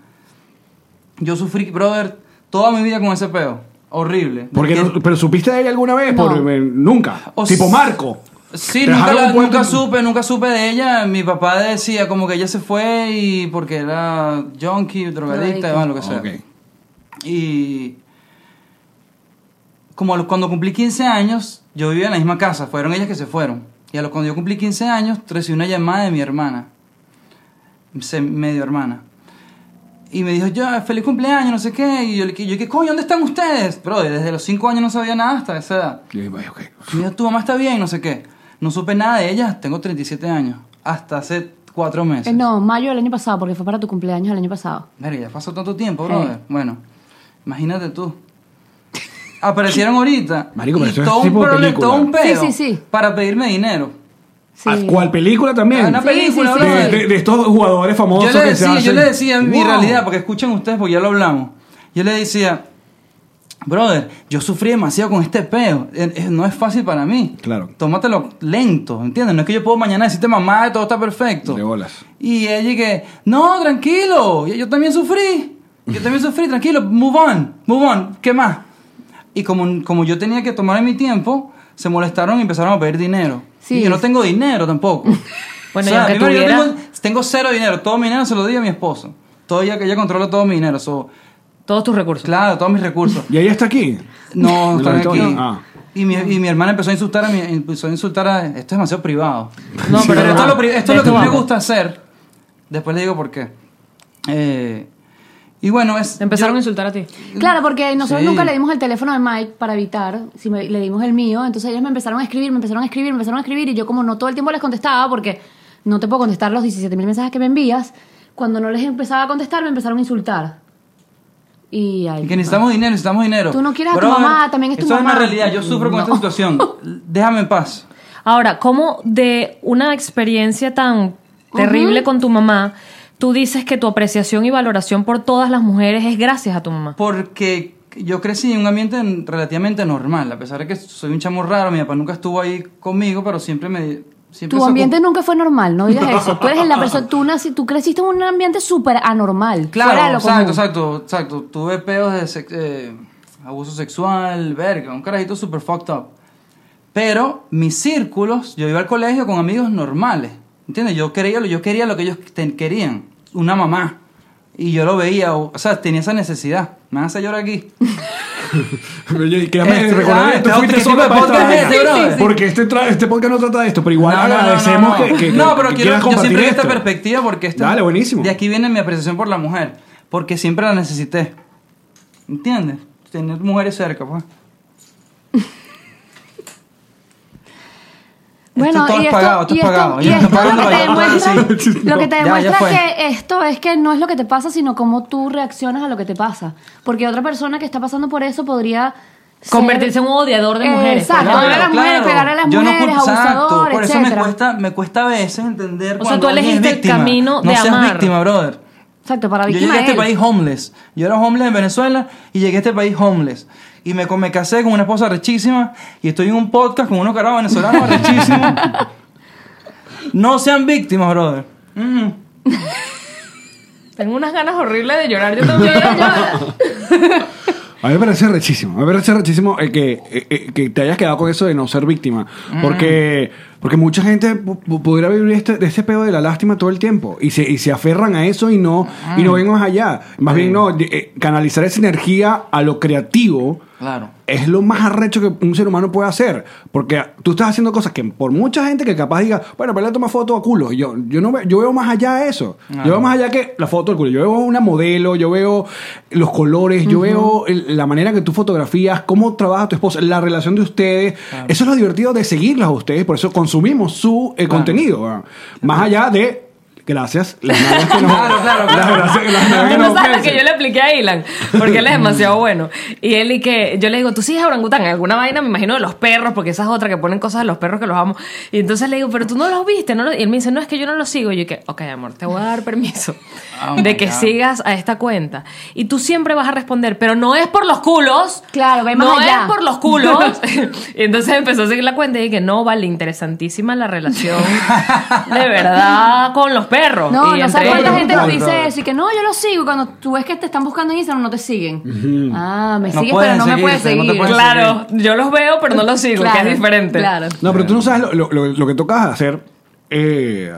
[SPEAKER 5] Yo sufrí, brother, toda mi vida con ese peo. Horrible.
[SPEAKER 1] Porque
[SPEAKER 5] De
[SPEAKER 1] no-
[SPEAKER 5] que-
[SPEAKER 1] pero supiste de ella alguna vez,
[SPEAKER 3] No.
[SPEAKER 1] Por- eh, nunca.
[SPEAKER 5] O
[SPEAKER 1] tipo
[SPEAKER 5] s-
[SPEAKER 1] Marco.
[SPEAKER 5] Sí,
[SPEAKER 1] Te
[SPEAKER 5] nunca,
[SPEAKER 1] jalaron
[SPEAKER 5] la-
[SPEAKER 1] un puente-
[SPEAKER 5] nunca supe, nunca supe de ella. Mi papá decía como que ella se fue y porque era junkie, drogadicta,
[SPEAKER 3] Drogadicta.
[SPEAKER 5] bueno, lo que sea.
[SPEAKER 1] Ok.
[SPEAKER 5] Y como a los- cuando cumplí 15 años, yo vivía en la misma casa, fueron ellas que se fueron. Y a los, cuando yo cumplí 15 años, recibí una llamada de mi hermana, se- medio hermana. Y me dijo, ya, feliz cumpleaños, no sé qué. Y yo, le- yo ¿qué coño? ¿Dónde están ustedes? Bro, desde los 5 años no sabía nada hasta esa edad.
[SPEAKER 1] Yo digo, "Ay, ok".
[SPEAKER 5] Me dijo, tu mamá está bien, no sé qué. No supe nada de ella, tengo 37 años. Hasta hace 4 meses.
[SPEAKER 3] Eh, no, mayo del año pasado, porque fue para tu cumpleaños el año pasado.
[SPEAKER 5] Verga, ya pasó tanto tiempo,
[SPEAKER 3] Sí.
[SPEAKER 5] brother. Bueno, imagínate tú. Aparecieron ahorita.
[SPEAKER 1] Marico, pero
[SPEAKER 5] y
[SPEAKER 1] esto es
[SPEAKER 5] todo un
[SPEAKER 1] tipo
[SPEAKER 5] problema,
[SPEAKER 1] película.
[SPEAKER 5] todo un pedo
[SPEAKER 3] Sí, sí, sí.
[SPEAKER 5] para pedirme dinero.
[SPEAKER 3] Sí.
[SPEAKER 1] ¿A ¿Cuál película también?
[SPEAKER 5] Una
[SPEAKER 3] Sí,
[SPEAKER 5] película,
[SPEAKER 3] sí, sí.
[SPEAKER 5] brother.
[SPEAKER 1] de, de- de estos jugadores famosos
[SPEAKER 5] Yo le
[SPEAKER 1] que se
[SPEAKER 5] decía,
[SPEAKER 1] hacen.
[SPEAKER 5] yo le decía mi
[SPEAKER 1] Wow.
[SPEAKER 5] realidad, porque escuchen ustedes, porque ya lo hablamos. Yo le decía, brother, yo sufrí demasiado con este peo. Eh, eh, No es fácil para mí.
[SPEAKER 1] Claro.
[SPEAKER 5] Tómatelo lento, ¿entiendes? No es que yo puedo mañana decirte, mamá, todo está perfecto.
[SPEAKER 1] De bolas.
[SPEAKER 5] Y ella que, no, tranquilo, yo, yo también sufrí, yo también sufrí, tranquilo, move on, move on, ¿qué más? Y como, como yo tenía que tomar mi tiempo, se molestaron y empezaron a pedir dinero.
[SPEAKER 3] Sí.
[SPEAKER 5] Y yo no tengo dinero tampoco. O
[SPEAKER 2] Bueno, y
[SPEAKER 5] sea,
[SPEAKER 2] aunque
[SPEAKER 5] primero, yo
[SPEAKER 2] tuviera-
[SPEAKER 5] tengo, tengo cero dinero, todo mi dinero se lo di a mi esposo. Todo ella, ella controla todo mi dinero, so,
[SPEAKER 2] Todos tus recursos.
[SPEAKER 5] claro, todos mis recursos.
[SPEAKER 1] Y ella está aquí.
[SPEAKER 5] No,
[SPEAKER 1] Me lo
[SPEAKER 5] están
[SPEAKER 1] aventó,
[SPEAKER 5] aquí.
[SPEAKER 1] ¿no? Ah.
[SPEAKER 5] Y, mi, y mi hermana empezó a insultar a mi, empezó a insultar a, esto es demasiado privado.
[SPEAKER 2] No, pero
[SPEAKER 5] pero esto,
[SPEAKER 2] no.
[SPEAKER 5] es lo, pri- esto es
[SPEAKER 2] De
[SPEAKER 5] lo que
[SPEAKER 2] esto
[SPEAKER 5] me
[SPEAKER 2] vamos.
[SPEAKER 5] gusta hacer. Después le digo por qué. Eh, y bueno, es.
[SPEAKER 2] Te empezaron a
[SPEAKER 5] yo-
[SPEAKER 2] insultar a ti.
[SPEAKER 3] Claro, porque nosotros
[SPEAKER 5] Sí.
[SPEAKER 3] nunca le dimos el teléfono de Mike para evitar, si me- le dimos el mío, entonces ellos me empezaron a escribir, me empezaron a escribir, me empezaron a escribir y yo como no todo el tiempo les contestaba porque no te puedo contestar los 17.000 mensajes que me envías, cuando no les empezaba a contestar me empezaron a insultar. Y ahí.
[SPEAKER 5] Que necesitamos dinero, necesitamos dinero.
[SPEAKER 3] Tú no quieres a tu mamá, también es tu
[SPEAKER 5] esto
[SPEAKER 3] mamá.
[SPEAKER 5] es una realidad, yo sufro con
[SPEAKER 3] No.
[SPEAKER 5] esta situación. Déjame en paz.
[SPEAKER 2] Ahora, ¿cómo de una experiencia tan terrible con tu mamá, tú dices que tu apreciación y valoración por todas las mujeres es gracias a tu mamá?
[SPEAKER 5] Porque yo crecí en un ambiente en- relativamente normal, a pesar de que soy un chamo raro, mi papá nunca estuvo ahí conmigo, pero siempre me... Siempre
[SPEAKER 3] Tu
[SPEAKER 5] se
[SPEAKER 3] ambiente nunca fue normal, no digas eso. Tú eres la persona, tú, nací- tú creciste en un ambiente súper anormal. fuera de
[SPEAKER 5] Claro,
[SPEAKER 3] lo
[SPEAKER 5] exacto,
[SPEAKER 3] común.
[SPEAKER 5] exacto, exacto. Tuve peos de sex- eh, abuso sexual, verga, un carajito super fucked up. Pero mis círculos, yo iba al colegio con amigos normales, ¿entiendes? Yo quería, lo- yo quería lo que ellos te- querían, una mamá. Y yo lo veía, o, o sea, tenía esa necesidad. Me van a hacer llorar aquí.
[SPEAKER 1] Oye, que me
[SPEAKER 5] Este,
[SPEAKER 1] recordar
[SPEAKER 5] ah,
[SPEAKER 1] que tú
[SPEAKER 5] este
[SPEAKER 1] fuiste
[SPEAKER 5] otro tipo
[SPEAKER 1] solo
[SPEAKER 5] de
[SPEAKER 1] para esta
[SPEAKER 5] podcast es
[SPEAKER 1] vaina.
[SPEAKER 5] este, brother. Sí, sí.
[SPEAKER 1] Porque este, tra- este podcast no trata de esto, pero igual agradecemos
[SPEAKER 5] no, no.
[SPEAKER 1] que, que-
[SPEAKER 5] No, pero quiero,
[SPEAKER 1] que- que
[SPEAKER 5] yo
[SPEAKER 1] quieras
[SPEAKER 5] siempre
[SPEAKER 1] compartir
[SPEAKER 5] quiero esta
[SPEAKER 1] esto.
[SPEAKER 5] perspectiva porque esta-
[SPEAKER 1] Dale, buenísimo.
[SPEAKER 5] De aquí viene mi apreciación por la mujer, porque siempre la necesité. ¿Entiendes? Tener mujeres cerca, pues.
[SPEAKER 3] Bueno,
[SPEAKER 5] Esto todo
[SPEAKER 3] y
[SPEAKER 5] es
[SPEAKER 3] esto,
[SPEAKER 5] pagado, esto
[SPEAKER 3] y
[SPEAKER 5] es pagado.
[SPEAKER 3] y
[SPEAKER 5] Ya,
[SPEAKER 3] esto
[SPEAKER 5] pagando
[SPEAKER 3] lo que te
[SPEAKER 5] para allá.
[SPEAKER 3] demuestra, lo que te
[SPEAKER 5] Ya, ya
[SPEAKER 3] demuestra
[SPEAKER 5] fue.
[SPEAKER 3] que esto es que no es lo que te pasa, sino cómo tú reaccionas a lo que te pasa. Porque otra persona que está pasando por eso podría ser-
[SPEAKER 2] Convertirse en un odiador de
[SPEAKER 3] Eh,
[SPEAKER 2] mujeres.
[SPEAKER 3] exacto.
[SPEAKER 2] por
[SPEAKER 3] Pegar a
[SPEAKER 2] ejemplo.
[SPEAKER 3] las mujeres, pegar a las
[SPEAKER 5] Yo no
[SPEAKER 3] mujeres,
[SPEAKER 5] culpo- exacto,
[SPEAKER 3] abusador,
[SPEAKER 5] Por eso me
[SPEAKER 3] etcétera.
[SPEAKER 5] cuesta, me cuesta a veces entender
[SPEAKER 2] sea,
[SPEAKER 5] cuando
[SPEAKER 2] tú
[SPEAKER 5] alguien es
[SPEAKER 2] elegiste el
[SPEAKER 5] víctima.
[SPEAKER 2] camino
[SPEAKER 5] no
[SPEAKER 2] de
[SPEAKER 5] seas
[SPEAKER 2] amar.
[SPEAKER 5] víctima, brother.
[SPEAKER 3] Exacto, para
[SPEAKER 5] Yo
[SPEAKER 3] víctima
[SPEAKER 5] llegué a este
[SPEAKER 3] él.
[SPEAKER 5] país homeless. Yo era homeless en Venezuela y llegué a este país homeless. Y me, me casé con una esposa rechísima y estoy en un podcast con unos carajos venezolanos rechísimos. No sean víctimas, brother. Mm.
[SPEAKER 2] Tengo unas ganas horribles de llorar. Yo también.
[SPEAKER 1] A mí me parece rechísimo. A mí me parece rechísimo eh, que, eh, eh, que te hayas quedado con eso de no ser víctima. Porque, porque mucha gente pu- pu- pudiera vivir este, de este pedo de la lástima todo el tiempo. Y se, y se aferran a eso y no, y no ven más allá. Más bien, no, de- eh, canalizar esa energía a lo creativo.
[SPEAKER 5] Claro.
[SPEAKER 1] Es lo más arrecho que un ser humano puede hacer. Porque tú estás haciendo cosas que por mucha gente que capaz diga, bueno, pero le toma foto a culo. Yo, yo, no, ve- yo veo más allá de eso. Yo veo más allá que la foto al culo. Yo veo una modelo, yo veo los colores, yo veo el- la manera que tú fotografías, cómo trabaja tu esposa, la relación de ustedes. Eso es lo divertido de seguirlas a ustedes. Por eso consumimos su eh, contenido. ¿verdad? Más allá de... Gracias. Las nalgas que nos-
[SPEAKER 5] Claro, claro,
[SPEAKER 1] las
[SPEAKER 5] claro.
[SPEAKER 1] gracias- las nalgas que
[SPEAKER 2] No
[SPEAKER 1] nos
[SPEAKER 2] sabes lo que
[SPEAKER 1] ofrecen.
[SPEAKER 2] yo le apliqué a Ilan, porque él es demasiado bueno. Y él y que yo le digo, tú sí eres orangután, alguna vaina, me imagino de los perros, porque esa es otra que ponen cosas de los perros que los amo. Y entonces le digo, pero tú no los viste, no los-". y él me dice, no es que yo no los sigo. Y yo que, ok, amor, te voy a dar permiso
[SPEAKER 5] Oh my
[SPEAKER 2] de que
[SPEAKER 5] God.
[SPEAKER 2] sigas a esta cuenta. Y tú siempre vas a responder, pero no es por los culos.
[SPEAKER 3] Claro, ve más
[SPEAKER 2] No
[SPEAKER 3] allá.
[SPEAKER 2] es por los culos. y entonces empezó a seguir la cuenta y dije, no, vale, interesantísima la relación de verdad con los perros. Y
[SPEAKER 3] No, no
[SPEAKER 2] entre
[SPEAKER 3] sabes cuánta
[SPEAKER 2] ellos-
[SPEAKER 3] gente nos
[SPEAKER 5] Claro.
[SPEAKER 3] dice eso y que no, yo lo sigo. y Cuando tú ves que te están buscando en Instagram, no te siguen. Ah, me
[SPEAKER 5] No
[SPEAKER 3] sigues, pero
[SPEAKER 5] pueden
[SPEAKER 3] no me puedes
[SPEAKER 5] seguirte, no te
[SPEAKER 3] seguir.
[SPEAKER 5] pueden
[SPEAKER 2] Claro, yo los veo, pero no los sigo,
[SPEAKER 3] Claro,
[SPEAKER 2] que es diferente.
[SPEAKER 3] Claro.
[SPEAKER 1] No, pero tú no sabes lo, lo- lo- lo que tocas hacer. eh,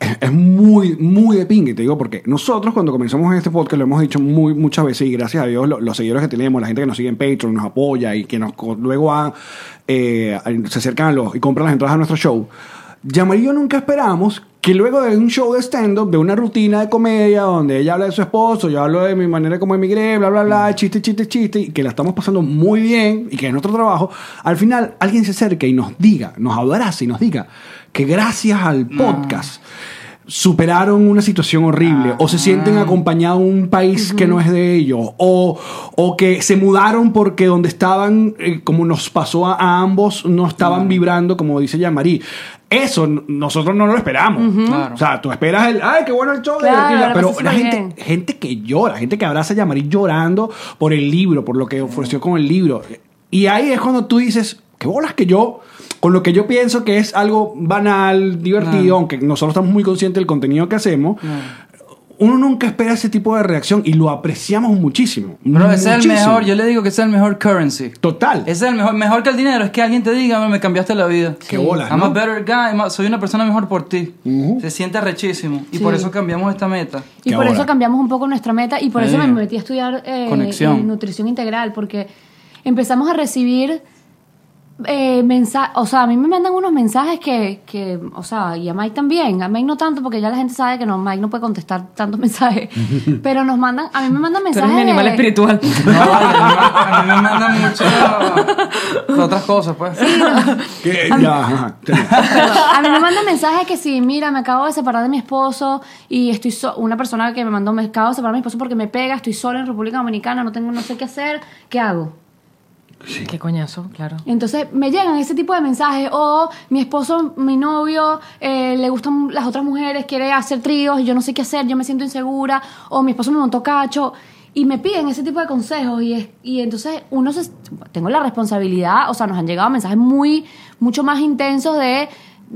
[SPEAKER 1] es- es muy, muy de pingue, te digo, porque nosotros cuando comenzamos en este podcast lo hemos dicho muy, muchas veces y gracias a Dios lo- los seguidores que tenemos, la gente que nos sigue en Patreon, nos apoya y que nos co- luego ha- eh, se acercan a los, y compran las entradas a nuestro show. Yamari y yo nunca esperamos que luego de un show de stand-up, de una rutina de comedia donde ella habla de su esposo, yo hablo de mi manera como emigré, bla, bla, bla, chiste, chiste, chiste, y que la estamos pasando muy bien y que es nuestro trabajo, al final alguien se acerque y nos diga, nos abrace y nos diga que gracias al podcast superaron una situación horrible o se
[SPEAKER 3] Ah.
[SPEAKER 1] sienten acompañados en un país que no es de ellos o, o que se mudaron porque donde estaban, eh, como nos pasó a, a ambos, no estaban vibrando, como dice Yamari. Eso n- nosotros no lo esperamos.
[SPEAKER 5] Claro.
[SPEAKER 1] O sea, tú esperas el, ay, qué bueno el show,
[SPEAKER 3] Claro,
[SPEAKER 1] divertido",
[SPEAKER 3] la
[SPEAKER 1] pero
[SPEAKER 3] pasé
[SPEAKER 1] la
[SPEAKER 3] súper
[SPEAKER 1] gente,
[SPEAKER 3] bien.
[SPEAKER 1] gente que llora, gente que abraza a Yamari llorando por el libro, por lo que ofreció con el libro. Y ahí es cuando tú dices, qué bolas que yo, con lo que yo pienso que es algo banal, divertido, aunque nosotros estamos muy conscientes del contenido que hacemos.
[SPEAKER 5] Mm,
[SPEAKER 1] Uno nunca espera ese tipo de reacción y lo apreciamos muchísimo.
[SPEAKER 5] Bro, ese es el
[SPEAKER 1] muchísimo.
[SPEAKER 5] mejor, yo le digo que ese es el mejor currency.
[SPEAKER 1] Total.
[SPEAKER 5] Ese es el mejor, mejor que el dinero, es que alguien te diga, "Bro, me cambiaste la vida.
[SPEAKER 1] Qué bolas,
[SPEAKER 5] I'm
[SPEAKER 1] ¿no?
[SPEAKER 5] a better guy, ma- soy una persona mejor por ti. Se siente rechísimo. Y por
[SPEAKER 3] Sí.
[SPEAKER 5] eso cambiamos esta meta.
[SPEAKER 3] Y
[SPEAKER 1] Que
[SPEAKER 3] por
[SPEAKER 1] ahora.
[SPEAKER 3] eso cambiamos un poco nuestra meta y por
[SPEAKER 5] Sí.
[SPEAKER 3] eso me metí a estudiar eh,
[SPEAKER 5] Conexión.
[SPEAKER 3] eh, nutrición integral, porque empezamos a recibir eh, mensajes, o sea, a mí me mandan unos mensajes que, que, o sea, y a Mike también, a Mike no tanto, porque ya la gente sabe que no, Mike no puede contestar tantos mensajes, pero nos mandan, a mí me mandan
[SPEAKER 2] Tú
[SPEAKER 3] mensajes...
[SPEAKER 2] eres mi animal
[SPEAKER 3] de-
[SPEAKER 2] espiritual.
[SPEAKER 5] No, a mí me manda mucho otras cosas, pues.
[SPEAKER 1] Que- ya, ajá.
[SPEAKER 3] A mí me mandan mensajes que sí, mira, me acabo de separar de mi esposo y estoy so- una persona que me mandó, me acabo de separar de mi esposo porque me pega, estoy sola en República Dominicana, no tengo, no sé qué hacer, ¿qué hago?
[SPEAKER 2] Qué coñazo, claro.
[SPEAKER 3] Entonces me llegan ese tipo de mensajes o mi esposo, mi novio, eh, le gustan las otras mujeres, quiere hacer tríos y yo no sé qué hacer, yo me siento insegura o mi esposo me montó cacho y me piden ese tipo de consejos y, es- y entonces uno se, tengo la responsabilidad, o sea, nos han llegado mensajes muy, mucho más intensos de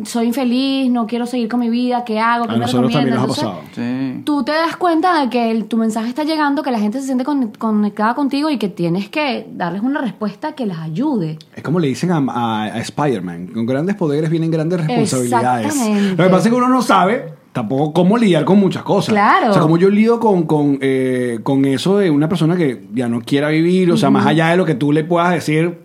[SPEAKER 3] soy infeliz, no quiero seguir con mi vida, ¿qué hago? ¿Qué
[SPEAKER 1] A
[SPEAKER 3] me
[SPEAKER 1] nosotros también
[SPEAKER 3] recomiendas?".
[SPEAKER 1] nos ha
[SPEAKER 3] Entonces,
[SPEAKER 1] pasado.
[SPEAKER 5] Sí.
[SPEAKER 3] tú te das cuenta de que el- tu mensaje está llegando, que la gente se siente con- conectada contigo y que tienes que darles una respuesta que las ayude.
[SPEAKER 1] Es como le dicen a, a- a Spider-Man, con grandes poderes vienen grandes responsabilidades.
[SPEAKER 3] Exactamente.
[SPEAKER 1] Lo que pasa es que uno no sabe tampoco cómo lidiar con muchas cosas.
[SPEAKER 3] Claro.
[SPEAKER 1] O sea, como yo lidio con, con, eh, con eso de una persona que ya no quiera vivir, o sea, más allá de lo que tú le puedas decir,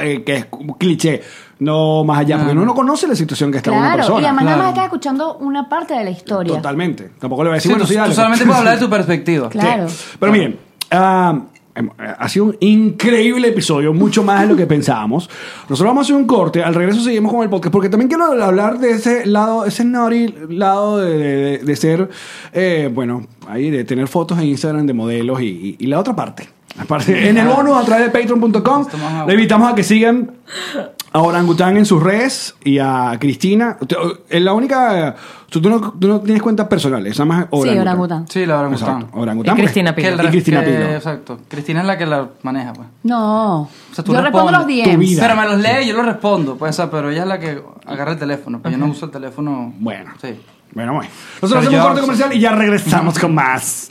[SPEAKER 1] eh, que es como cliché, no más allá, porque uno no conoce la situación que está una
[SPEAKER 3] Claro,
[SPEAKER 1] persona.
[SPEAKER 3] y además nada más
[SPEAKER 5] claro.
[SPEAKER 3] estás escuchando una parte de la historia.
[SPEAKER 1] Totalmente. Tampoco le voy a
[SPEAKER 5] Sí,
[SPEAKER 1] decir, bueno,
[SPEAKER 5] tú,
[SPEAKER 1] sí, dale. pues.
[SPEAKER 5] tú solamente puedes hablar de tu perspectiva.
[SPEAKER 3] Claro.
[SPEAKER 1] Sí. Pero miren, ah, em, ha sido un increíble episodio, mucho más de lo que pensábamos. Nosotros vamos a hacer un corte, al regreso seguimos con el podcast, porque también quiero hablar de ese lado, ese naughty lado de, de- de ser, eh, bueno, ahí de tener fotos en Instagram de modelos y, y- y la otra parte. La parte- En el bonus a través de patreon.com
[SPEAKER 5] Esto más agua.
[SPEAKER 1] le invitamos a que sigan a Orangután en sus redes y a Cristina. Te- Es la única. Tú, tú no, tú no tienes cuentas personales, nada más Orangután.
[SPEAKER 3] Sí, orangután.
[SPEAKER 5] Sí, la orangután.
[SPEAKER 1] Exacto, orangután. pues.
[SPEAKER 2] Y Cristina
[SPEAKER 5] Que
[SPEAKER 2] Pilo.
[SPEAKER 5] el
[SPEAKER 1] Y
[SPEAKER 5] re-
[SPEAKER 1] Cristina
[SPEAKER 5] que-
[SPEAKER 1] Pilo.
[SPEAKER 5] Exacto. Cristina es la que la maneja, pues.
[SPEAKER 3] No.
[SPEAKER 5] O sea, tú
[SPEAKER 3] yo respondo los
[SPEAKER 5] respondes.
[SPEAKER 1] Tu
[SPEAKER 3] 10.
[SPEAKER 1] vida.
[SPEAKER 5] Pero me los lee y yo los respondo, pues, o sea, pero ella es la que agarra el teléfono, pues yo no uso el teléfono.
[SPEAKER 1] Bueno.
[SPEAKER 5] Sí.
[SPEAKER 1] Bueno, bueno. Nosotros
[SPEAKER 5] Pero
[SPEAKER 1] hacemos un
[SPEAKER 5] yo-
[SPEAKER 1] corte comercial y ya regresamos con más.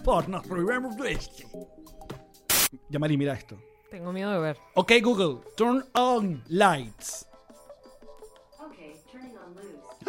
[SPEAKER 1] por nos Remember Twitch. Yamari, mira esto.
[SPEAKER 2] Tengo miedo de ver.
[SPEAKER 1] Ok, Google, turn on lights.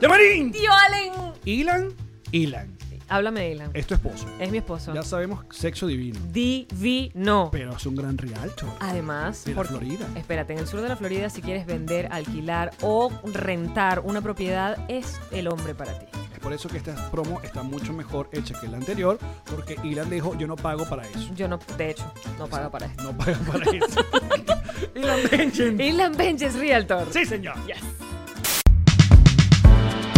[SPEAKER 1] ¡Llamarín!
[SPEAKER 2] ¡Tío Allen!
[SPEAKER 1] Ilan, Ilan,
[SPEAKER 2] Háblame de Ilan.
[SPEAKER 1] es tu esposo.
[SPEAKER 2] Es mi esposo.
[SPEAKER 1] Ya sabemos sexo divino,
[SPEAKER 2] Divino.
[SPEAKER 1] pero es un gran rialto.
[SPEAKER 2] Además,
[SPEAKER 1] De la
[SPEAKER 2] Ah, por-
[SPEAKER 1] Florida.
[SPEAKER 2] Espérate, en el sur de la Florida, si quieres vender, alquilar o rentar una propiedad, es el hombre para ti.
[SPEAKER 1] Es por eso que esta promo está mucho mejor hecha que la anterior, porque Ilan dijo, yo no pago para eso.
[SPEAKER 2] Yo no, de hecho, no pago para esto.
[SPEAKER 1] No paga para eso. Ilan Benjen.
[SPEAKER 2] Inland Benches Realtor.
[SPEAKER 1] Sí, señor.